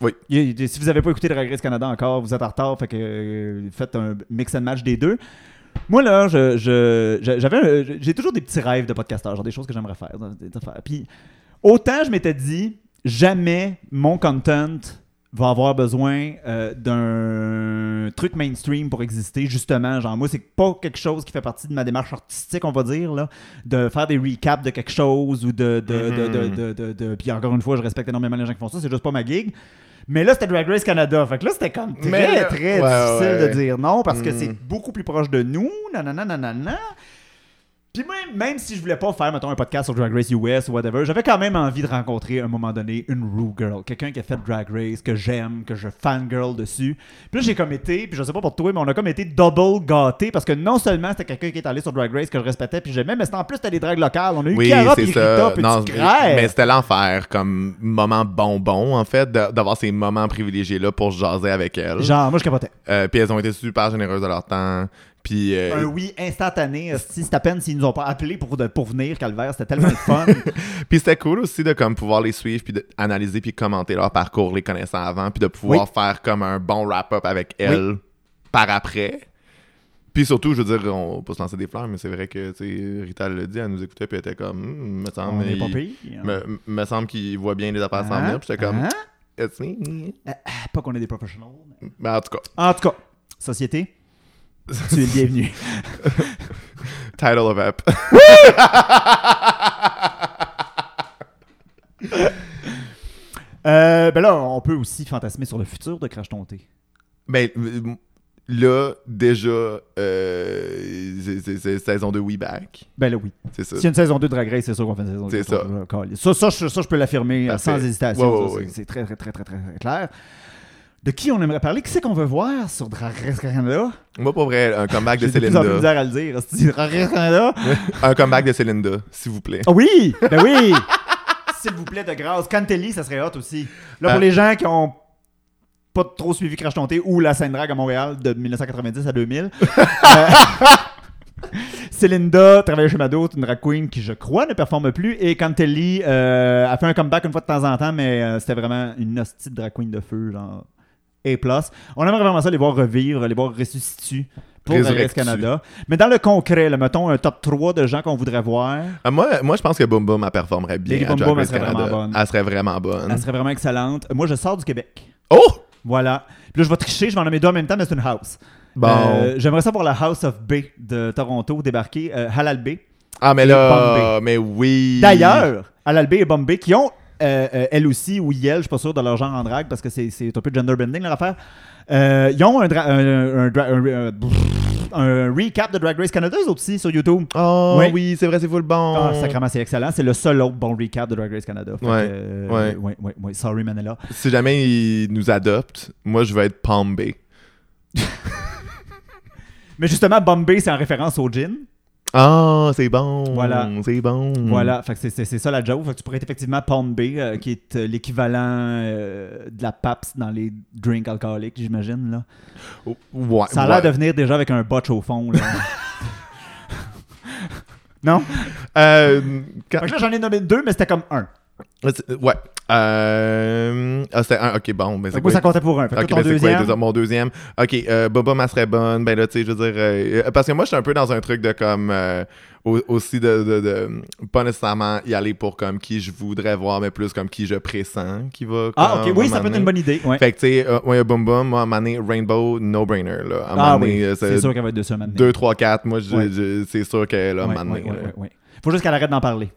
Oui. Il- il- Si vous n'avez pas écouté Drag Race Canada encore, vous êtes en retard, fait que euh, faites un mix and match des deux. Moi, là, je- je- je- j'avais un- j'ai toujours des petits rêves de podcasteur, genre des choses que j'aimerais faire. des- des affaires. Puis, autant je m'étais dit, jamais mon content va avoir besoin euh, d'un truc mainstream pour exister, justement. Genre, moi, c'est pas quelque chose qui fait partie de ma démarche artistique, on va dire, là, de faire des recaps de quelque chose ou de... de, de, de, de, de- de- Puis encore une fois, je respecte énormément les gens qui font ça, c'est juste pas ma gig. Mais là, c'était Drag Race Canada. Fait que là, c'était comme très, Mais là- très Ouais, difficile ouais, de ouais. dire non parce que Mm. c'est beaucoup plus proche de nous. Nanana, nanana. Puis même, même si je voulais pas faire, mettons, un podcast sur Drag Race US ou whatever, j'avais quand même envie de rencontrer à un moment donné une Rue Girl, quelqu'un qui a fait Drag Race, que j'aime, que je fangirl dessus. Puis là, j'ai comme été, puis je sais pas pour toi, mais on a comme été double gâté parce que non seulement c'était quelqu'un qui est allé sur Drag Race que je respectais, puis j'aimais, mais c'était en plus c'était des drags locales. On a eu Oui, Chiara, c'est puis ça. Rita, puis Non, du Grève. mais c'était l'enfer comme moment bonbon, en fait, de- d'avoir ces moments privilégiés-là pour jaser avec elles. Genre, moi, je capotais. Euh, puis elles ont été super généreuses de leur temps. Puis euh, un oui instantané. euh, Si c'est à peine s'ils nous ont pas appelé pour, de, pour venir, Calvaire, c'était tellement le fun. Puis c'était cool aussi de comme pouvoir les suivre, puis d'analyser, puis commenter leur parcours, les connaissant avant, puis de pouvoir Oui. faire comme un bon wrap-up avec elles par après. Puis surtout, je veux dire, on va pas se lancer des fleurs, mais c'est vrai que, tu sais, Rita l'a dit, elle nous écoutait, puis elle était comme, Hum, me On semble, est pas il- pire. me, me semble qu'il voit bien les affaires s'en Hein? venir, puis j'étais comme, Hein? It's me. Ah, Pas qu'on est des professionnels. mais- Ben, en tout cas, En tout cas, société, tu es le bienvenu. title of app. Euh, ben là, on peut aussi fantasmer sur le futur de Crash Tonté. ben, m- là, déjà, euh, c'est- c'est c'est saison de We Back. Ben là, oui. C'est ça. S'il y a une saison 2 de Drag Race, c'est sûr qu'on fait une saison 2. C'est ça. Ça, ça, je, ça, je peux l'affirmer euh, Parfait. sans hésitation. Ouais, ouais, Ça, ouais. c'est- C'est très, très, très, très, très clair. de qui on aimerait parler? Qui c'est qu'on veut voir sur Drag Canada? Moi, pour vrai, un comeback de J'ai de Céline plus en plus de Dion. misère à le dire. hostie, Drag Race Canada? Un comeback de Céline Dion, s'il vous plaît. Ah oui! Ben oui! S'il vous plaît, de grâce. Cantelli, ça serait hot aussi. Là, pour Euh, les gens qui ont pas trop suivi Crash Tonté ou la scène drag à Montréal de 1990 à 2000. euh, Célinda travaillait chez Mado, c'est une drag queen qui, je crois, ne performe plus. Et Cantelli euh, a fait un comeback une fois de temps en temps, mais euh, c'était vraiment une hostie de drag queen de feu, genre A+. On aimerait vraiment ça les voir revivre, les voir ressusciter pour Drag Race Résurrectus. Canada. Mais dans le concret, là, mettons un top 3 de gens qu'on voudrait voir. Euh, moi, moi, je pense que Boom Boom, elle performerait bien. Lady à Boom Drag Boom, elle Race serait vraiment Canada. bonne. Elle serait vraiment bonne. Elle serait vraiment excellente. Moi, je sors du Québec. Oh! Voilà. Puis là, je vais tricher, je vais en nommer deux en même temps, mais c'est une house. Bon. Euh, J'aimerais ça voir la House of B de Toronto débarquer, euh, Halal Bay. Ah, mais Et là, mais oui. D'ailleurs, Halal Bay et Bombay qui ont, euh, euh, elles aussi, ou elles, je suis pas sûr de leur genre en drague parce que c'est c'est un peu gender bending leur affaire. Euh, ils ont un, dra- un- un dra- un- un- un recap de Drag Race Canada eux autres aussi sur YouTube. Oh, Oui. oui, c'est vrai, c'est full bon. Ah, sacrément, c'est excellent. C'est le seul autre bon recap de Drag Race Canada. Fait que, Oh. Ouais, euh, ouais. ouais, ouais, ouais. Sorry, Manela. Si jamais ils nous adoptent, moi, je vais être Pombé. Mais justement, Bombay, c'est en référence au gin. Ah, c'est bon. Voilà. C'est bon. Voilà, fait que c'est- c'est c'est ça la joke. Fait que tu pourrais être effectivement Pound B, euh, qui est euh, l'équivalent euh, de la PAPS dans les drinks alcooliques, j'imagine. là. Oh, Ouais. Ça a l'air ouais. de venir déjà avec un botch au fond. Là. non? Euh, quand- Fait que là, j'en ai nommé deux, mais c'était comme un. Ouais. Euh... Ah, c'était un. Ok, bon. Mais Fait c'est que moi, quoi? ça comptait pour un. Fait que Ok, toi, ben ton c'est quoi deuxième. le deuxième- mon deuxième? Ok, euh, Boba ma serait bonne. Ben là, tu sais, je veux dire. euh, euh, parce que moi, je suis un peu dans un truc de comme. euh, au- aussi de, de- de- Pas nécessairement y aller pour comme qui je voudrais voir, mais plus comme qui je pressens qui va. ah, comme, ok, oui, à ça un peut être moment une bonne idée. ouais. donné. Fait que, tu sais, euh, ouais, Boom Boom, moi, à un moment donné, Rainbow, no-brainer, là. À un Ah moment donné, oui, euh, c'est sûr qu'elle va être dessus un moment donné. 2, 3, 4, moi, je- Ouais. je- c'est sûr que là, à un Ouais, moment donné, ouais, ouais, là. ouais, ouais. Faut juste qu'elle arrête d'en parler.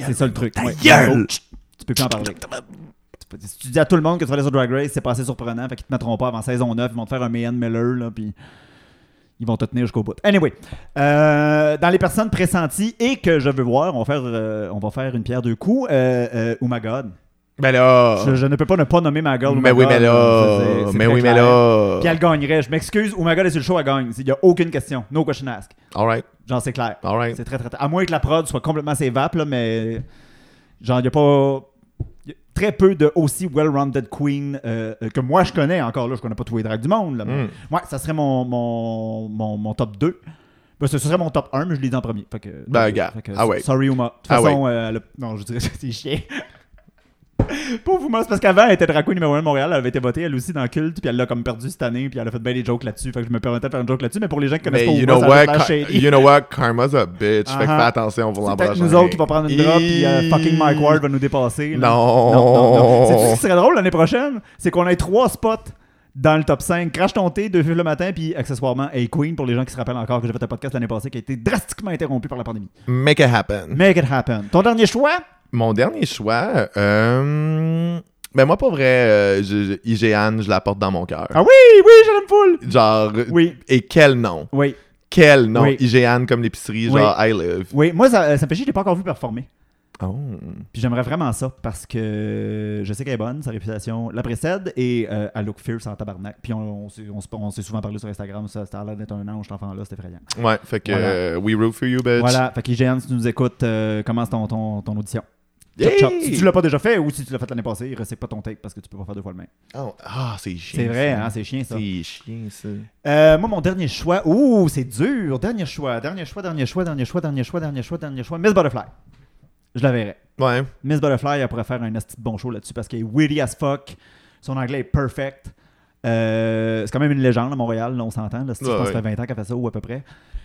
C'est ça le truc. ouais. Oh, gueule! Tu peux plus en parler. Tu peux- Si tu dis à tout le monde que tu vas aller sur Drag Race, c'est pas assez surprenant, fait qu'ils te mettront pas avant saison 9, ils vont te faire un Mayan Miller, là, puis ils vont te tenir jusqu'au bout. Anyway, euh, dans les personnes pressenties et que je veux voir, on va faire, euh, on va faire une pierre deux coups. Euh, euh, oh my god. Ben là! Je, je ne peux pas ne pas nommer ma girl. Oh Mais my oui, God, mais là. C'est- là! c'est Mais très oui, mais clair. là! Puis elle gagnerait. Je m'excuse, oh my god, elle est sur le show, elle gagne. Il n'y a aucune question. No question asked. Alright, Genre, c'est clair. alright. C'est très, très, très- À moins que la prod soit complètement sévape, là, mais. Genre, il n'y a pas. y a très peu de aussi well-rounded queen euh, euh, que moi je connais encore. Là, je connais pas tous les drags du monde. Là, mais- Mm. Ouais, ça serait mon, mon, mon, mon top 2. Ben, ce serait mon top 1, mais je l'ai dit en premier. Fait que, Ben, regarde. fait que, Ah ouais. Sorry, Uma. De toute Ah façon, euh, elle a- non, je dirais c'est chien. Pauvre Uma, c'est parce qu'avant, elle était drag queen numéro 1 de Montréal. Elle avait été votée, elle aussi, dans Culte, puis elle l'a comme perdu cette année, puis elle a fait bien des jokes là-dessus. Fait que je me permettais de faire une joke là-dessus, mais pour les gens qui connaissent Mais pas you Uma, know, ça a what, fait la Car- shady. you know what? Karma's a bitch. Fait que Uh-huh. fais attention pour C'est l'embrasser. peut-être nous autres qui va prendre une drop et fucking Mike Ward va nous dépasser. là. Non. C'est ce qui serait drôle l'année prochaine, c'est qu'on ait trois spots dans le top 5. Crash ton thé, deux films le matin, puis accessoirement A Queen pour les gens qui se rappellent encore que j'ai fait un podcast l'année passée qui a été drastiquement interrompu par la pandémie. Make it happen. Make it happen. Ton dernier choix Mon dernier choix, euh... ben moi, pour vrai, euh, je, je- IGN, je la porte dans mon cœur. Ah oui, oui, je l'aime full. Genre, Oui. et quel nom? Oui, Quel nom? Oui. IGN comme l'épicerie, Oui. genre I live. oui. Moi, ça, ça me fait chier, je l'ai pas encore vu performer. Oh. Puis j'aimerais vraiment ça parce que je sais qu'elle est bonne, sa réputation la précède et euh, elle look fierce en tabarnak. Puis on, on s'est- on s'est- on s'est souvent parlé sur Instagram, ça, ça a l'air d'être un ange, cet enfant-là, c'est effrayant. Ouais, fait que Voilà. euh, we root for you, bitch. Voilà, fait qu'IGN, si tu nous écoutes, euh, commence ton, ton, ton audition. Chop, Yay! chop. Si tu l'as pas déjà fait ou si tu l'as fait l'année passée, recycle pas ton take parce que tu peux pas faire deux fois le même. Oh, Ah, c'est chiant. C'est vrai, ça. hein, c'est chiant ça. C'est chiant, ça. Euh, moi, mon dernier choix, ouh, c'est dur. Dernier choix, dernier choix, dernier choix, dernier choix, dernier choix, dernier choix, dernier choix. Miss Butterfly. Je la verrai. Ouais. Miss Butterfly, elle pourrait faire un esti de bon show là-dessus parce qu'elle est witty as fuck. Son anglais est perfect. Euh, c'est quand même une légende à Montréal, là, on s'entend. là. C'est- je Ouais, pense que ouais. ça fait 20 ans qu'elle fait ça ou à peu près.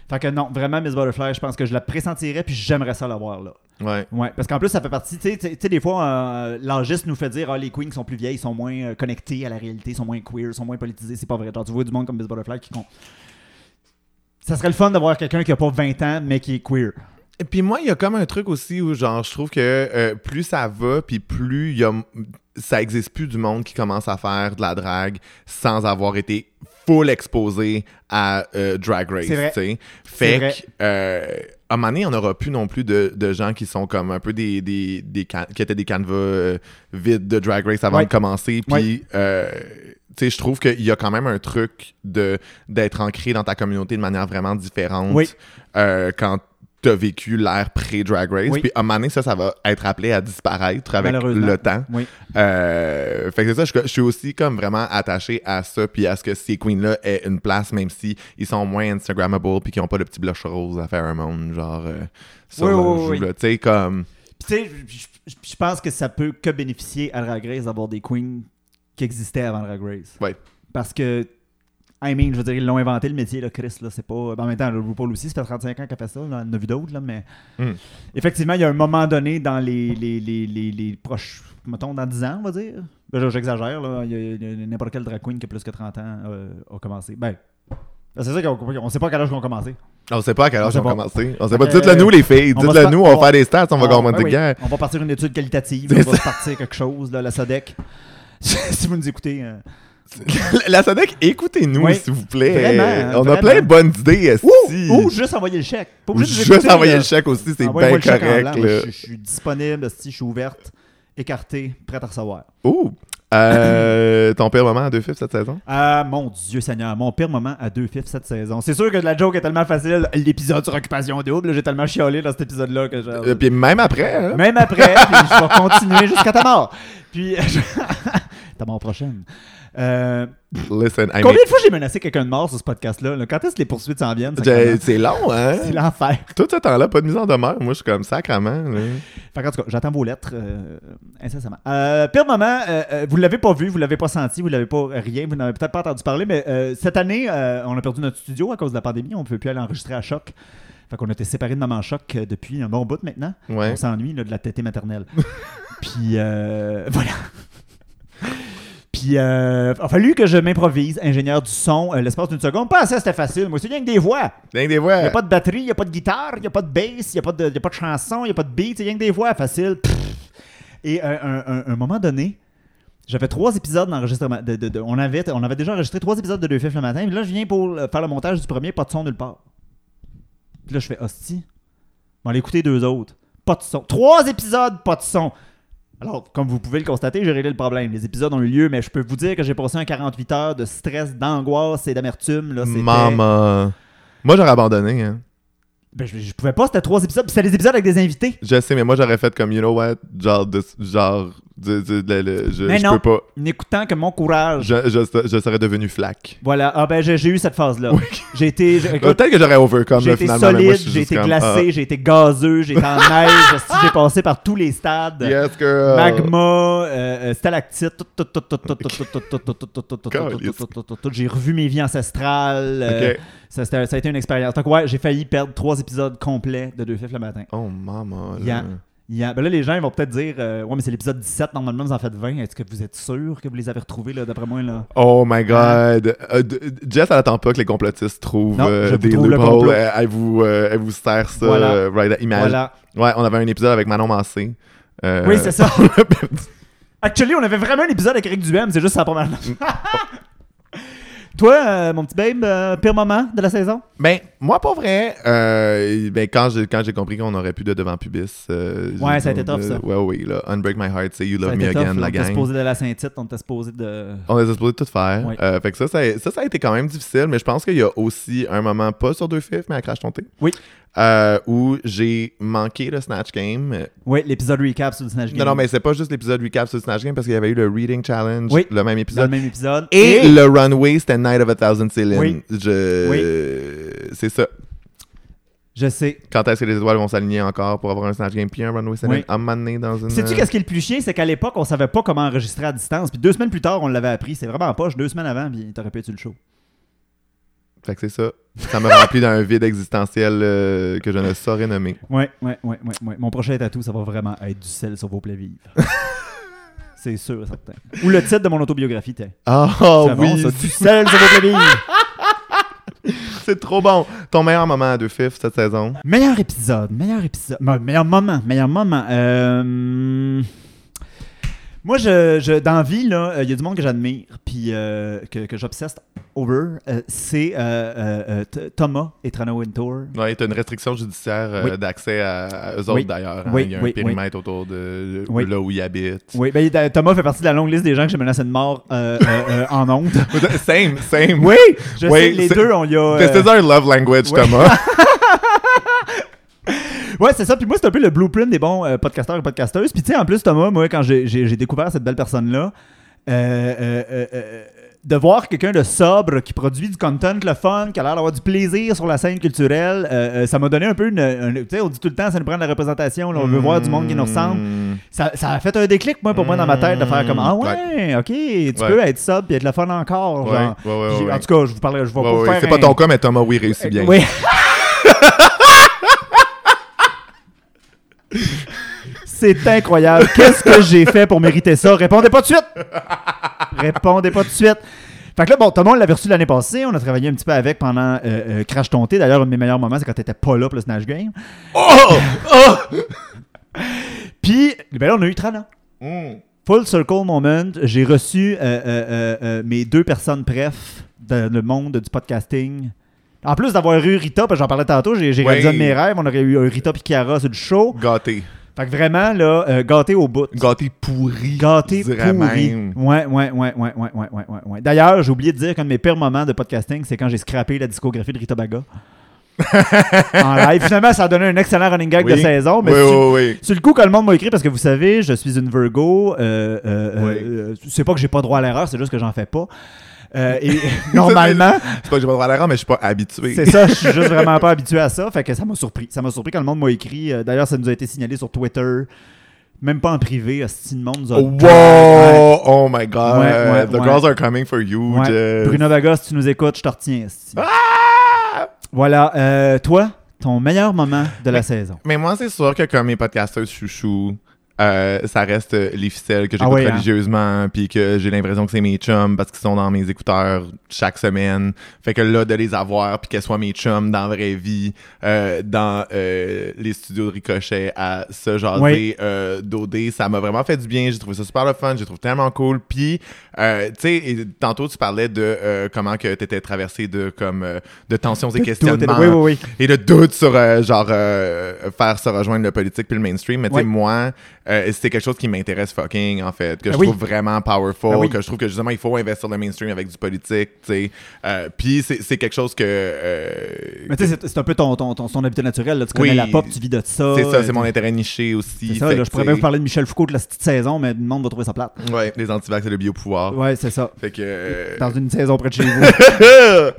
Fait que non, vraiment, Miss Butterfly, je pense que je la pressentirais puis j'aimerais ça la voir là. Ouais. Ouais, parce qu'en plus, ça fait partie. Tu sais- tu sais, tu sais, des fois, euh, l'âgiste nous fait dire ah, les queens qui sont plus vieilles, sont moins euh, connectées à la réalité, sont moins queer, sont moins politisées. C'est pas vrai. Genre, tu vois du monde comme Miss Butterfly qui. con- Ça serait le fun d'avoir quelqu'un qui a pas 20 ans, mais qui est queer. Et Puis moi, il y a comme un truc aussi où, genre, je trouve que euh, plus ça va, puis plus il y a, ça existe plus du monde qui commence à faire de la drague sans avoir été full exposé à euh, Drag Race. C'est vrai. tu sais. C'est Fait vrai. que, euh, à un moment donné, on n'aura plus non plus de, de, gens qui sont comme un peu des, des, des can qui étaient des canevas euh, vides de Drag Race avant ouais. de commencer. Puis, ouais. euh, tu sais, je trouve qu'il y a quand même un truc de d'être ancré dans ta communauté de manière vraiment différente oui. euh, quand t'as vécu l'ère pré-drag race. Oui. Puis à un moment donné, ça, ça va être appelé à disparaître avec le temps. Oui. Euh, fait que c'est ça, je, je, suis aussi comme vraiment attaché à ça, puis à ce que ces queens-là aient une place, même si ils sont moins Instagrammable, puis qu'ils n'ont pas le petit blush rose à faire un monde, genre, euh, sur oui, Tu sais, comme... tu sais, je pense que ça peut que bénéficier à Drag Race d'avoir des queens qui existaient avant Drag Race. Ouais. Parce que I mean, je veux dire, ils l'ont inventé le métier, là, Chris, là, c'est pas... En même temps, le RuPaul aussi, ça fait 35 ans qu'elle fait ça, là, on a vu d'autres, là, mais... Mm. Effectivement, il y a un moment donné dans les, les, les, les, les proches... Mettons, dans 10 ans, on va dire. Là, j'exagère, là, il y a, a n'importe quel drag queen qui a plus que 30 ans euh, a commencé. Ben, c'est ça qu'on on sait pas à quel âge qu'on a commencé. On sait pas à quel âge on, on a commencé. On sait Euh, pas. Dites-le nous, les filles. Dites-le nous, on va faire des stats, Ah, on va commenter guerre. ben On va partir une étude qualitative, on va partir quelque chose, là, la SODEC. si vous nous écoutez... Euh... la SADEC, écoutez-nous, oui, s'il vous plaît. Vraiment, on vraiment. a plein de bonnes idées. Ou, ou juste envoyer le chèque. Ou juste envoyer le chèque aussi, c'est bien correct. Là. Je, je, suis disponible, si je suis ouverte, écartée, prête à recevoir. Ouh! Euh, ton pire moment à deux fifs cette saison? Ah, mon Dieu Seigneur, mon pire moment à deux fifs cette saison. C'est sûr que de la joke est tellement facile. L'épisode sur Occupation Double, j'ai tellement chiolé dans cet épisode-là que genre... euh, puis même après. Hein? Même après, puis je vais continuer jusqu'à ta mort. Puis. Je... ta mort prochaine. Euh... Listen, I Combien mean... de fois j'ai menacé quelqu'un de mort sur ce podcast-là? Là? Quand est-ce que les poursuites s'en viennent? C'est long, hein? C'est l'enfer. Tout ce temps-là, pas de mise en demeure. Moi, je suis comme sacrament. Fait en tout cas, j'attends vos lettres euh, incessamment. Euh, pire moment, vous l'avez pas vu, vous l'avez pas senti, vous l'avez pas rien, vous n'avez peut-être pas entendu parler, mais euh, cette année, on a perdu notre studio à cause de la pandémie. On ne peut plus aller enregistrer à Choc. Fait qu'on était séparés de Maman Choc euh, depuis un bon bout maintenant. Ouais. On s'ennuie de la tétée maternelle. Puis, euh, voilà. Puis, euh, il a fallu que je m'improvise, ingénieur du son, euh, l'espace d'une seconde. Pas ça, c'était facile. Moi, c'est rien que des voix. Rien que des voix. Il n'y a pas de batterie, il n'y a pas de guitare, il n'y a pas de bass, il n'y a, pas de, y a pas de chanson, il n'y a pas de beat, c'est rien que des voix. Facile. Pff. Et euh, un, un, un, moment donné, j'avais trois épisodes d'enregistrement. De, de, de, on, avait, on avait déjà enregistré trois épisodes de Deux Fifs le matin. Puis là, je viens pour faire le montage du premier, pas de son nulle part. Puis là, je fais hostie. On va écouter deux autres. Pas de son. Trois épisodes, pas de son. Alors, comme vous pouvez le constater, j'ai réglé le problème. Les épisodes ont eu lieu, mais je peux vous dire que j'ai passé un 48 heures de stress, d'angoisse et d'amertume. Maman. Moi, j'aurais abandonné. Hein. Ben, je, je, pouvais pas, c'était trois épisodes. C'était des épisodes avec des invités. Je sais, mais moi, j'aurais fait comme, you know what, genre, de, genre, de, de, je, mais je non, peux pas. N'écoutant que mon courage. Je, je, serais devenu flac. Voilà, ah ben, j'ai eu cette phase-là. Oui. Ah, J'ai été. Peut-être que j'aurais overcome J'ai été finalement, solide, j'ai été comme, glacé, ah. j'ai été gazeux, j'ai été en neige, j'ai passé par tous les stades. ah. Yes, girl. Magma, euh, stalactite, tout, tout, tout, tout, tout, tout, tout, tout, tout, tout, tout, tout, tout, tout, tout, tout, J'ai revu mes vies ancestrales. Euh, ça, ça a été une expérience. Donc, ouais, j'ai failli perdre trois épisode complet de Deux Fifs le matin. Oh maman. Là. Yeah. Yeah. Ben là, les gens ils vont peut-être dire euh, Ouais, mais c'est l'épisode 17, normalement, vous en faites 20. Est-ce que vous êtes sûr que vous les avez retrouvés, là, d'après moi là? Oh Hein? my god. Euh, Jess, elle attend pas que les complotistes trouvent non, euh, des loopholes. Elle, elle, vous, euh, elle vous sert ça, euh, voilà. right, image. Voilà. Ouais, on avait un épisode avec Manon Euh, Mancé. oui, c'est ça. Actually, on avait vraiment un épisode avec Eric Duhem, c'est juste ça pas mal. Mm. Toi, euh, mon petit babe, euh, pire moment de la saison? Ben, moi, pas vrai. Euh, ben, quand j'ai, quand j'ai compris qu'on aurait plus de devant pubis. euh, ouais, ça a été tough, ça. Ouais, oui, là. Unbreak My Heart, Say You ça Love a Me été tough, Again, là. la on était gang. supposé de la Saint-Tite, on était supposé de. On était supposé tout faire. Ouais. Euh, fait que ça, ça, ça, ça a été quand même difficile, mais je pense qu'il y a aussi un moment, pas sur deux fifs, mais à Crash Ton Thé, Oui. euh, où j'ai manqué le Snatch Game. Oui, l'épisode recap sur le Snatch Game. Non, non, mais c'est pas juste l'épisode recap sur le Snatch Game, parce qu'il y avait eu le Reading Challenge, Oui. le même Dans le épisode. même épisode. Et le Runway, c'était Night of a Thousand Cylindres. Oui. Je... C'est ça. Je sais. Quand est-ce que les étoiles vont s'aligner encore pour avoir un Snatch Game puis un Runway Cylindre Oui. à un moment donné dans une... euh, Sais-tu qu'est-ce qui est le plus chiant? C'est qu'à l'époque, on savait pas comment enregistrer à distance. Puis deux semaines plus tard, on l'avait appris. C'est vraiment en poche. Deux semaines avant, puis t'aurais pu être sur le show. Fait que c'est ça. Ça m'a rempli d'un vide existentiel euh, que je ne saurais nommer. Ouais, ouais, ouais, ouais, ouais. Mon prochain tatou, ça va vraiment être du sel sur vos plaies vives. C'est sûr, certain. Ou le titre de mon autobiographie, t'es. Ah C'est bon, oui, ça, du sel sur vos plaies vives. c'est trop bon. Ton meilleur moment à deux fifs cette saison? Meilleur épisode, meilleur épisode, me- meilleur moment, meilleur moment. Euh, Moi, je, je, dans la vie, il euh, y a du monde que j'admire, puis euh, que, que j'obsesse over. euh, c'est euh, euh, euh, Thomas et Trano Wintour. Ouais, t'as une restriction judiciaire euh, Oui. d'accès à, à eux autres Oui. d'ailleurs. hein. Oui, Il y a un oui, oui. périmètre autour de Oui. là où ils habitent. Oui, ben, il- Thomas fait partie de la longue liste des gens que j'ai menacé de mort euh, euh, euh, en honte. same, same. Oui, je Oui, sais, les c'est- deux, on y a. euh, This is our love language, oui. Thomas. Ouais, c'est ça. Puis moi, c'est un peu le blueprint des bons euh, podcasteurs et podcasteuses. Puis tu sais, en plus, Thomas, moi, quand j'ai- j'ai j'ai découvert cette belle personne-là, euh, euh, euh, euh, de voir quelqu'un de sobre qui produit du content, le fun, qui a l'air d'avoir du plaisir sur la scène culturelle, euh, euh, ça m'a donné un peu une. une- tu sais, on dit tout le temps, ça nous prend de la représentation, là, on veut voir du monde qui nous ressemble. Mm. Ça, ça a fait un déclic, moi, pour moi, dans ma tête, de faire comme Ah ouais, ok, tu Hmm. Ouais. peux être sobre et être le fun encore. Ouais, genre. ouais, ouais, ouais, Puis, En ouais. tout cas, je vous parlerai, je vais Ouais, pas vous ouais, faire C'est un- pas ton cas, mais Thomas, oui, réussit bien. oui. C'est incroyable. Qu'est-ce que j'ai fait pour mériter ça? Répondez pas de suite! Répondez pas de suite. Fait que là, bon, Thomas, on l'avait reçu l'année passée. On a travaillé un petit peu avec pendant euh, euh, Crash Ton Thé. D'ailleurs, un de mes meilleurs moments, c'est quand t'étais pas là pour le Snatch Game. Oh! Oh! Puis, ben là, on a eu Trana. Mm. Full circle moment, j'ai reçu euh, euh, euh, euh, mes deux personnes préf dans le monde du podcasting. En plus d'avoir eu Rita, parce que j'en parlais tantôt, j'ai j'ai Oui. réalisé un de mes rêves, on aurait eu un Rita puis Chiara sur le show. Gâté. Fait que vraiment, là, euh, gâté au bout. Gâté pourri. Gâté je dirais pourri. même. Ouais, ouais, ouais, ouais, ouais, ouais, ouais, ouais, ouais. D'ailleurs, j'ai oublié de dire qu'un de mes pires moments de podcasting, c'est quand j'ai scrappé la discographie de Rita Baga. en live. Finalement, ça a donné un excellent running gag de Oui. saison, mais oui, tu- oui, oui. sur le coup, quand le monde m'a écrit, parce que vous savez, je suis une Virgo, euh, euh, Oui. euh, c'est pas que j'ai pas droit à l'erreur, c'est juste que j'en fais pas. Euh, et normalement, C'est pas que j'ai pas le droit à l'erreur, mais je suis pas habitué. c'est ça, je suis juste vraiment pas habitué à ça, fait que ça m'a surpris. Ça m'a surpris quand le monde m'a écrit. Euh, D'ailleurs, ça nous a été signalé sur Twitter, même pas en privé, si le monde nous a... Wow! Oh my god! Ouais, ouais, The ouais. girls are coming for you, Ouais. Jess. Bruno Vaga, si tu nous écoutes, je te retiens. esti. Ah! Voilà, euh, toi, ton meilleur moment de la saison. Mais moi, c'est sûr que comme mes podcasteurs chouchou, euh, ça reste euh, les ficelles que j'écoute Ah oui, hein? religieusement, puis que j'ai l'impression que c'est mes chums parce qu'ils sont dans mes écouteurs chaque semaine. Fait que là, de les avoir, puis qu'elles soient mes chums dans la vraie vie, euh, dans euh, les studios de Ricochet, à se jaser, Oui. euh, d'OD, ça m'a vraiment fait du bien. J'ai trouvé ça super le fun, j'ai trouvé tellement cool. Puis, euh, tu sais, et tantôt, tu parlais de euh, comment que t'étais traversé de, comme, euh, de tensions et Tout- tout était- questionnements Oui, oui, oui. et le doute sur euh, genre euh, faire se rejoindre le politique puis le mainstream mais tu sais Oui. moi euh, c'est quelque chose qui m'intéresse fucking en fait que Ben je oui. trouve vraiment powerful Ben oui. que je trouve que justement il faut investir le mainstream avec du politique tu sais Euh, puis c'est c'est quelque chose que euh, Mais tu sais, c'est- c'est un peu ton, ton, ton, son habitat naturel. là. Tu connais Oui. la pop, tu vis de ça. c'est ça euh, c'est mon intérêt niché aussi C'est ça, Fait là, que, je pourrais tu bien sais, vous parler de Michel Foucault de la petite saison, mais le monde va trouver ça plate. ouais les antivax et le biopouvoir Ouais, c'est ça. fait que euh, Dans une saison près de chez vous.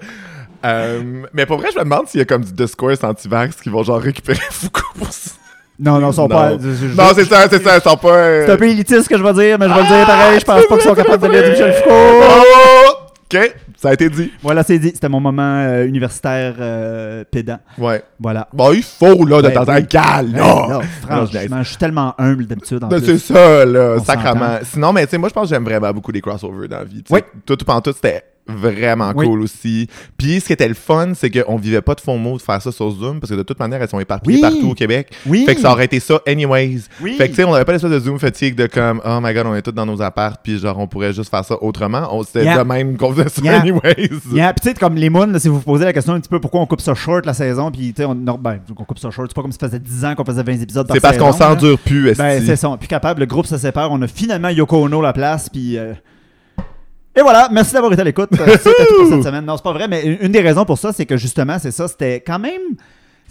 euh, mais pour vrai je me demande s'il y a comme du discourse anti-vax qui vont genre récupérer Foucault pour ça Non, non, ils sont Non. pas. euh, je- je- non c'est ça c'est ça ils sont pas euh, C'est un peu élitiste ce que je vais dire, mais je vais le dire pareil. Ah, Je pense c'est pas qu'ils sont vrai, capables de c'est lire du Michel Foucault. Oh! OK, ça a été dit. Voilà, c'est dit. C'était mon moment euh, universitaire euh, pédant. Ouais. Voilà. Bon, il faut, là, de Ouais, temps en temps. Ben oui. Gal, Hey, là! là, franchement, je suis tellement humble d'habitude. en Ben, plus. C'est ça, là, On sacrament. Sinon, mais tu sais, moi, je pense que j'aime vraiment beaucoup les crossovers dans la vie. tu sais. Oui. Tout, tout, en tout, c'était vraiment Oui. cool aussi. Puis, ce qui était le fun, c'est qu'on vivait pas de faux mots de faire ça sur Zoom, parce que de toute manière, elles sont éparpillées Oui. partout au Québec. Oui. Fait que ça aurait été ça, anyways. Oui. Fait que, tu sais, on n'avait pas l'espèce de Zoom fatigue de comme, oh my god, on est tous dans nos apparts, puis genre, on pourrait juste faire ça autrement. On C'était Yeah. de même qu'on faisait ça, Yeah. anyways. Yeah, puis tu sais, comme les moons, là, si vous vous posez la question un petit peu pourquoi on coupe ça short la saison, puis tu sais, on, non, ben, on coupe ça short, c'est pas comme si ça faisait 10 ans qu'on faisait 20 épisodes par C'est parce qu'on saison, là. s'endure plus, esti. Ben, c'est ça. on est Plus capable, le groupe se sépare. On a finalement Yoko Ono la place, puis. euh, Et voilà, merci d'avoir été à l'écoute. Euh, C'était tout pour cette semaine. Non, c'est pas vrai, mais une- une des raisons pour ça, c'est que justement, c'est ça, c'était quand même.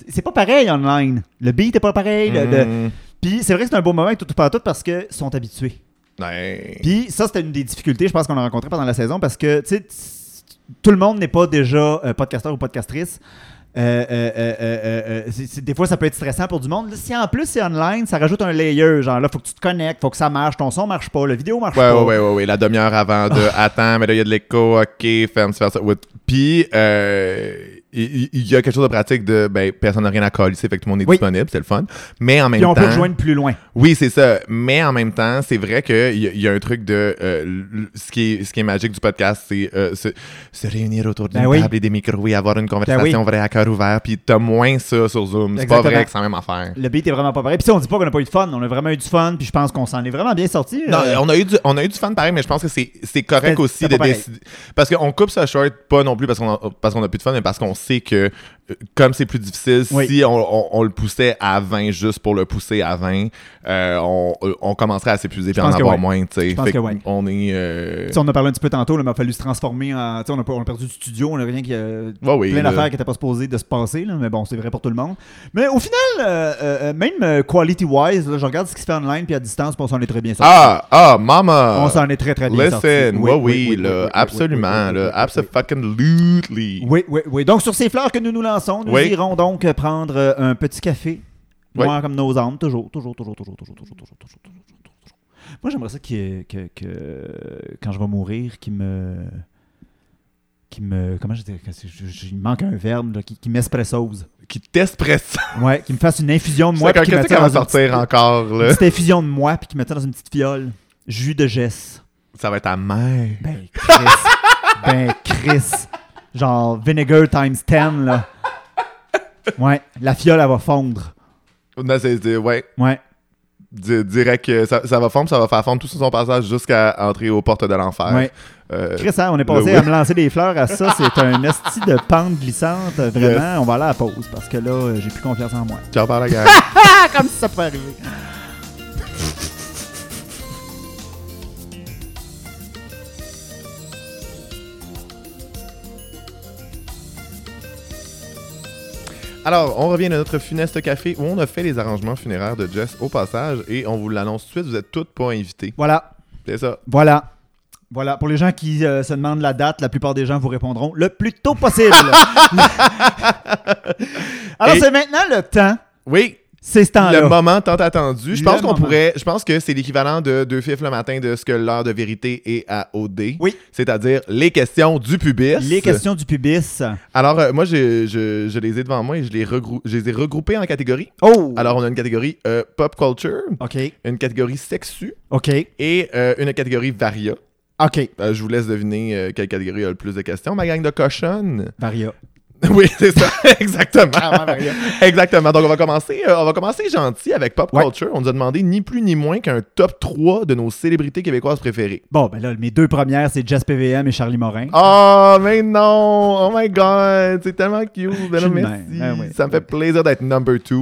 C'est pas pareil online. Le beat est pas pareil. le- le- Mm. Puis c'est vrai que c'est un beau moment avec tout, tout pas tout parce que ils sont habitués. Ouais. Puis ça, c'était une des difficultés, je pense, qu'on a rencontré pendant la saison parce que, tu sais, t- tout le monde n'est pas déjà euh, podcasteur ou podcastrice. Euh, euh, euh, euh, euh, c'est- c'est- des fois, ça peut être stressant pour du monde. Là, si en plus c'est online, ça rajoute un layer. Genre là, faut que tu te connectes, faut que ça marche, ton son marche pas, la vidéo marche Ouais, pas. ouais, ouais, ouais, ouais, La Ah. demi-heure avant de attends, mais là, il y a de l'écho, ok, ferme, tu fais ça. Ouais. Puis, euh, il il y a quelque chose de pratique de ben, personne n'a rien à coller, fait que tout le monde est Oui. disponible, c'est le fun. Mais en même Puis on temps. peut rejoindre plus loin. Oui, c'est ça. Mais en même temps, c'est vrai qu'il y, a- il y a un truc de. euh, l- ce, qui est, ce qui est magique du podcast, c'est euh, se, se réunir autour d'une Ben oui. Ben table et des micros et avoir une conversation vraie à cœur ouvert. Puis t'as moins ça sur Zoom. C'est pas Exactement. vrai que c'est la même affaire. Le beat est vraiment pas pareil. Puis si on dit pas qu'on a pas eu de fun, on a vraiment eu du fun, puis je pense qu'on s'en est vraiment bien sorti. Non, Euh, on a, eu du, on a eu du fun pareil, mais je pense que c'est c'est correct C'était- aussi c'était de pas pareil. décider. Parce qu'on coupe ça short, pas non plus parce qu'on a- parce qu'on a plus de fun, mais parce qu'on sait que euh, comme c'est plus difficile, Oui. si on, on- on le poussait à 20 juste pour le pousser à 20, euh, on, euh, on commencerait à s'épuiser et en pense que avoir ouais. moins. tu sais. Je pense Fait que que ouais. On est. euh, Tu sais, on en a parlé un petit peu tantôt, là, mais il a fallu se transformer en. tu sais, On a, pas- on a perdu du studio, on a rien qui. a- Ouais, oui, plein là. d'affaires qui n'étaient pas supposées de se passer, là, mais bon, c'est vrai pour tout le monde. Mais au final, euh, euh, même euh, quality-wise, là, je regarde ce qui se fait online puis à distance, puis on s'en est très bien sorti. Ah, ah, mama! on s'en est très très bien sorti. Listen, ouais, oui, là, oui, oui, absolument, oui, oui, oui, là, oui, oui. absolutely. Oui, oui, oui. Donc, sur ces fleurs que nous nous lançons, nous Oui. irons donc prendre euh, un petit café, Oui. noir comme nos âmes, toujours, toujours, toujours, toujours, toujours, toujours, toujours, toujours, toujours, toujours, toujours. Moi, j'aimerais ça que, que, que- quand je vais mourir, qu'il me... Qui me. Comment je dis que c'est- je- je- Il manque un verbe, là, qui, qui m'espressose. Qui t'expresse. Ouais, qui me fasse une infusion de moi. Moi, puis qu'est-ce qui mette ça qu'elle va dans une sortir petite- encore, Une là? petite infusion de moi, puis qui me ça dans une petite fiole. Jus de geste. Ça va être ta mère. Ben, Chris. ben, Chris. Genre, vinegar times 10, là. Ouais, la fiole, elle va fondre. Non, c'est, c'est- ouais. Ouais. Di- direct que ça, ça va fondre, ça va faire fondre tout sur son passage jusqu'à entrer aux portes de l'enfer. Ouais. Euh, Chris, hein, on est passé oui. à me lancer des fleurs à ça. C'est un esti de pente glissante. Vraiment, on va aller à la pause parce que là, euh, j'ai plus confiance en moi. ciao, par la guerre. Ah, comme si ça pouvait arriver. Alors, on revient de notre funeste café où on a fait les arrangements funéraires de Jess au passage et on vous l'annonce tout de suite, vous êtes toutes pas invitées. Voilà, C'est ça. voilà. Voilà, pour les gens qui euh, se demandent la date, la plupart des gens vous répondront le plus tôt possible. Alors, Et- c'est maintenant le temps. Oui, C'est ce temps-là. le moment tant attendu. Je Le pense qu'on moment. pourrait. Je pense que c'est l'équivalent de deux fifs le matin de ce que l'heure de vérité est à OD. Oui. C'est-à-dire les questions du public. Les questions du pubis. Alors, euh, moi, j'ai- je, je les ai devant moi et je les, regrou- je les ai regroupées en catégories. Oh! Alors, on a une catégorie euh, pop culture, OK, une catégorie sexu OK, et euh, une catégorie varia. OK. Euh, je vous laisse deviner euh, quelle catégorie a le plus de questions. Ma gang de cochonnes. Varia. oui, c'est ça, exactement. Varia. exactement. Donc, on va commencer euh, on va commencer gentil avec pop Ouais. culture. On nous a demandé ni plus ni moins qu'un top 3 de nos célébrités québécoises préférées. Bon, ben là, mes deux premières, c'est Jess PVM et Charlie Morin. Ah, Oh, mais non! Oh my God! C'est tellement cute! Je Ben suis non, de merci! même. Ah ouais, ça me fait ouais. plaisir d'être number 2.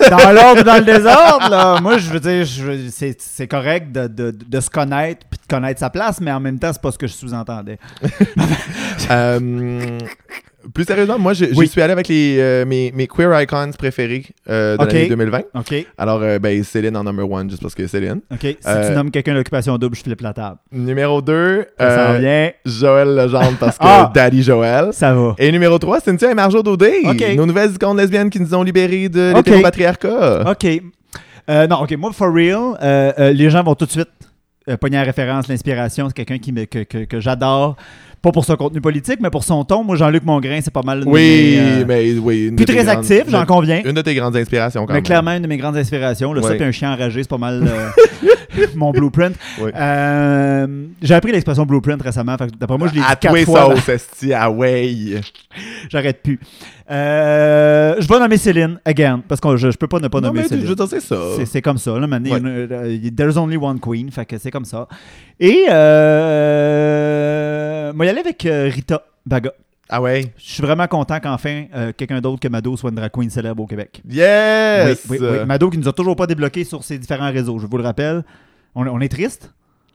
Ah. Dans l'ordre ou dans le désordre, là. Moi, je veux dire, je- c'est, c'est correct de, de- de se connaître puis de connaître sa place, mais en même temps, c'est pas ce que je sous-entendais. Euh, plus sérieusement, moi, je, j'y Oui. suis allé avec les, euh, mes, mes queer icons préférés euh, de Ok. l'année 2020. OK, Alors, euh, ben, Céline en number one, juste parce que Céline. OK. Si tu Euh, nommes quelqu'un d'occupation double, je flippe la table. Numéro 2, Ça s'en vient, Joël Legendre, parce que Ah! Daddy Joël. ça va. Et numéro 3, Cynthia et Marjo Daudet, Ok. nos nouvelles icônes lesbiennes qui nous ont libérés de Ok. Ah, l'hétéropatriarcat. OK. Euh, non, OK, moi, for real, euh, euh, les gens vont tout de suite euh, pogner la référence, l'inspiration. C'est quelqu'un qui me- que, que- que j'adore. Pas pour son contenu politique, mais pour son ton. Moi, Jean-Luc Mongrain, c'est pas mal. une Oui, de mes, euh, mais oui. une Plus de tes très grandes- actif, j'en une- conviens. Une de tes grandes inspirations, quand Mais même. clairement, une de mes grandes inspirations. Le Ouais. ça puis un chien enragé, c'est pas mal euh, mon blueprint. Ouais. Euh, J'ai appris l'expression blueprint récemment. fait que D'après moi, je l'ai dit à quatre toi, fois. sauce, esti, ah ouais. J'arrête plus. Euh, je vais nommer Céline, again, parce que je, je peux pas ne pas non, nommer mais tu- Céline. je veux dire, c'est ça. C'est- C'est comme ça. Là, maintenant, Ouais. il y en a- euh, there's only one queen. Fait que c'est comme ça. Et euh, moi, y aller avec euh, Rita Baga. Ah ouais. Je suis vraiment content qu'enfin euh, quelqu'un d'autre que Mado soit une drag queen célèbre au Québec. Yes! Oui, oui, oui. Mado qui nous a toujours pas débloqué sur ses différents réseaux. Je vous le rappelle. On, on est triste.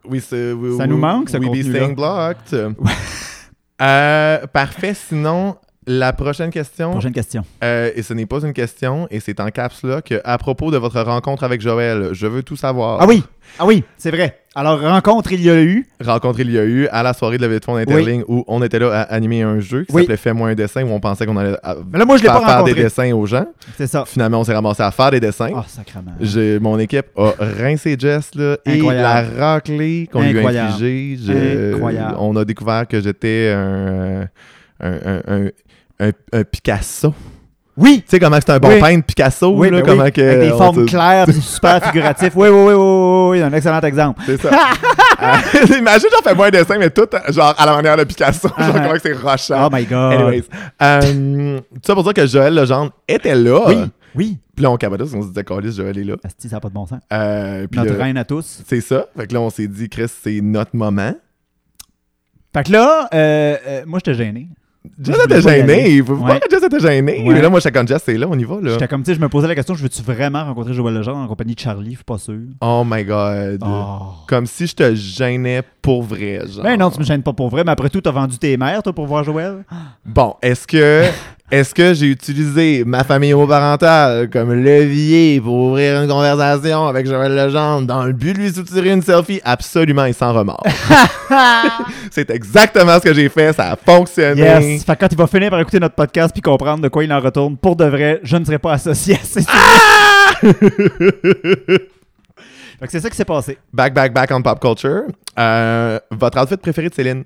Oui, c'est- oui, Ça oui, nous manque, ce We be contenu-là. staying blocked. Euh, parfait. Sinon, la prochaine question, Prochaine question. euh, et ce n'est pas une question, et c'est en caps là que à propos de votre rencontre avec Joël, je veux tout savoir. Ah oui! Ah oui, c'est vrai. Alors, rencontre, il y a eu. Rencontre il y a eu à la soirée de la de fonds d'Interling où on était là à animer un jeu qui Oui. s'appelait Fais-moi un dessin où on pensait qu'on allait à- Mais là, moi, je l'ai faire, pas faire des rencontré. dessins aux gens. C'est ça. Finalement, on s'est ramassé à faire des dessins. Ah, sacrement. J'ai- mon équipe a rincé Jess là, et la Incroyable. raclée qu'on lui a Incroyable. infligée. Je- Incroyable. On a découvert que j'étais un, un- un- un- un, un Picasso. Oui! Tu sais comment c'est un bon Oui. peintre, Picasso, Oui, là, ben comment oui. que- Avec des on formes te- claires, puis super figuratif. Oui, oui, oui, oui, oui, oui, un excellent exemple. C'est ça. Ah, Imagine, j'en fais moi un dessin, mais tout, genre, à la manière de Picasso. Genre, Ah, comment que c'est rochant. Oh my God. Anyways. Euh, tout ça pour dire que Joël Legendre était là. Oui, oui. Puis là, on capotait, parce qu'on se disait, Calis, Joël est là. Asti, ça n'a pas de bon sens. Euh, puis Notre là, reine à tous. c'est ça. Fait que là, on s'est dit, Chris, c'est notre moment. Fait que là, euh, euh, moi, j'étais gêné. Jess je voulais était pas y aller. gêné. Vous voyez Ouais. que Jess était gêné. Ouais. Mais là, moi, chacun Jess, c'est là, on y va, là. J'étais comme, tu sais, je me posais la question, je veux-tu vraiment rencontrer Joël Legendre en compagnie de Charlie? Je suis pas sûr. Oh my god. Oh. Comme si je te gênais pour vrai, genre. Ben non, tu me gênes pas pour vrai, mais après tout, t'as vendu tes mères, toi, pour voir Joël. Bon, est-ce que est-ce que j'ai utilisé ma famille homoparentale comme levier pour ouvrir une conversation avec Joël Legendre dans le but de lui soutirer une selfie absolument et sans remords? C'est exactement ce que j'ai fait, ça a fonctionné. Yes! Fait que quand il va finir par écouter notre podcast puis comprendre de quoi il en retourne, pour de vrai, je ne serai pas associé à ces Fait que c'est ça qui s'est passé. Back, back, back on pop culture. Euh, votre outfit préféré de Céline?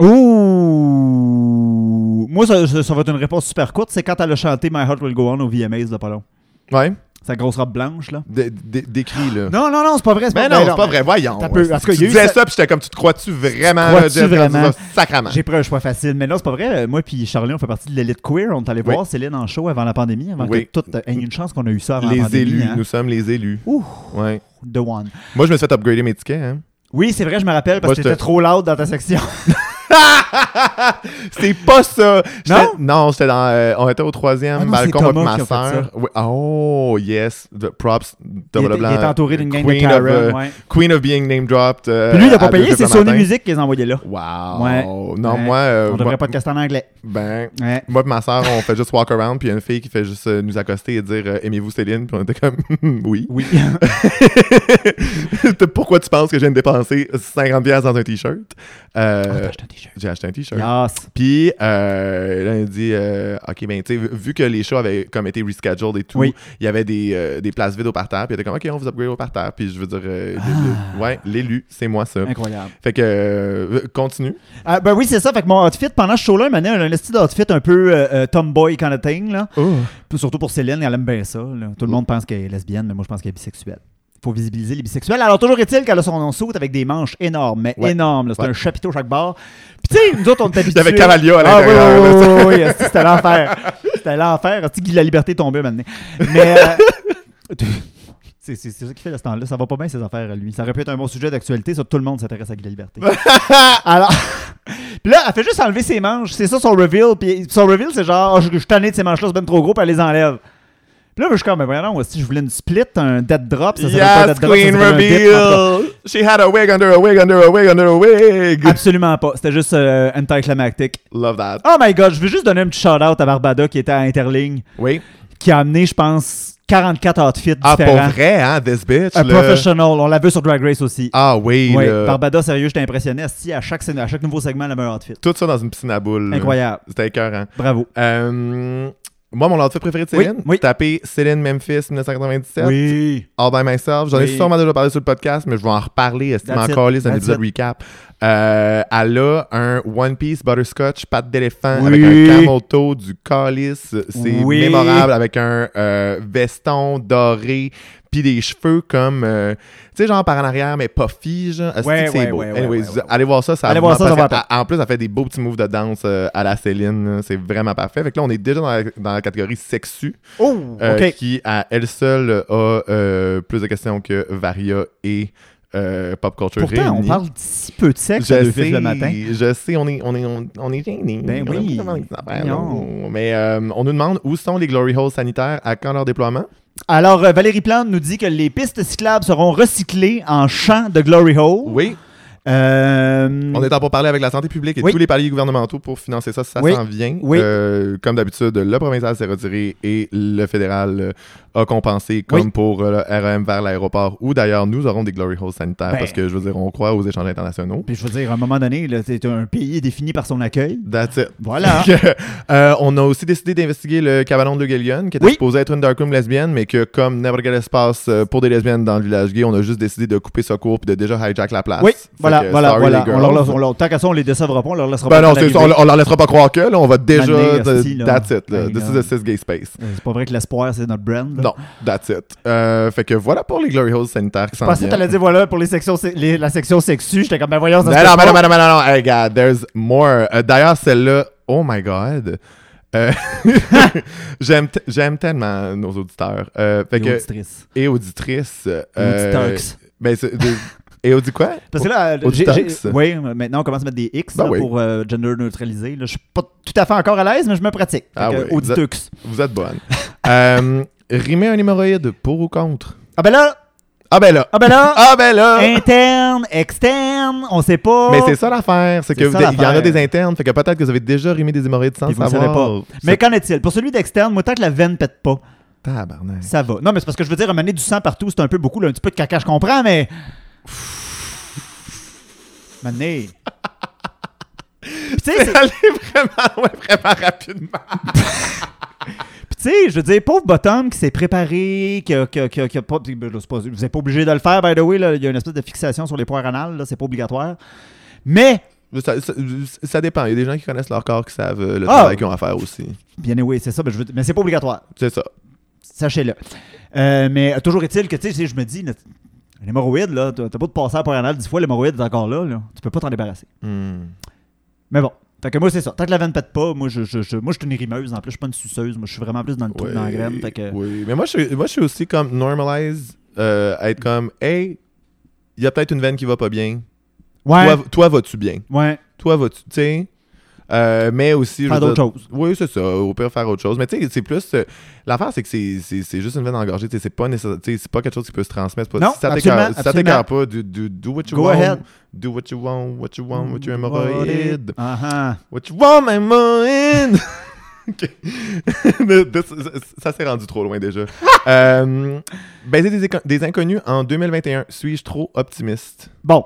Ouh! Moi, ça, ça- ça va être une réponse super courte. C'est quand elle a chanté My Heart Will Go On au VMAs de pas long. Ouais? Sa grosse robe blanche, là. D- d- Décris, là. Non, Ah, ben non, non, c'est pas vrai. c'est Mais pas non, vrai, c'est pas vrai, voyons. T'as peu- parce que tu y a eu disais ça- ça, puis j'étais comme, tu te crois-tu vraiment, crois-tu là, Jeff, quand tu vraiment? dis ça? Sacrement. J'ai pris un choix facile, mais non, c'est pas vrai. Euh, Moi puis Charlie, on fait partie de l'élite queer. On est allé Oui. voir Céline en show avant la pandémie, avant Oui. que tout. euh, hey, une chance qu'on a eu ça avant la Les pandémie. élus, hein. nous sommes les élus. Ouh, Ouais. the one. Moi, je me suis fait upgrader mes tickets, hein. Oui, c'est vrai, je me rappelle parce Moi, que je te- t'étais trop loud dans ta section. C'est pas ça. J'étais- Non? Non, j'étais dans. euh, on était au Ah troisième non, balcon c'est avec Thomas ma qui a fait soeur. ça. Oh, yes. The props. il, Thomas était- il Leblanc. était entouré d'une gang de Queen of, Karen. euh, ouais. Queen of being name dropped. euh, Puis lui, il a pas à payé, deux c'est heures du Sony matin. Music qu'ils envoyaient là. Wow. Ouais. Non, Ouais. moi. euh, On moi, devrait podcaster en anglais. ben, Ouais. moi et ma soeur, on fait juste walk around, puis il y a une fille qui fait juste euh, nous accoster et dire euh, Aimez-vous Céline Puis on était comme Oui. Oui. Pourquoi tu penses que je viens de dépenser 50$ dans un t-shirt Euh, Ah, t'as acheté un t-shirt. J'ai acheté un t-shirt. Yes. Puis euh, là, il dit euh, OK, ben, tu sais, vu- vu que les shows avaient comme été rescheduled et tout, Oui. il y avait des, euh, des places vides au parterre. Puis il était comme OK, on vous upgrade au parterre. Puis je veux dire, euh, Ah. le- le- ouais, l'élu, c'est moi ça. Incroyable. Fait que, euh, continue. Ah, ben oui, c'est ça. Fait que mon outfit, pendant ce show-là, il m'a donné un esti d'outfit un peu euh, euh, tomboy kind of thing, là. Puis Surtout pour Céline, elle aime bien ça. là. Tout le monde pense qu'elle est lesbienne, mais moi je pense qu'elle est bisexuelle. faut visibiliser les bisexuels. Alors toujours est-il qu'elle a son saute avec des manches énormes, mais Ouais. énormes. là. C'est Ouais. un chapiteau chaque bord. Puis tu sais, nous autres on est habitués. J'avais Cavaglia à Ah, l'intérieur, oui, là, oui, oui, oui, oui, esti, c'était l'enfer. C'était l'enfer. Esti, Guy la liberté est tombée maintenant. Mais... euh, C'est c'est- c'est ça qui fait à ce temps-là. Ça va pas bien, ces affaires, à lui. Ça aurait pu être un bon sujet d'actualité. Ça, tout le monde s'intéresse à Guy la liberté. Alors... Puis là, elle fait juste enlever ses manches. C'est ça son reveal. Puis son reveal, c'est genre, oh, je, je suis tanné de ces manches-là, c'est ben trop gros, puis elle les enlève. Puis là, je suis comme, ben voyons, si je voulais une split, un dead drop, ça serait pas Yes, dead drop, ça Queen s'appelle un dip, en tout cas. Reveal! She had a wig under a wig under a wig under a wig! Absolument pas. C'était juste euh, anticlimactique. Love that. Oh my god, je veux juste donner un petit shout-out à Barbada qui était à Interligne, Oui. qui a amené, je pense, 44 outfits Ah, pour différents. vrai, hein, this bitch. Un là. professional, on l'a vu sur Drag Race aussi. Ah oui, Ouais, là. Barbada, sérieux, j'étais impressionné. Si à chaque, scène- à chaque nouveau segment, elle avait un outfit. Tout ça dans une piscine à boules. là. Incroyable. C'était écœurant. Bravo. Euh, moi, mon outfit préféré de Oui, Céline, oui. taper Céline Memphis 1997, Oui. All By Myself. J'en ai Oui. sûrement déjà parlé sur le podcast, mais je vais en reparler. C'est That's it. encore liste un That's épisode recap. Euh, elle a un One Piece Butterscotch, patte d'éléphant, Oui. avec un camel toe, du calice. C'est Oui. mémorable, avec un euh, veston doré, puis des cheveux comme, euh, tu sais, genre par en arrière, mais puffy, genre. Asti Ouais, que c'est ouais, beau. ouais, ouais, Anyways, ouais, ouais. allez voir ça, ça Allez voir vraiment ça, ça parfait. va En plus, elle fait des beaux petits moves de danse euh, à la Céline. là. C'est vraiment parfait. Fait que là, on est déjà dans la, dans la catégorie sexu, Oh, euh, ok. qui à elle seule a euh, plus de questions que Varia et euh, Pop Culture Pourtant, on réunies. parle si peu de sexe à je deux sais, fils le matin. je sais, on est, on est, on, on est gênés. Ben On a oui. pas vraiment des affaires, Voyons. là. Mais euh, on nous demande où sont les Glory Holes sanitaires, à quand leur déploiement? Alors, euh, Valérie Plante nous dit que les pistes cyclables seront recyclées en champs de Glory Hole. Oui, Euh, On est en pour parler avec la santé publique et Oui. tous les paliers gouvernementaux pour financer ça, ça Oui. s'en vient. Oui. Euh, comme d'habitude, le provincial s'est retiré et le fédéral euh, a compensé, comme Oui. pour euh, le REM vers l'aéroport, où d'ailleurs nous aurons des glory holes sanitaires Ben. parce que, je veux dire, on croit aux échanges internationaux. Puis je veux dire, à un moment donné, là, c'est un pays défini par son accueil. That's it. Voilà. Fait que, euh, on a aussi décidé d'investiguer le cabanon de Gillian, qui était Oui. supposé être une darkroom lesbienne, mais que, comme n'importe quel espace euh, pour des lesbiennes dans le village gay, on a juste décidé de couper ce cours et de déjà hijack la place. Oui, Fait voilà, que, voilà, sorry, voilà. les On leur, girls. on, on, tant qu'à ça, on les décevra pas, on leur laissera ben pas. non, c'est ça, on, on leur laissera pas croire que, là, on va déjà. Mané, de- hostie, là. hein. that's it, là. Hey, This là. is a cis-gay space. C'est pas vrai que l'espoir, c'est notre brand. là. Non, that's it. Euh, fait que voilà pour les Glory Holes sanitaires qui Je s'en pensais que viennent. t'allais dire, voilà, pour les sections, se- les- la section sexu, j'étais comme, ben voyons, ça Non, se fait non, pas. mais non, mais non, mais non, non, hey, God, there's more. Euh, D'ailleurs, celle-là, oh my God. Euh, J'aime t- j'aime tellement nos auditeurs. Euh, fait Les que, auditrices. et auditrices. euh, Les auditeurs. ben, c'est- de- et audit quoi? Parce que là, Au- j'ai- Auditox. j'ai- oui, maintenant on commence à mettre des X Ben là, oui. pour euh, gender neutraliser. Là, je suis pas tout à fait encore à l'aise, mais je me pratique. Fait Ah que, oui, vous Auditux. Vous êtes bonne. euh, rimer un hémorroïde, pour ou contre? Ah ben là, Ah ben là! ah ben là, Ah ben là! interne, externe, on sait pas. Mais c'est ça l'affaire, c'est que C'est vous- ça il y en a l'affaire. des internes, fait que peut-être que vous avez déjà rimé des hémorroïdes sans Puis vous le savoir. savez pas. Mais qu'en est-il? Pour celui d'externe, moi, tant que la veine pète pas, Tabarnak. ça va. Non, mais c'est parce que je veux dire, amener du sang partout, c'est un peu beaucoup, là, un petit peu de caca, je comprends, mais. Mané. Puis tu sais, c'est- Allez vraiment, ouais, vraiment rapidement. Puis tu sais, je veux dire, pauvre Bottom qui s'est préparé, qui a, qui a- qui a- qui a pas, ben, là, c'est pas- Vous n'êtes pas obligé de le faire, by the way. là. il y a une espèce de fixation sur les poires anales, là, c'est pas obligatoire. Mais, Ça, ça- ça dépend. Il y a des gens qui connaissent leur corps qui savent euh, le Ah! travail qu'ils ont à faire aussi. bien oui, c'est ça, mais, je veux- mais c'est pas obligatoire. C'est ça. Sachez-le. Euh, mais euh, toujours est-il que, tu sais, je me dis, notre- l'hémorroïde, là, t'as t'as pas de passer à la poire anale dix fois, l'hémorroïde est encore là, là. Tu peux pas t'en débarrasser. Hmm. Mais bon. Fait que moi, c'est ça. Tant que la veine pète pas, moi, je, je, je- moi, je suis une rimeuse. En plus, je suis pas une suceuse. Moi, je suis vraiment plus dans le trou Ouais. dans la graine. Fait que... Oui. Mais moi je, suis, moi, je suis aussi comme normalize, euh, être comme, hey, il y a peut-être une veine qui va pas bien. Ouais. Toi, toi, vas-tu bien? Ouais. Toi, vas-tu, tu sais? Euh, mais aussi, je Faire veux dire- d'autres choses. Oui, c'est ça. Au pire, faire autre chose. Mais tu sais, c'est plus. euh, L'affaire, c'est que c'est- c'est c'est juste une veine engorgée. Tu sais, C'est pas nécessaire. tu sais, C'est pas quelque chose qui peut se transmettre. C'est Pas, Non, si ça absolument, t'écoeure- si ça absolument. t'écœure pas, do, do, do what you Go want. ahead. Do what you want, what you want, what you hémorroïde. Ah, ah. What you want, my hémorroïde. OK. Mais de- ça ça s'est rendu trop loin déjà. euh, baiser des, éco- des inconnus en 2021. Suis-je trop optimiste? Bon.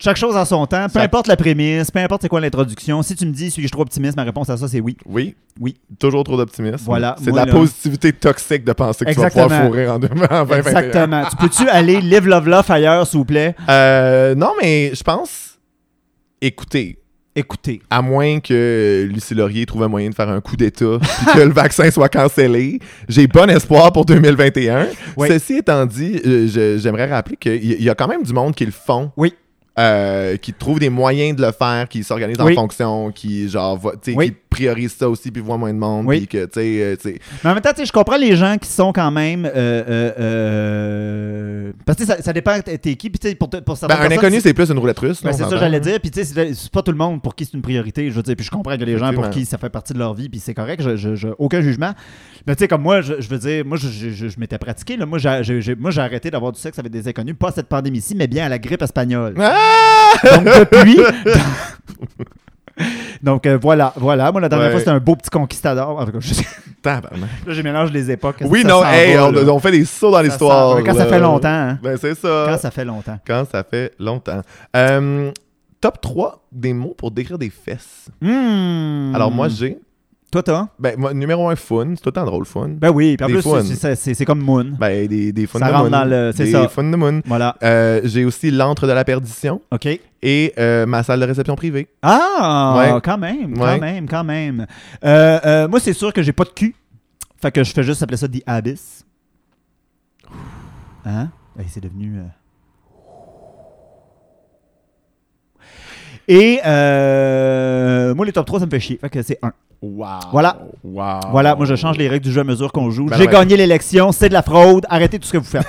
Chaque chose en son temps, peu Ça- importe la prémisse, peu importe c'est quoi l'introduction. Si tu me dis suis-je trop optimiste, ma réponse à ça c'est oui. Oui. Oui. Toujours trop d'optimisme. Voilà, C'est de moi, la là- positivité toxique de penser que tu vas Exactement. pouvoir fourrer en, deux- en 2021. Exactement. tu peux-tu aller live love love ailleurs s'il vous plaît Euh, non, mais je pense. Écoutez, Écoutez. à moins que Lucie Laurier trouve un moyen de faire un coup d'État puis que le vaccin soit cancellé, j'ai bon espoir pour 2021. Oui. Ceci étant dit, euh, je- j'aimerais rappeler qu'il y- y a quand même du monde qui le font. Oui. Euh, qui trouvent des moyens de le faire, qui s'organisent Oui. en fonction, qui genre, voient- tu sais, Oui. qui priorisent ça aussi, puis voient moins de monde, Oui. puis que, tu sais, euh, tu sais, Mais en même temps, tu sais, je comprends les gens qui sont quand même euh, euh, euh, parce que tu sais, ça, ça dépend t'es t'es qui puis tu sais, pour, te- pour certaines Ben, un personnes, inconnu, c'est c'est plus une roulette russe. ben, non, c'est ça s'entend. que j'allais dire puis tu sais c'est c'est pas tout le monde pour qui c'est une priorité je veux dire puis je comprends que les gens pour Effectivement. qui ça fait partie de leur vie puis c'est correct je, je- je- aucun jugement mais tu sais comme moi je, je veux dire moi je, je- je- je m'étais pratiqué là. moi j'ai- j'ai j'ai- moi, j'ai arrêté d'avoir du sexe avec des inconnus pas à cette pandémie-ci mais bien à la grippe espagnole Ah! Donc depuis. Donc euh, voilà, voilà. Moi la dernière Ouais. fois c'était un beau petit conquistador. En tout cas, je- Tabarnak. là j'ai mélange les époques. Oui, Ça non, s'en hey, va, on, là. on fait des sauts dans Ça l'histoire. s'en va. Quand là. ça fait longtemps. hein. Ben, c'est ça. Quand ça fait longtemps. fait longtemps. Euh, top 3 des mots pour décrire des fesses. Hmm. Alors, moi, j'ai. toi toi. Ben, moi, numéro 1, fun. C'est tout le temps drôle, fun. Ben, Ben oui. Puis en Des Ben. plus fun. c'est- c'est- c'est c'est comme Moon. des, des fun Ça de rentre moon. dans le- c'est Des ça. fun de moon. Voilà. Euh, j'ai aussi l'antre de la perdition Ok. et euh, ma salle de réception privée. Ah, Ouais. quand même, Ouais. quand même, quand même. Euh, euh, moi, c'est sûr que j'ai pas de cul. Fait que je fais juste appeler ça des abyss. Hein? Hey, c'est devenu. euh. Et euh, moi, les top 3, ça me fait chier. Fait que c'est un. Wow. Voilà. Wow. Voilà, moi, je change les règles du jeu à mesure qu'on joue. Ah. Ben j'ai ouais. gagné l'élection, c'est de la fraude. Arrêtez tout ce que vous faites.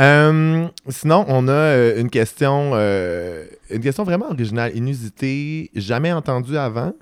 Euh, sinon, on a euh, une question, euh, une question vraiment originale, inusitée, jamais entendue avant.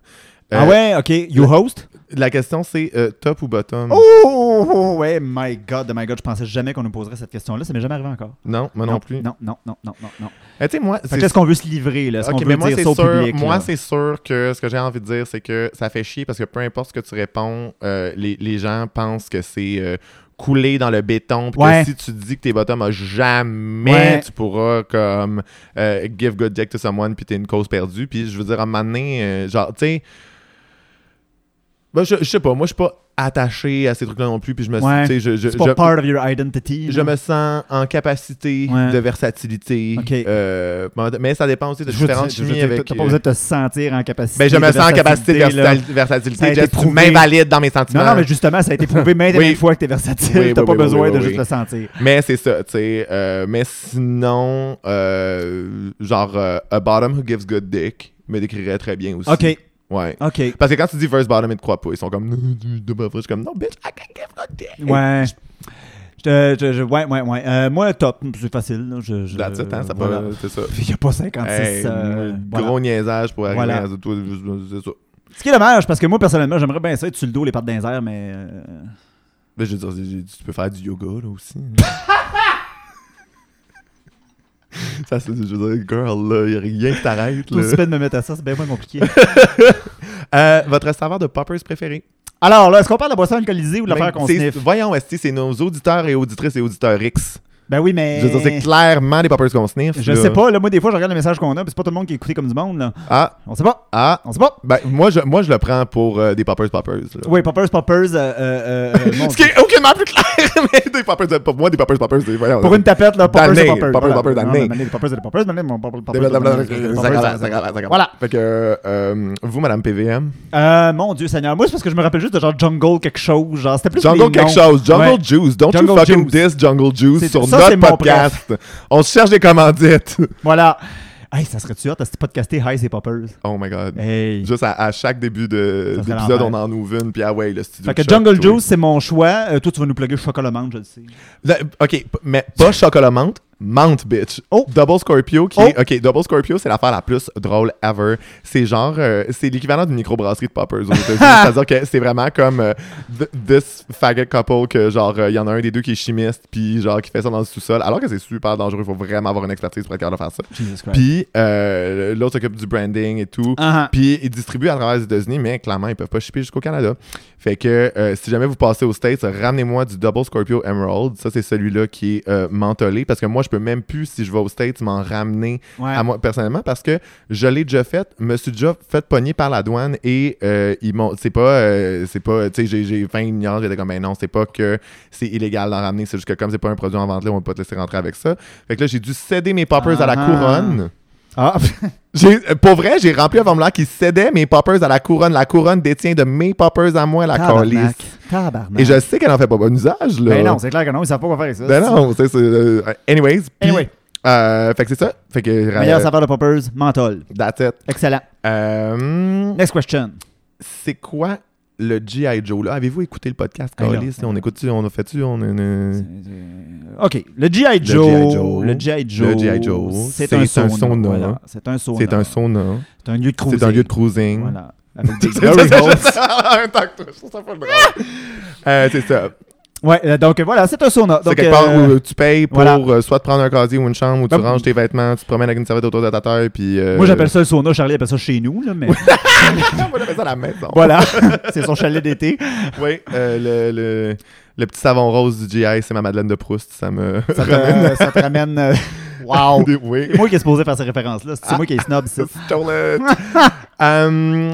Euh, ah ouais, ok. You host? La question c'est euh, top ou bottom Oh, oh, oh, ouais, my God, my God, je pensais jamais qu'on nous poserait cette question-là. Ça m'est jamais arrivé encore. Non, moi non, plus. Non, non, non, non, non, non. Eh, tu sais, moi, Fait que là, est-ce qu'on veut se livrer, là? Est-ce Ok, qu'on mais veut moi, dire c'est ça au sûr, public? moi, là? c'est sûr que ce que j'ai envie de dire, c'est que ça fait chier parce que peu importe ce que tu réponds, euh, les, les gens pensent que c'est euh, coulé dans le béton. puis que Ouais. si tu dis que t'es bottom, ah, jamais Ouais. tu pourras comme euh, give good dick to someone puis t'es une cause perdue. Puis je veux dire, à un moment donné, euh, genre, tu sais, ben, je, je sais pas, moi, je suis pas attaché à ces trucs-là non plus. Puis je me Ouais. tu sais, je, je, C'est pas je- part of your identity. je là. me sens en capacité Ouais. de versatilité. Ok. euh, mais ça dépend aussi de Je veux différentes dire- je veux chimies dire, avec. euh, T'as pas besoin de te sentir en capacité. Ben, je me de sens en capacité de versatilité, là. versal- versatilité. Ça a été Jeff, tu prouvé. m'invalides dans mes sentiments. Non, non, mais justement, ça a été prouvé maintes et Oui. maintes fois que t'es versatile. Oui, T'as oui, pas oui, besoin oui, de oui, juste oui. le sentir. Mais c'est ça, tu sais. euh, mais sinon, euh, genre, euh, A Bottom Who Gives Good Dick me décrirait très bien aussi. OK, Ouais. OK. Parce que quand tu dis first bottom, ils te croient pas. Ils sont comme, je suis comme, non, bitch, I can't give good dick. Ouais. Je te- je- je- ouais, ouais, ouais. Euh, moi, top, c'est facile. là. Je, je, That's it, hein, ça peut- voilà. c'est ça. Il n'y a pas 56. Hey, euh, gros voilà. niaisage pour arriver Voilà. à tout- c'est ça. Ce qui est dommage, parce que moi, personnellement, j'aimerais bien ça être sur le dos, les pattes dans les airs, mais. euh, Mais je veux dire, tu peux faire du yoga là aussi. ça, c'est, je veux dire, girl, là, y a rien qui t'arrête. Tout là. aussi bien de me mettre à ça, c'est bien moins compliqué. Euh, votre saveur de poppers préféré? Alors, là, est-ce qu'on parle de la boisson alcoolisée ou de l'affaire Même- qu'on Ben, c'est- sniffe Voyons, est c'est nos auditeurs et auditrices et auditeurs X. Ben oui, mais. Je veux dire, c'est clairement des poppers qu'on sniffe. Je là. sais pas, là, moi, des fois, je regarde les messages qu'on a, puis c'est pas tout le monde qui est écouté comme du monde, là. Ah, On sait pas, ah. on sait pas. Ben, moi, je, moi, je le prends pour euh, des poppers poppers. là. Oui, Poppers, Poppers, euh, euh, euh, mon Ce qui est aucunement plus clair, mais des poppers, pour moi, des poppers poppers, c'est voyons. Pour une tapette, là, poppers, D'année, c'est poppers. poppers, Voilà. poppers, Non, d'année. mais Les poppers, c'est les poppers, mais les mon poppers, poppers, Blablabla. c'est les Ça poppers, commence, c'est ça les commence, ça commence. Voilà. Fait que, euh, vous, Madame PVM, Euh, mon Dieu Seigneur, moi c'est parce que je me rappelle juste de genre Jungle quelque chose, genre c'était plus Jungle les noms. quelque chose, Jungle Ouais. Juice, don't you Jungle fucking Juice. diss Jungle Juice C'est- sur ça, c'est notre mon podcast. On se cherche des commandites. Voilà. Hey, ça serait-tu hot à ce podcasté Hi, c'est Poppers? Oh my god. Hey. Juste à, à chaque début de- Ça serait d'épisode, on l'enfer. en ouvre une, puis ah ouais, le studio. Fait que de choc, Jungle toi. Juice, c'est mon choix. Euh, toi, tu vas nous plugger Chocolat Menthe, je le sais. La- ok, p- mais pas chocolat menthe, menthe bitch. Oh. Double Scorpio qui Oh. est- Ok, Double Scorpio, c'est l'affaire la plus drôle ever. C'est genre. euh, c'est l'équivalent d'une microbrasserie de poppers aux États-Unis. C'est-à-dire que c'est vraiment comme euh, th- this faggot couple que genre, euh, il y en a un des deux qui est chimiste, puis genre, qui fait ça dans le sous-sol. Alors que c'est super dangereux, il faut vraiment avoir une expertise pour être capable de faire ça. Jesus Christ. Puis euh, l'autre s'occupe du branding et tout. Ah, ah. Puis ils distribuent à travers les États-Unis, mais clairement, ils peuvent pas shipper jusqu'au Canada. Fait que euh, si jamais vous passez aux States, ramenez-moi du Double Scorpio Emerald. Ça, c'est celui-là qui est euh, mentholé. Parce que moi, je peux même plus, si je vais aux States, m'en ramener Ouais. à moi personnellement. Parce que je l'ai déjà fait, me suis déjà fait pogner par la douane et euh, ils m'ont. C'est pas. euh, c'est pas. Tu sais, j'ai- j'ai 20 ignorance. J'étais comme, ben non, c'est pas que c'est illégal d'en ramener. C'est juste que comme c'est pas un produit en vente là, on peut pas te laisser rentrer avec ça. Fait que là, j'ai dû céder mes poppers à la Ah. couronne. Ah, J'ai- euh, Pour vrai, j'ai rempli un formulaire qui cédait mes poppers à la couronne. La couronne détient de mes poppers à moi, la tabarnak. calice. Tabarnak. Et je sais qu'elle en fait pas bon usage, là. Ben non, c'est clair que non, ils savent pas quoi faire avec ça. Ben non, c'est... c'est, euh, anyways. puis, Anyway. euh, fait que c'est ça. Fait que... euh, Meilleure saveur de Poppers, menthol. That's it. Excellent. Euh, Next question. c'est quoi le G.I. Joe, là? Avez-vous écouté le podcast, Ben non. calice? On écoute-tu? On a fait-tu? On a une... OK. Mm. Le G.I. G.I. Joe. Joe. Le G.I. Joe. Le G.I. Joe. C'est C'est un un sauna. sauna. Voilà. C'est un sauna. C'est un sauna. C'est un lieu de cruising. C'est un lieu de cruising. Voilà. Avec des C'est glory ça, holes. je sais. En tant que toi, je trouve ça pas le drôle. Euh, c'est ça. Ouais, euh, donc euh, voilà, c'est un sauna. C'est Donc, quelque part euh, où tu payes pour voilà. euh, soit te prendre un casier ou une chambre où tu Ben, ranges tes vêtements, tu te promènes avec une serviette autour de ta taille, puis. euh, Moi, j'appelle ça le sauna. Charlie appelle ça chez nous, là, mais Moi, j'appelle ça la maison. voilà. c'est son chalet d'été. Oui, euh, le, le, le petit savon rose du GI, c'est ma Madeleine de Proust. Ça me. Ça te, euh, ça te ramène... euh, wow! Des- oui. C'est moi qui ai supposé faire ces références-là. C'est Ah. moi qui ai snob, ça. Stole it. Euh,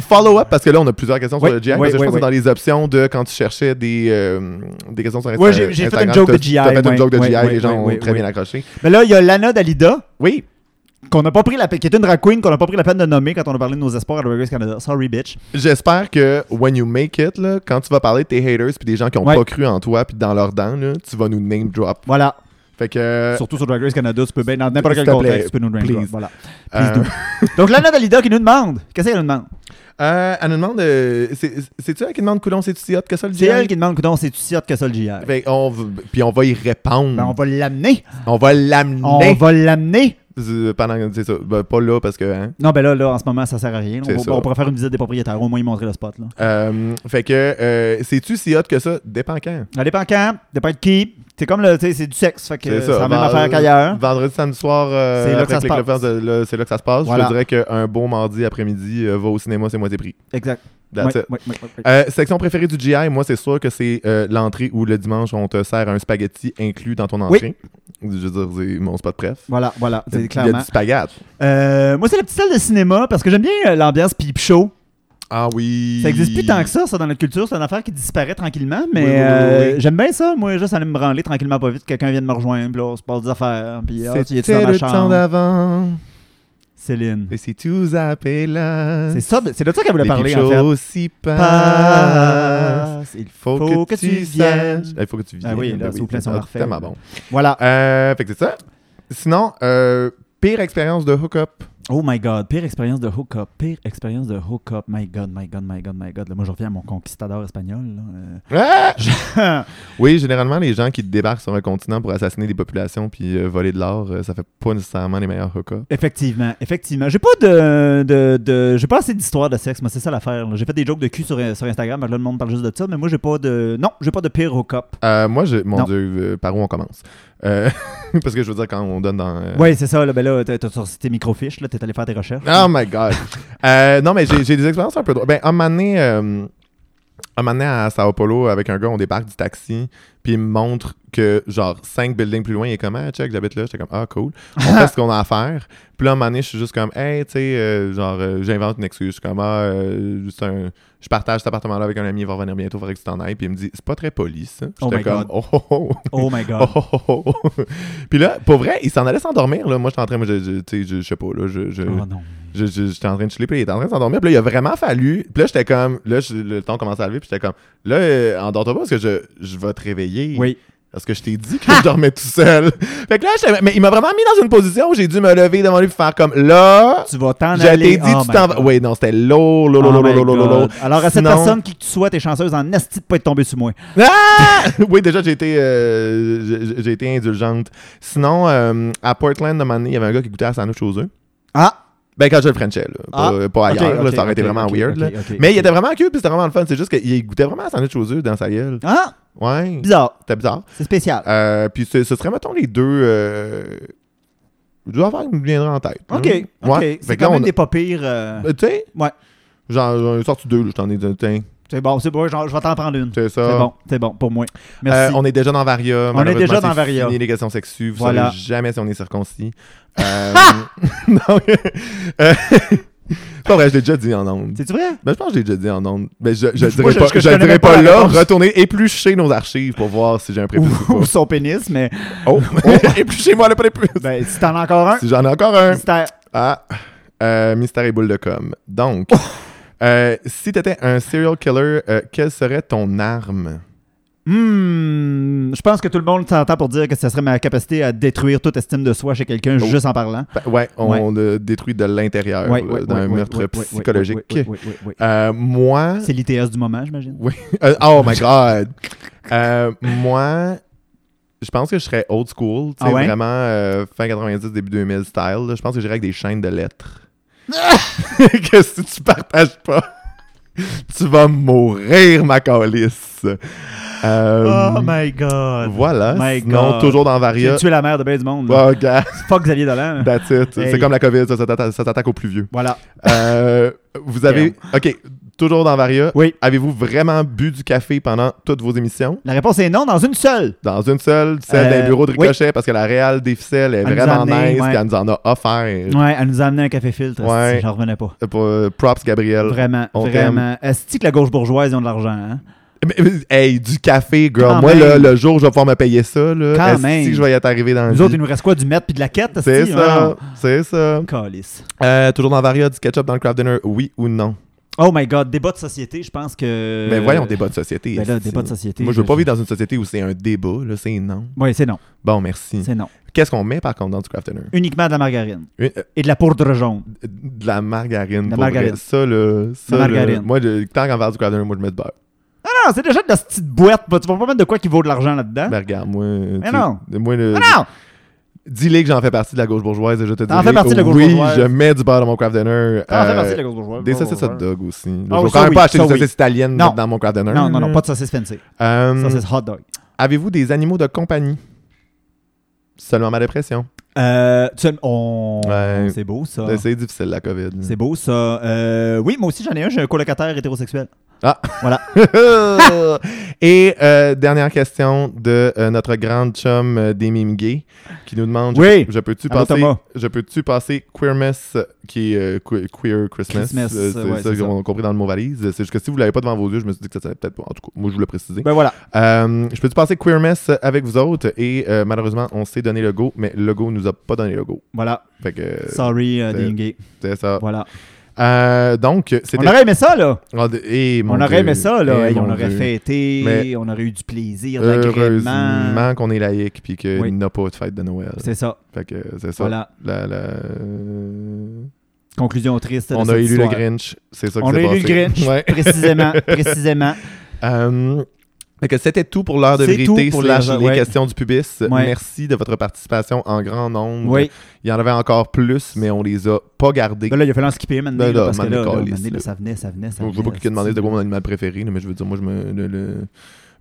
Follow-up, parce que là, on a plusieurs questions Oui, sur le GI. oui, parce que je oui, pense oui. que dans les options de quand tu cherchais des, euh, des questions sur Insta- Ouais, Instagram. j'ai- j'ai fait une joke de t'as- T'as GI, fait oui, une joke de oui, GI, oui, les gens oui, ont très oui. bien accroché. Mais là, il y a Lana Dalida, Oui, qu'on n'a pas pris la... qui est une drag queen qu'on n'a pas pris la peine de nommer quand on a parlé de nos espoirs à Drag Race Canada. Sorry, bitch. J'espère que when you make it, là, quand tu vas parler de tes haters puis des gens qui ont Ouais. pas cru en toi puis dans leurs dents, là, tu vas nous name drop. Voilà. Fait que. Surtout sur Drag Race Canada, tu peux bien, dans n'importe Euh, S'il quel te plaît, contexte, tu peux nous please. ranger. Voilà. Please euh, do. Donc, Lana Dalida qui nous demande, qu'est-ce qu'elle nous demande? euh, elle nous demande. euh, c'est- C'est-tu elle qui demande coulon, c'est-tu si hot que ça le C'est GL? elle qui demande, coudon, c'est-tu si hot que ça le JR? Fait qu'on v- Puis on va y répondre. Ben, on va l'amener. on va On l'amener. va l'amener. Euh, Pendant C'est ça. Ben, pas là parce que. hein. Non, ben là, là, en ce moment, ça sert à rien. C'est On, ça. va- on pourrait faire une visite des propriétaires, au moins ils montraient le spot. Là. Euh, fait que. euh, C'est-tu si hot que ça? Dépend quand. Ça dépend quand, dépend de qui. C'est comme le, tu sais, c'est du sexe, fait que C'est c'est ça. Bah, euh, la même Vend- affaire qu'ailleurs. Vendredi, samedi soir, euh, C'est là que après ça se Click passe. Lovers, euh, là, c'est là que ça se passe. Voilà. Je te dirais qu'un beau mardi après-midi, euh, va au cinéma, c'est moitié prix. Exact. That's Ouais, it. ouais, ouais, ouais, ouais. Euh, section préférée du GI, moi, c'est sûr que c'est euh, l'entrée où le dimanche, on te sert un spaghetti inclus dans ton entrée. Je veux dire, c'est mon spot préf. Voilà, voilà, Il y c'est a- Il y a clairement. du spaghetti. Euh, moi, c'est la petite salle de cinéma parce que j'aime bien euh, l'ambiance peep show. Ah oui. Ça existe plus tant que ça, ça, dans notre culture. C'est une affaire qui disparaît tranquillement, mais Oui, oui, oui, euh, oui. j'aime bien ça. Moi, juste aller me branler tranquillement, pas vite. Quelqu'un vient de me rejoindre, puis là, on se passe des affaires. Puis, ah, tu es dans C'était ma le temps chambre? d'avant. Céline. Et si tu zappais là. C'est ça, c'est de ça qu'elle voulait les parler, en pichos fait. aussi passent. Passe. Il- Faut, Faut que, que tu tu viennes. saches. Il faut que tu viennes. Ah oui, Ben là, s'il vous plaît, c'est ils sont ça, parfaits. Tellement bon. Voilà. Euh, fait que c'est ça. Sinon, euh, pire expérience de hook-up. Oh my god, pire expérience de hook-up, pire expérience de hook-up. My god, my god, my god, my god. Là, moi, je reviens à mon conquistador espagnol. là. Ah! Euh, Oui, généralement, les gens qui débarquent sur un continent pour assassiner des populations puis euh, voler de l'or, euh, ça fait pas nécessairement les meilleurs hook-up. Effectivement, effectivement. J'ai pas de, de, de- j'ai pas assez d'histoires de sexe, moi c'est ça l'affaire. là. J'ai fait des jokes de cul sur, euh, sur Instagram, là le monde parle juste de ça, mais moi j'ai pas de, non, j'ai pas de pire au cop. Euh, moi, je, mon Non. Dieu, euh, par où on commence? Euh, parce que je veux dire, quand on donne dans... euh, Ouais, c'est ça. Là, ben là, t'as t'as sorti tes microfiches, là, t'es allé faire tes recherches. Oh my God. Euh, non, mais j'ai j'ai des expériences un peu drôles. Ben, un moment donné, euh, un moment donné à Sao Paulo, avec un gars, on débarque du taxi, puis il me montre que, genre, cinq buildings plus loin, il est comme, ah, check, j'habite là. J'étais comme, ah, cool. On fait ce qu'on a à faire. Puis là, un moment donné, je suis juste comme, hey, tu sais, euh, genre, euh, j'invente une excuse. Je suis comme, ah, euh, c'est un- Je partage cet appartement-là avec un ami, il va revenir bientôt, il faudrait que tu t'en ailles. Puis il me dit, c'est pas très poli, ça. Oh J'étais my comme, God. oh, oh, oh. Oh my god. Oh, oh, oh, oh. Puis là, pour vrai, il s'en allait s'endormir. Là. Moi, j'étais en train, moi, je, je, tu sais, je, je sais pas, là, je, je, Oh non. je- je- j'étais en train de chiller, puis il était en train de s'endormir. Puis là, il a vraiment fallu. Puis là, j'étais comme, là, je- le temps commençait à lever, puis j'étais comme, là, euh, endors-toi pas parce que je, je vais te réveiller. Oui. Parce que je t'ai dit que je dormais tout seul. Fait que là, j'étais- mais il m'a vraiment mis dans une position où j'ai dû me lever devant lui pour faire comme, là, Tu vas t'en j'ai aller. été dit, Oh tu my t'en God. vas. Oui, non, c'était lourd, lourd, Oh lourd, lourd, my lourd, lourd, lourd, God. Alors à cette Sinon- personne qui que tu sois, t'es chanceuse en esti de pas être tombée sur moi. Ah! Oui, déjà, j'ai été, euh, j'ai- j'ai été indulgente. Sinon, euh, à Portland, un moment donné, il y avait un gars qui goûtait à la sandwich aux œufs. Ah. Ben, quand je le Frenchais, là. Pas, Ah, pas ailleurs, ok, là, ok, ça aurait été ok, vraiment ok, weird, ok, là. ok, ok. Mais il était vraiment cute, puis c'était vraiment le fun. C'est juste qu'il goûtait vraiment à la sandwich aux œufs dans sa gueule. Ah, Ouais, bizarre. c'était bizarre. C'est spécial. Euh, puis ce, ce serait, mettons, les deux... Euh... Je dois avoir qui me viendrait en tête. hein. Ok, ok. Ouais. Fait C'est que là, quand on... même des pas pires. euh, Euh, Tu sais? Ouais. Genre, j'en ai sorti deux, là, je t'en ai dit, tiens, C'est bon, c'est bon. genre, Je vais t'en prendre une. c'est ça. C'est bon, c'est bon pour moi. Euh, Merci. on est déjà dans Varia. On est déjà Malheureusement, dans c'est Varia. Fini les questions sexuelles. Vous Voilà. savez jamais si on est circoncis. Euh, non, mais- euh, pas vrai, je l'ai déjà dit en ondes. C'est vrai? Ben, je pense que je l'ai déjà dit en ondes. Mais je je le dirai Moi, je- pas, je- je je le connais dirai même pas, pas la là. réponse. Retournez éplucher nos archives pour voir si j'ai un prépuce ou ou, pas. son pénis, mais Oh, épluchez-moi le prépuce. ben, si t'en as encore un, Si j'en ai encore un. c'est à- Ah, euh, mystère et boule de com. Donc, Oh. euh, si t'étais un serial killer, euh, quelle serait ton arme? Hmm, je pense que tout le monde s'entend pour dire que ça serait ma capacité à détruire toute estime de soi chez quelqu'un Oh. juste en parlant. Ben, ouais, on Ouais. le détruit de l'intérieur Ouais, là, ouais, dans ouais, un ouais, meurtre ouais, ouais, psychologique. ouais, ouais, ouais, ouais, ouais, ouais. Euh, moi. C'est l'ITS du moment, j'imagine. Euh, oh my god! Euh, moi, je pense que je serais old school, tu sais, Ah ouais? vraiment euh, fin 90, début 2000 style. là. Je pense que j'irais avec des chaînes de lettres. Ah! que si tu partages pas, tu vas mourir, ma calice. Euh, oh my god. Voilà. My sinon, God. toujours dans Varia. J'ai tué la mère de bien du monde. là. Oh, gars, Fuck Xavier Dolan. that's it. C'est Hey. comme la COVID, ça, ça t'atta- ça t'attaque aux plus vieux. Voilà. Euh, vous avez. OK, toujours dans Varia. Oui. Avez-vous vraiment bu du café pendant toutes vos émissions? La réponse est non dans une seule. Dans une seule, celle Euh, d'un bureau de oui. ricochet, parce que la réelle des ficelles est Elle nous a vraiment amené, nice, ouais. puis elle nous en a offert. Ouais, elle nous a amené un café filtre. Ouais. esti, J'en revenais pas. Euh, pour- euh, props, Gabriel. Vraiment, on vraiment. Est-ce que la gauche bourgeoise, ils ont de l'argent, hein? Mais, mais, hey, du café, girl. Quand Moi, même. là, le jour où je vais pouvoir me payer ça, là, Quand est-ce même. que je vais y être arrivé dans Nous le autres, il nous reste quoi? Du mètre puis de la quête? C'est esti, ça, hein? c'est ça. Calisse. Euh, toujours dans Varia, du ketchup dans le craft dinner, oui ou non? Oh my god, débat de société, je pense que. Mais Ben voyons, débat de société. Euh, Ben là, esti. débat de société. Moi, je veux pas vivre dans une société où c'est un débat, là, c'est non. Oui, c'est non. Bon, merci. C'est non. Qu'est-ce qu'on met par contre dans du craft dinner? Uniquement de la margarine Une- euh, et de la poudre jaune. de la margarine. De la pour vrai. margarine. Ça, là. Ça, là, margarine. moi, le, tant qu'en verre du craft dinner, moi, je mets du beurre. Ah non, c'est déjà de la petite boîte. bah, Tu vas pas mettre de quoi qui vaut de l'argent là-dedans. Ben, euh, regarde, moi. tu- Hein? non. Moi, le, Ah non! dis-les que j'en fais partie de la gauche bourgeoise et je te dis. T'en fais partie de la gauche bourgeoise. Oui, je mets du beurre dans mon craft dinner. T'en fais Euh, partie de la grosse bourgeoise. Des saucisses Ouais, ouais, hot ouais. dog aussi. Ah je vais oui, quand ça même pas oui, acheter ça des saucisses italiennes Non. dans mon craft dinner. Non, non, non, là. pas de saucisse fancy. Euh, Saucisse hot dog. Avez-vous des animaux de compagnie Seulement ma dépression. Euh, tu sais, on... Ouais. C'est beau ça. Mm. C'est difficile, la COVID. C'est beau ça. Euh, oui, moi aussi j'en ai un, j'ai un colocataire hétérosexuel. Ah. Voilà. Et euh, dernière question de euh, notre grande chum euh, des mimes gays qui nous demande Oui. je, je peux-tu Allô, passer, Thomas. je peux-tu passer Queermas qui est euh, que- Queer Christmas, Christmas, euh, c'est ouais, c'est ça ça. qu'on a compris dans le mot valise. C'est juste que si vous l'avez pas devant vos yeux, je me suis dit que ça savait peut-être pas. En tout cas, moi je voulais préciser. Ben voilà. Euh, je peux-tu passer Queermas avec vous autres et euh, malheureusement on s'est donné le go, mais le go nous a pas donné le go. Voilà. Fait que Sorry, euh, c'est- Dean Gay. c'était ça. Voilà. Euh, donc c'était On aurait aimé ça, là. Ah, de- eh, mon on aurait Dieu. aimé ça, là. Eh, Hey, on mon aurait Dieu. fêté, Mais- on aurait eu du plaisir, de l'agrément. Euh, Heureusement qu'on est laïque puis qu'il Oui. n'a pas de fête de Noël. C'est ça. Fait que c'est ça. Voilà. La- la- euh, Conclusion triste. de On a cette élu le histoire. Grinch. C'est ça que On a élu le Grinch. Précisément. précisément. Hum. fait que c'était tout pour l'heure de C'est vérité tout pour slash l'heure, les ouais. questions du pubis. Ouais. Merci de votre participation en grand nombre. Oui. Il y en avait encore plus, mais on les a pas gardés. Ben là, il a fallu en skipper maintenant. Ben là, parce que là, m'en là, décalisse, maintenant, là. ben, ça venait, ça venait, ça Je venait. veux pas quelqu'un demander de quoi mon animal préféré, là, mais je veux dire, moi, je me, le- le-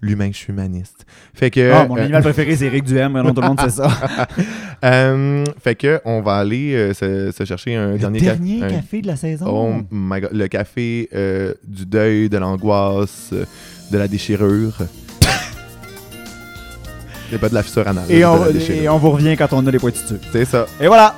l'humain, je suis humaniste. Fait que. Ah, mon euh, animal préféré, c'est Eric Duhem. Non, tout le monde sait ça. Euh, fait que on va aller euh, se, se chercher un Le dernier, ca- dernier un- café de la saison. Oh my god, le café euh, du deuil, de l'angoisse, euh, de la déchirure. Et pas de la fissure anale. Et de on, la et déchirure. on vous revient quand on a les pointitudes. C'est ça. Et voilà!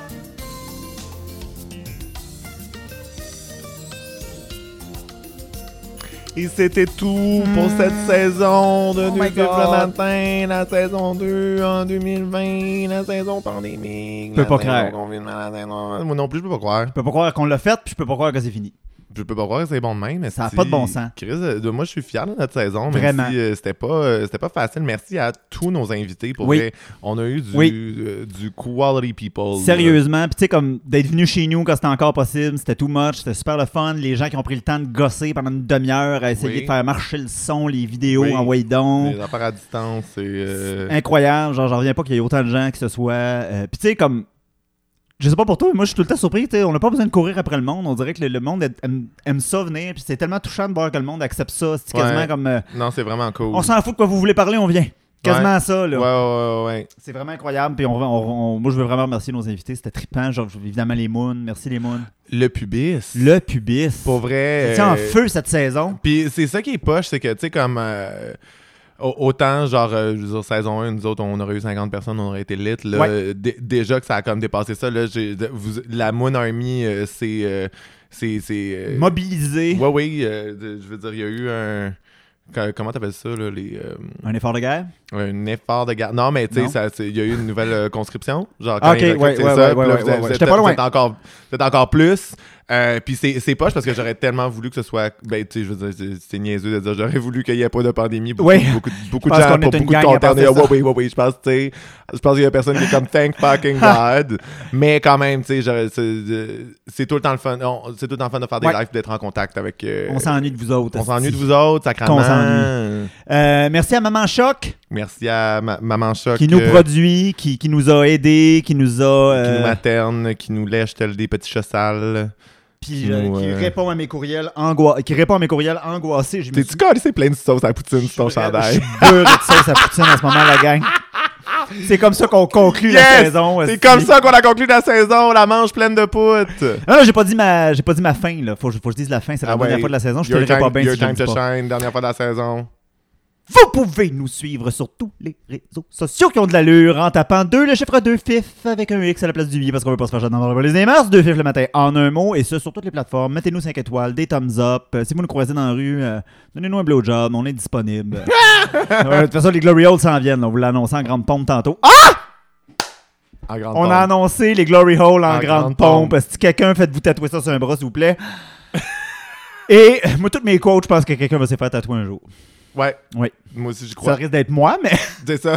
Et c'était tout pour cette saison de Oh Deux my Fibres le God. matin, la saison 2 en 2020, la saison pandémique. Peux la pas saison croire. confinement, la saison- Moi non plus, je peux pas croire. Je peux pas croire qu'on l'a fait, puis je peux pas croire que c'est fini. Je peux pas croire que c'est bon de même. mais Ça a si- pas de bon sens. Chris, euh, de- moi, je suis fier de notre saison. Même Vraiment. si, euh, c'était pas, euh, c'était pas facile. Merci à tous nos invités. Pour Oui. vrai. On a eu du, Oui. euh, du quality people. Sérieusement, puis tu sais, comme d'être venu chez nous quand c'était encore possible, c'était too much, c'était super le fun. Les gens qui ont pris le temps de gosser pendant une demi-heure à essayer Oui. de faire marcher le son, les vidéos Oui. en way Euh, down. Les affaires à distance. Et, euh, Incroyable, genre, j'en reviens pas qu'il y ait autant de gens qui se soient. euh, puis tu sais, comme. Je sais pas pour toi, mais moi je suis tout le temps surpris, tu sais, on n'a pas besoin de courir après le monde, on dirait que le, le monde est- aime, aime ça venir, puis c'est tellement touchant de voir que le monde accepte ça, c'est Ouais. quasiment comme euh, Non, c'est vraiment cool. on s'en fout de quoi vous voulez parler, on vient. Quasiment à ça, Ouais, là. ouais, ouais, ouais. C'est vraiment incroyable. Puis on, on- on- moi, je veux vraiment remercier nos invités. C'était trippant. Genre, évidemment, les Moons. Merci, les Moons. Le pubis. Le pubis. Pour vrai. C'était en euh, feu cette saison. Puis c'est ça qui est poche, c'est que, tu sais, comme. euh, au- Autant, genre, euh, je veux dire, saison 1, nous autres, on aurait eu 50 personnes, on aurait été lit. Là, Ouais. Euh, dé- déjà que ça a comme dépassé ça, là, j'ai- de- vous- la Moon Army, euh, c'est. euh, c'est. c'est, euh, Mobilisé. Ouais, oui, euh, de- je veux dire, il y a eu un. co- Comment t'appelles ça, là, les. euh, Un effort de guerre. un effort de garde. Non, mais tu sais, Non. ça- c'est- il y a eu une nouvelle euh, conscription. Genre, Ah, quand ils ok, ouais, recrutent, c'est ouais, ça, ouais, puis ouais, là, ouais, vous êtes- ouais, vous ouais. êtes- J'étais pas vous loin. êtes encore, vous êtes encore plus. Euh, puis c'est c'est poche parce que j'aurais tellement voulu que ce soit. Ben, tu sais, je veux dire, c'est- c'est niaiseux de dire j'aurais voulu qu'il n'y ait pas de pandémie. Beaucoup, Ouais. beaucoup, beaucoup de pense gens, qu'on est pour une beaucoup de gang à contents. penser Ouais, ça. oui, oui, oui, je pense, tu sais. Je pense qu'il y a personne qui est comme thank fucking God. Mais quand même, tu sais, j'aurais- c'est euh, c'est tout le temps le fun. on- C'est tout le temps le fun de faire des Ouais. lives d'être en contact avec. euh, On s'ennuie de vous autres. on s'ennuie esti. de vous autres, sacrément. Qu'on s'ennuie. Euh, merci à Maman Choc Merci à ma- Maman Choc. qui nous euh, produit, qui, qui nous a aidés, qui nous a. qui nous euh, materne, qui nous lèche tel des petits chats sales. puis, qui euh, nous, qui euh, répond à mes courriels angoissés. Qui répond à mes courriels angoissés. Je me T'es-tu collé c'est plein de sauce à la poutine sur ton Je chandail? suis beurre de sauce à poutine en ce moment, la gang. C'est comme ça qu'on conclut la Yes! saison. C'est esti. comme ça qu'on a conclu la saison, la manche pleine de poutres! Ah, j'ai pas dit ma j'ai pas dit ma fin là, faut, faut que je dise la fin, c'est la Ah dernière ouais. fois de la saison, je te Your dirai time, pas bien your si je le time dis to pas. shine, dernière fois de la saison. Vous pouvez nous suivre sur tous les réseaux sociaux qui ont de l'allure en tapant 2 le chiffre 2 fif avec un X à la place du i parce qu'on veut pas se faire jeter dans le les mars 2 fif le matin en un mot et ce sur toutes les plateformes. Mettez-nous 5 étoiles, des thumbs up, Euh, si vous nous croisez dans la rue, euh, donnez-nous un blowjob, on est disponible. Euh, De toute façon, les Glory Holes s'en viennent, on vous l'annonce en grande pompe tantôt. En grande On pompe. a annoncé les Glory Hole en, En grande, grande pompe. pompe. Si quelqu'un, faites-vous tatouer ça sur un bras, s'il vous plaît. Et euh, moi, toutes mes quotes, je pense que quelqu'un va se faire tatouer un jour. Ouais, Oui. moi aussi j'y Ça crois. risque d'être moi, mais C'est ça.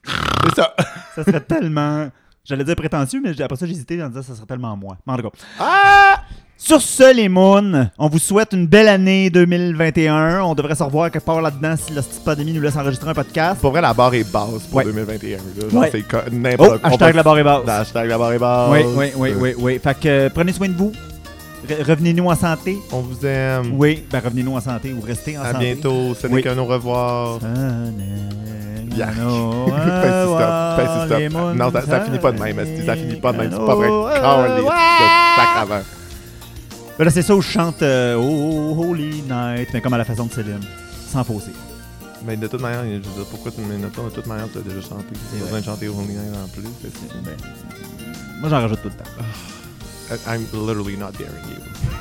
C'est ça. ça serait tellement. J'allais dire prétentieux, mais après ça, j'hésitais en disant ça serait tellement moi. Mais en tout cas. Ah! Sur ce, les Moons, on vous souhaite une belle année 2021. On devrait se revoir quelque part là-dedans si la petite pandémie nous laisse enregistrer un podcast. Pour vrai, la barre est basse pour Ouais. 2021. là. Genre, Ouais. c'est co- n'importe Oh, on hashtag va- la barre est basse. Hashtag la barre est basse. Oui, oui, oui, oui, oui. Fait que euh, prenez soin de vous. Re- Revenez-nous en santé. On vous aime. Oui, ben revenez-nous en santé ou restez en À santé. bientôt. Ce n'est Oui. qu'un au revoir. Yeah. Fais-y stop. Fais-y stop. Non, ça, ça finit pas de même, esti. Ça finit pas de même. C'est pas vrai. Caliste de sacrement. Ben là, c'est ça où je chante euh, Oh, Holy Night, mais comme à la façon de Céline, sans fausser. Mais de toute manière, je veux dire, pourquoi tu me notes pas? De toute manière, tu as déjà chanté. Tu vrai. besoin de chanter Holy Night en plus. fait que- Ben, moi, j'en rajoute tout le temps. I- I'm literally not daring you.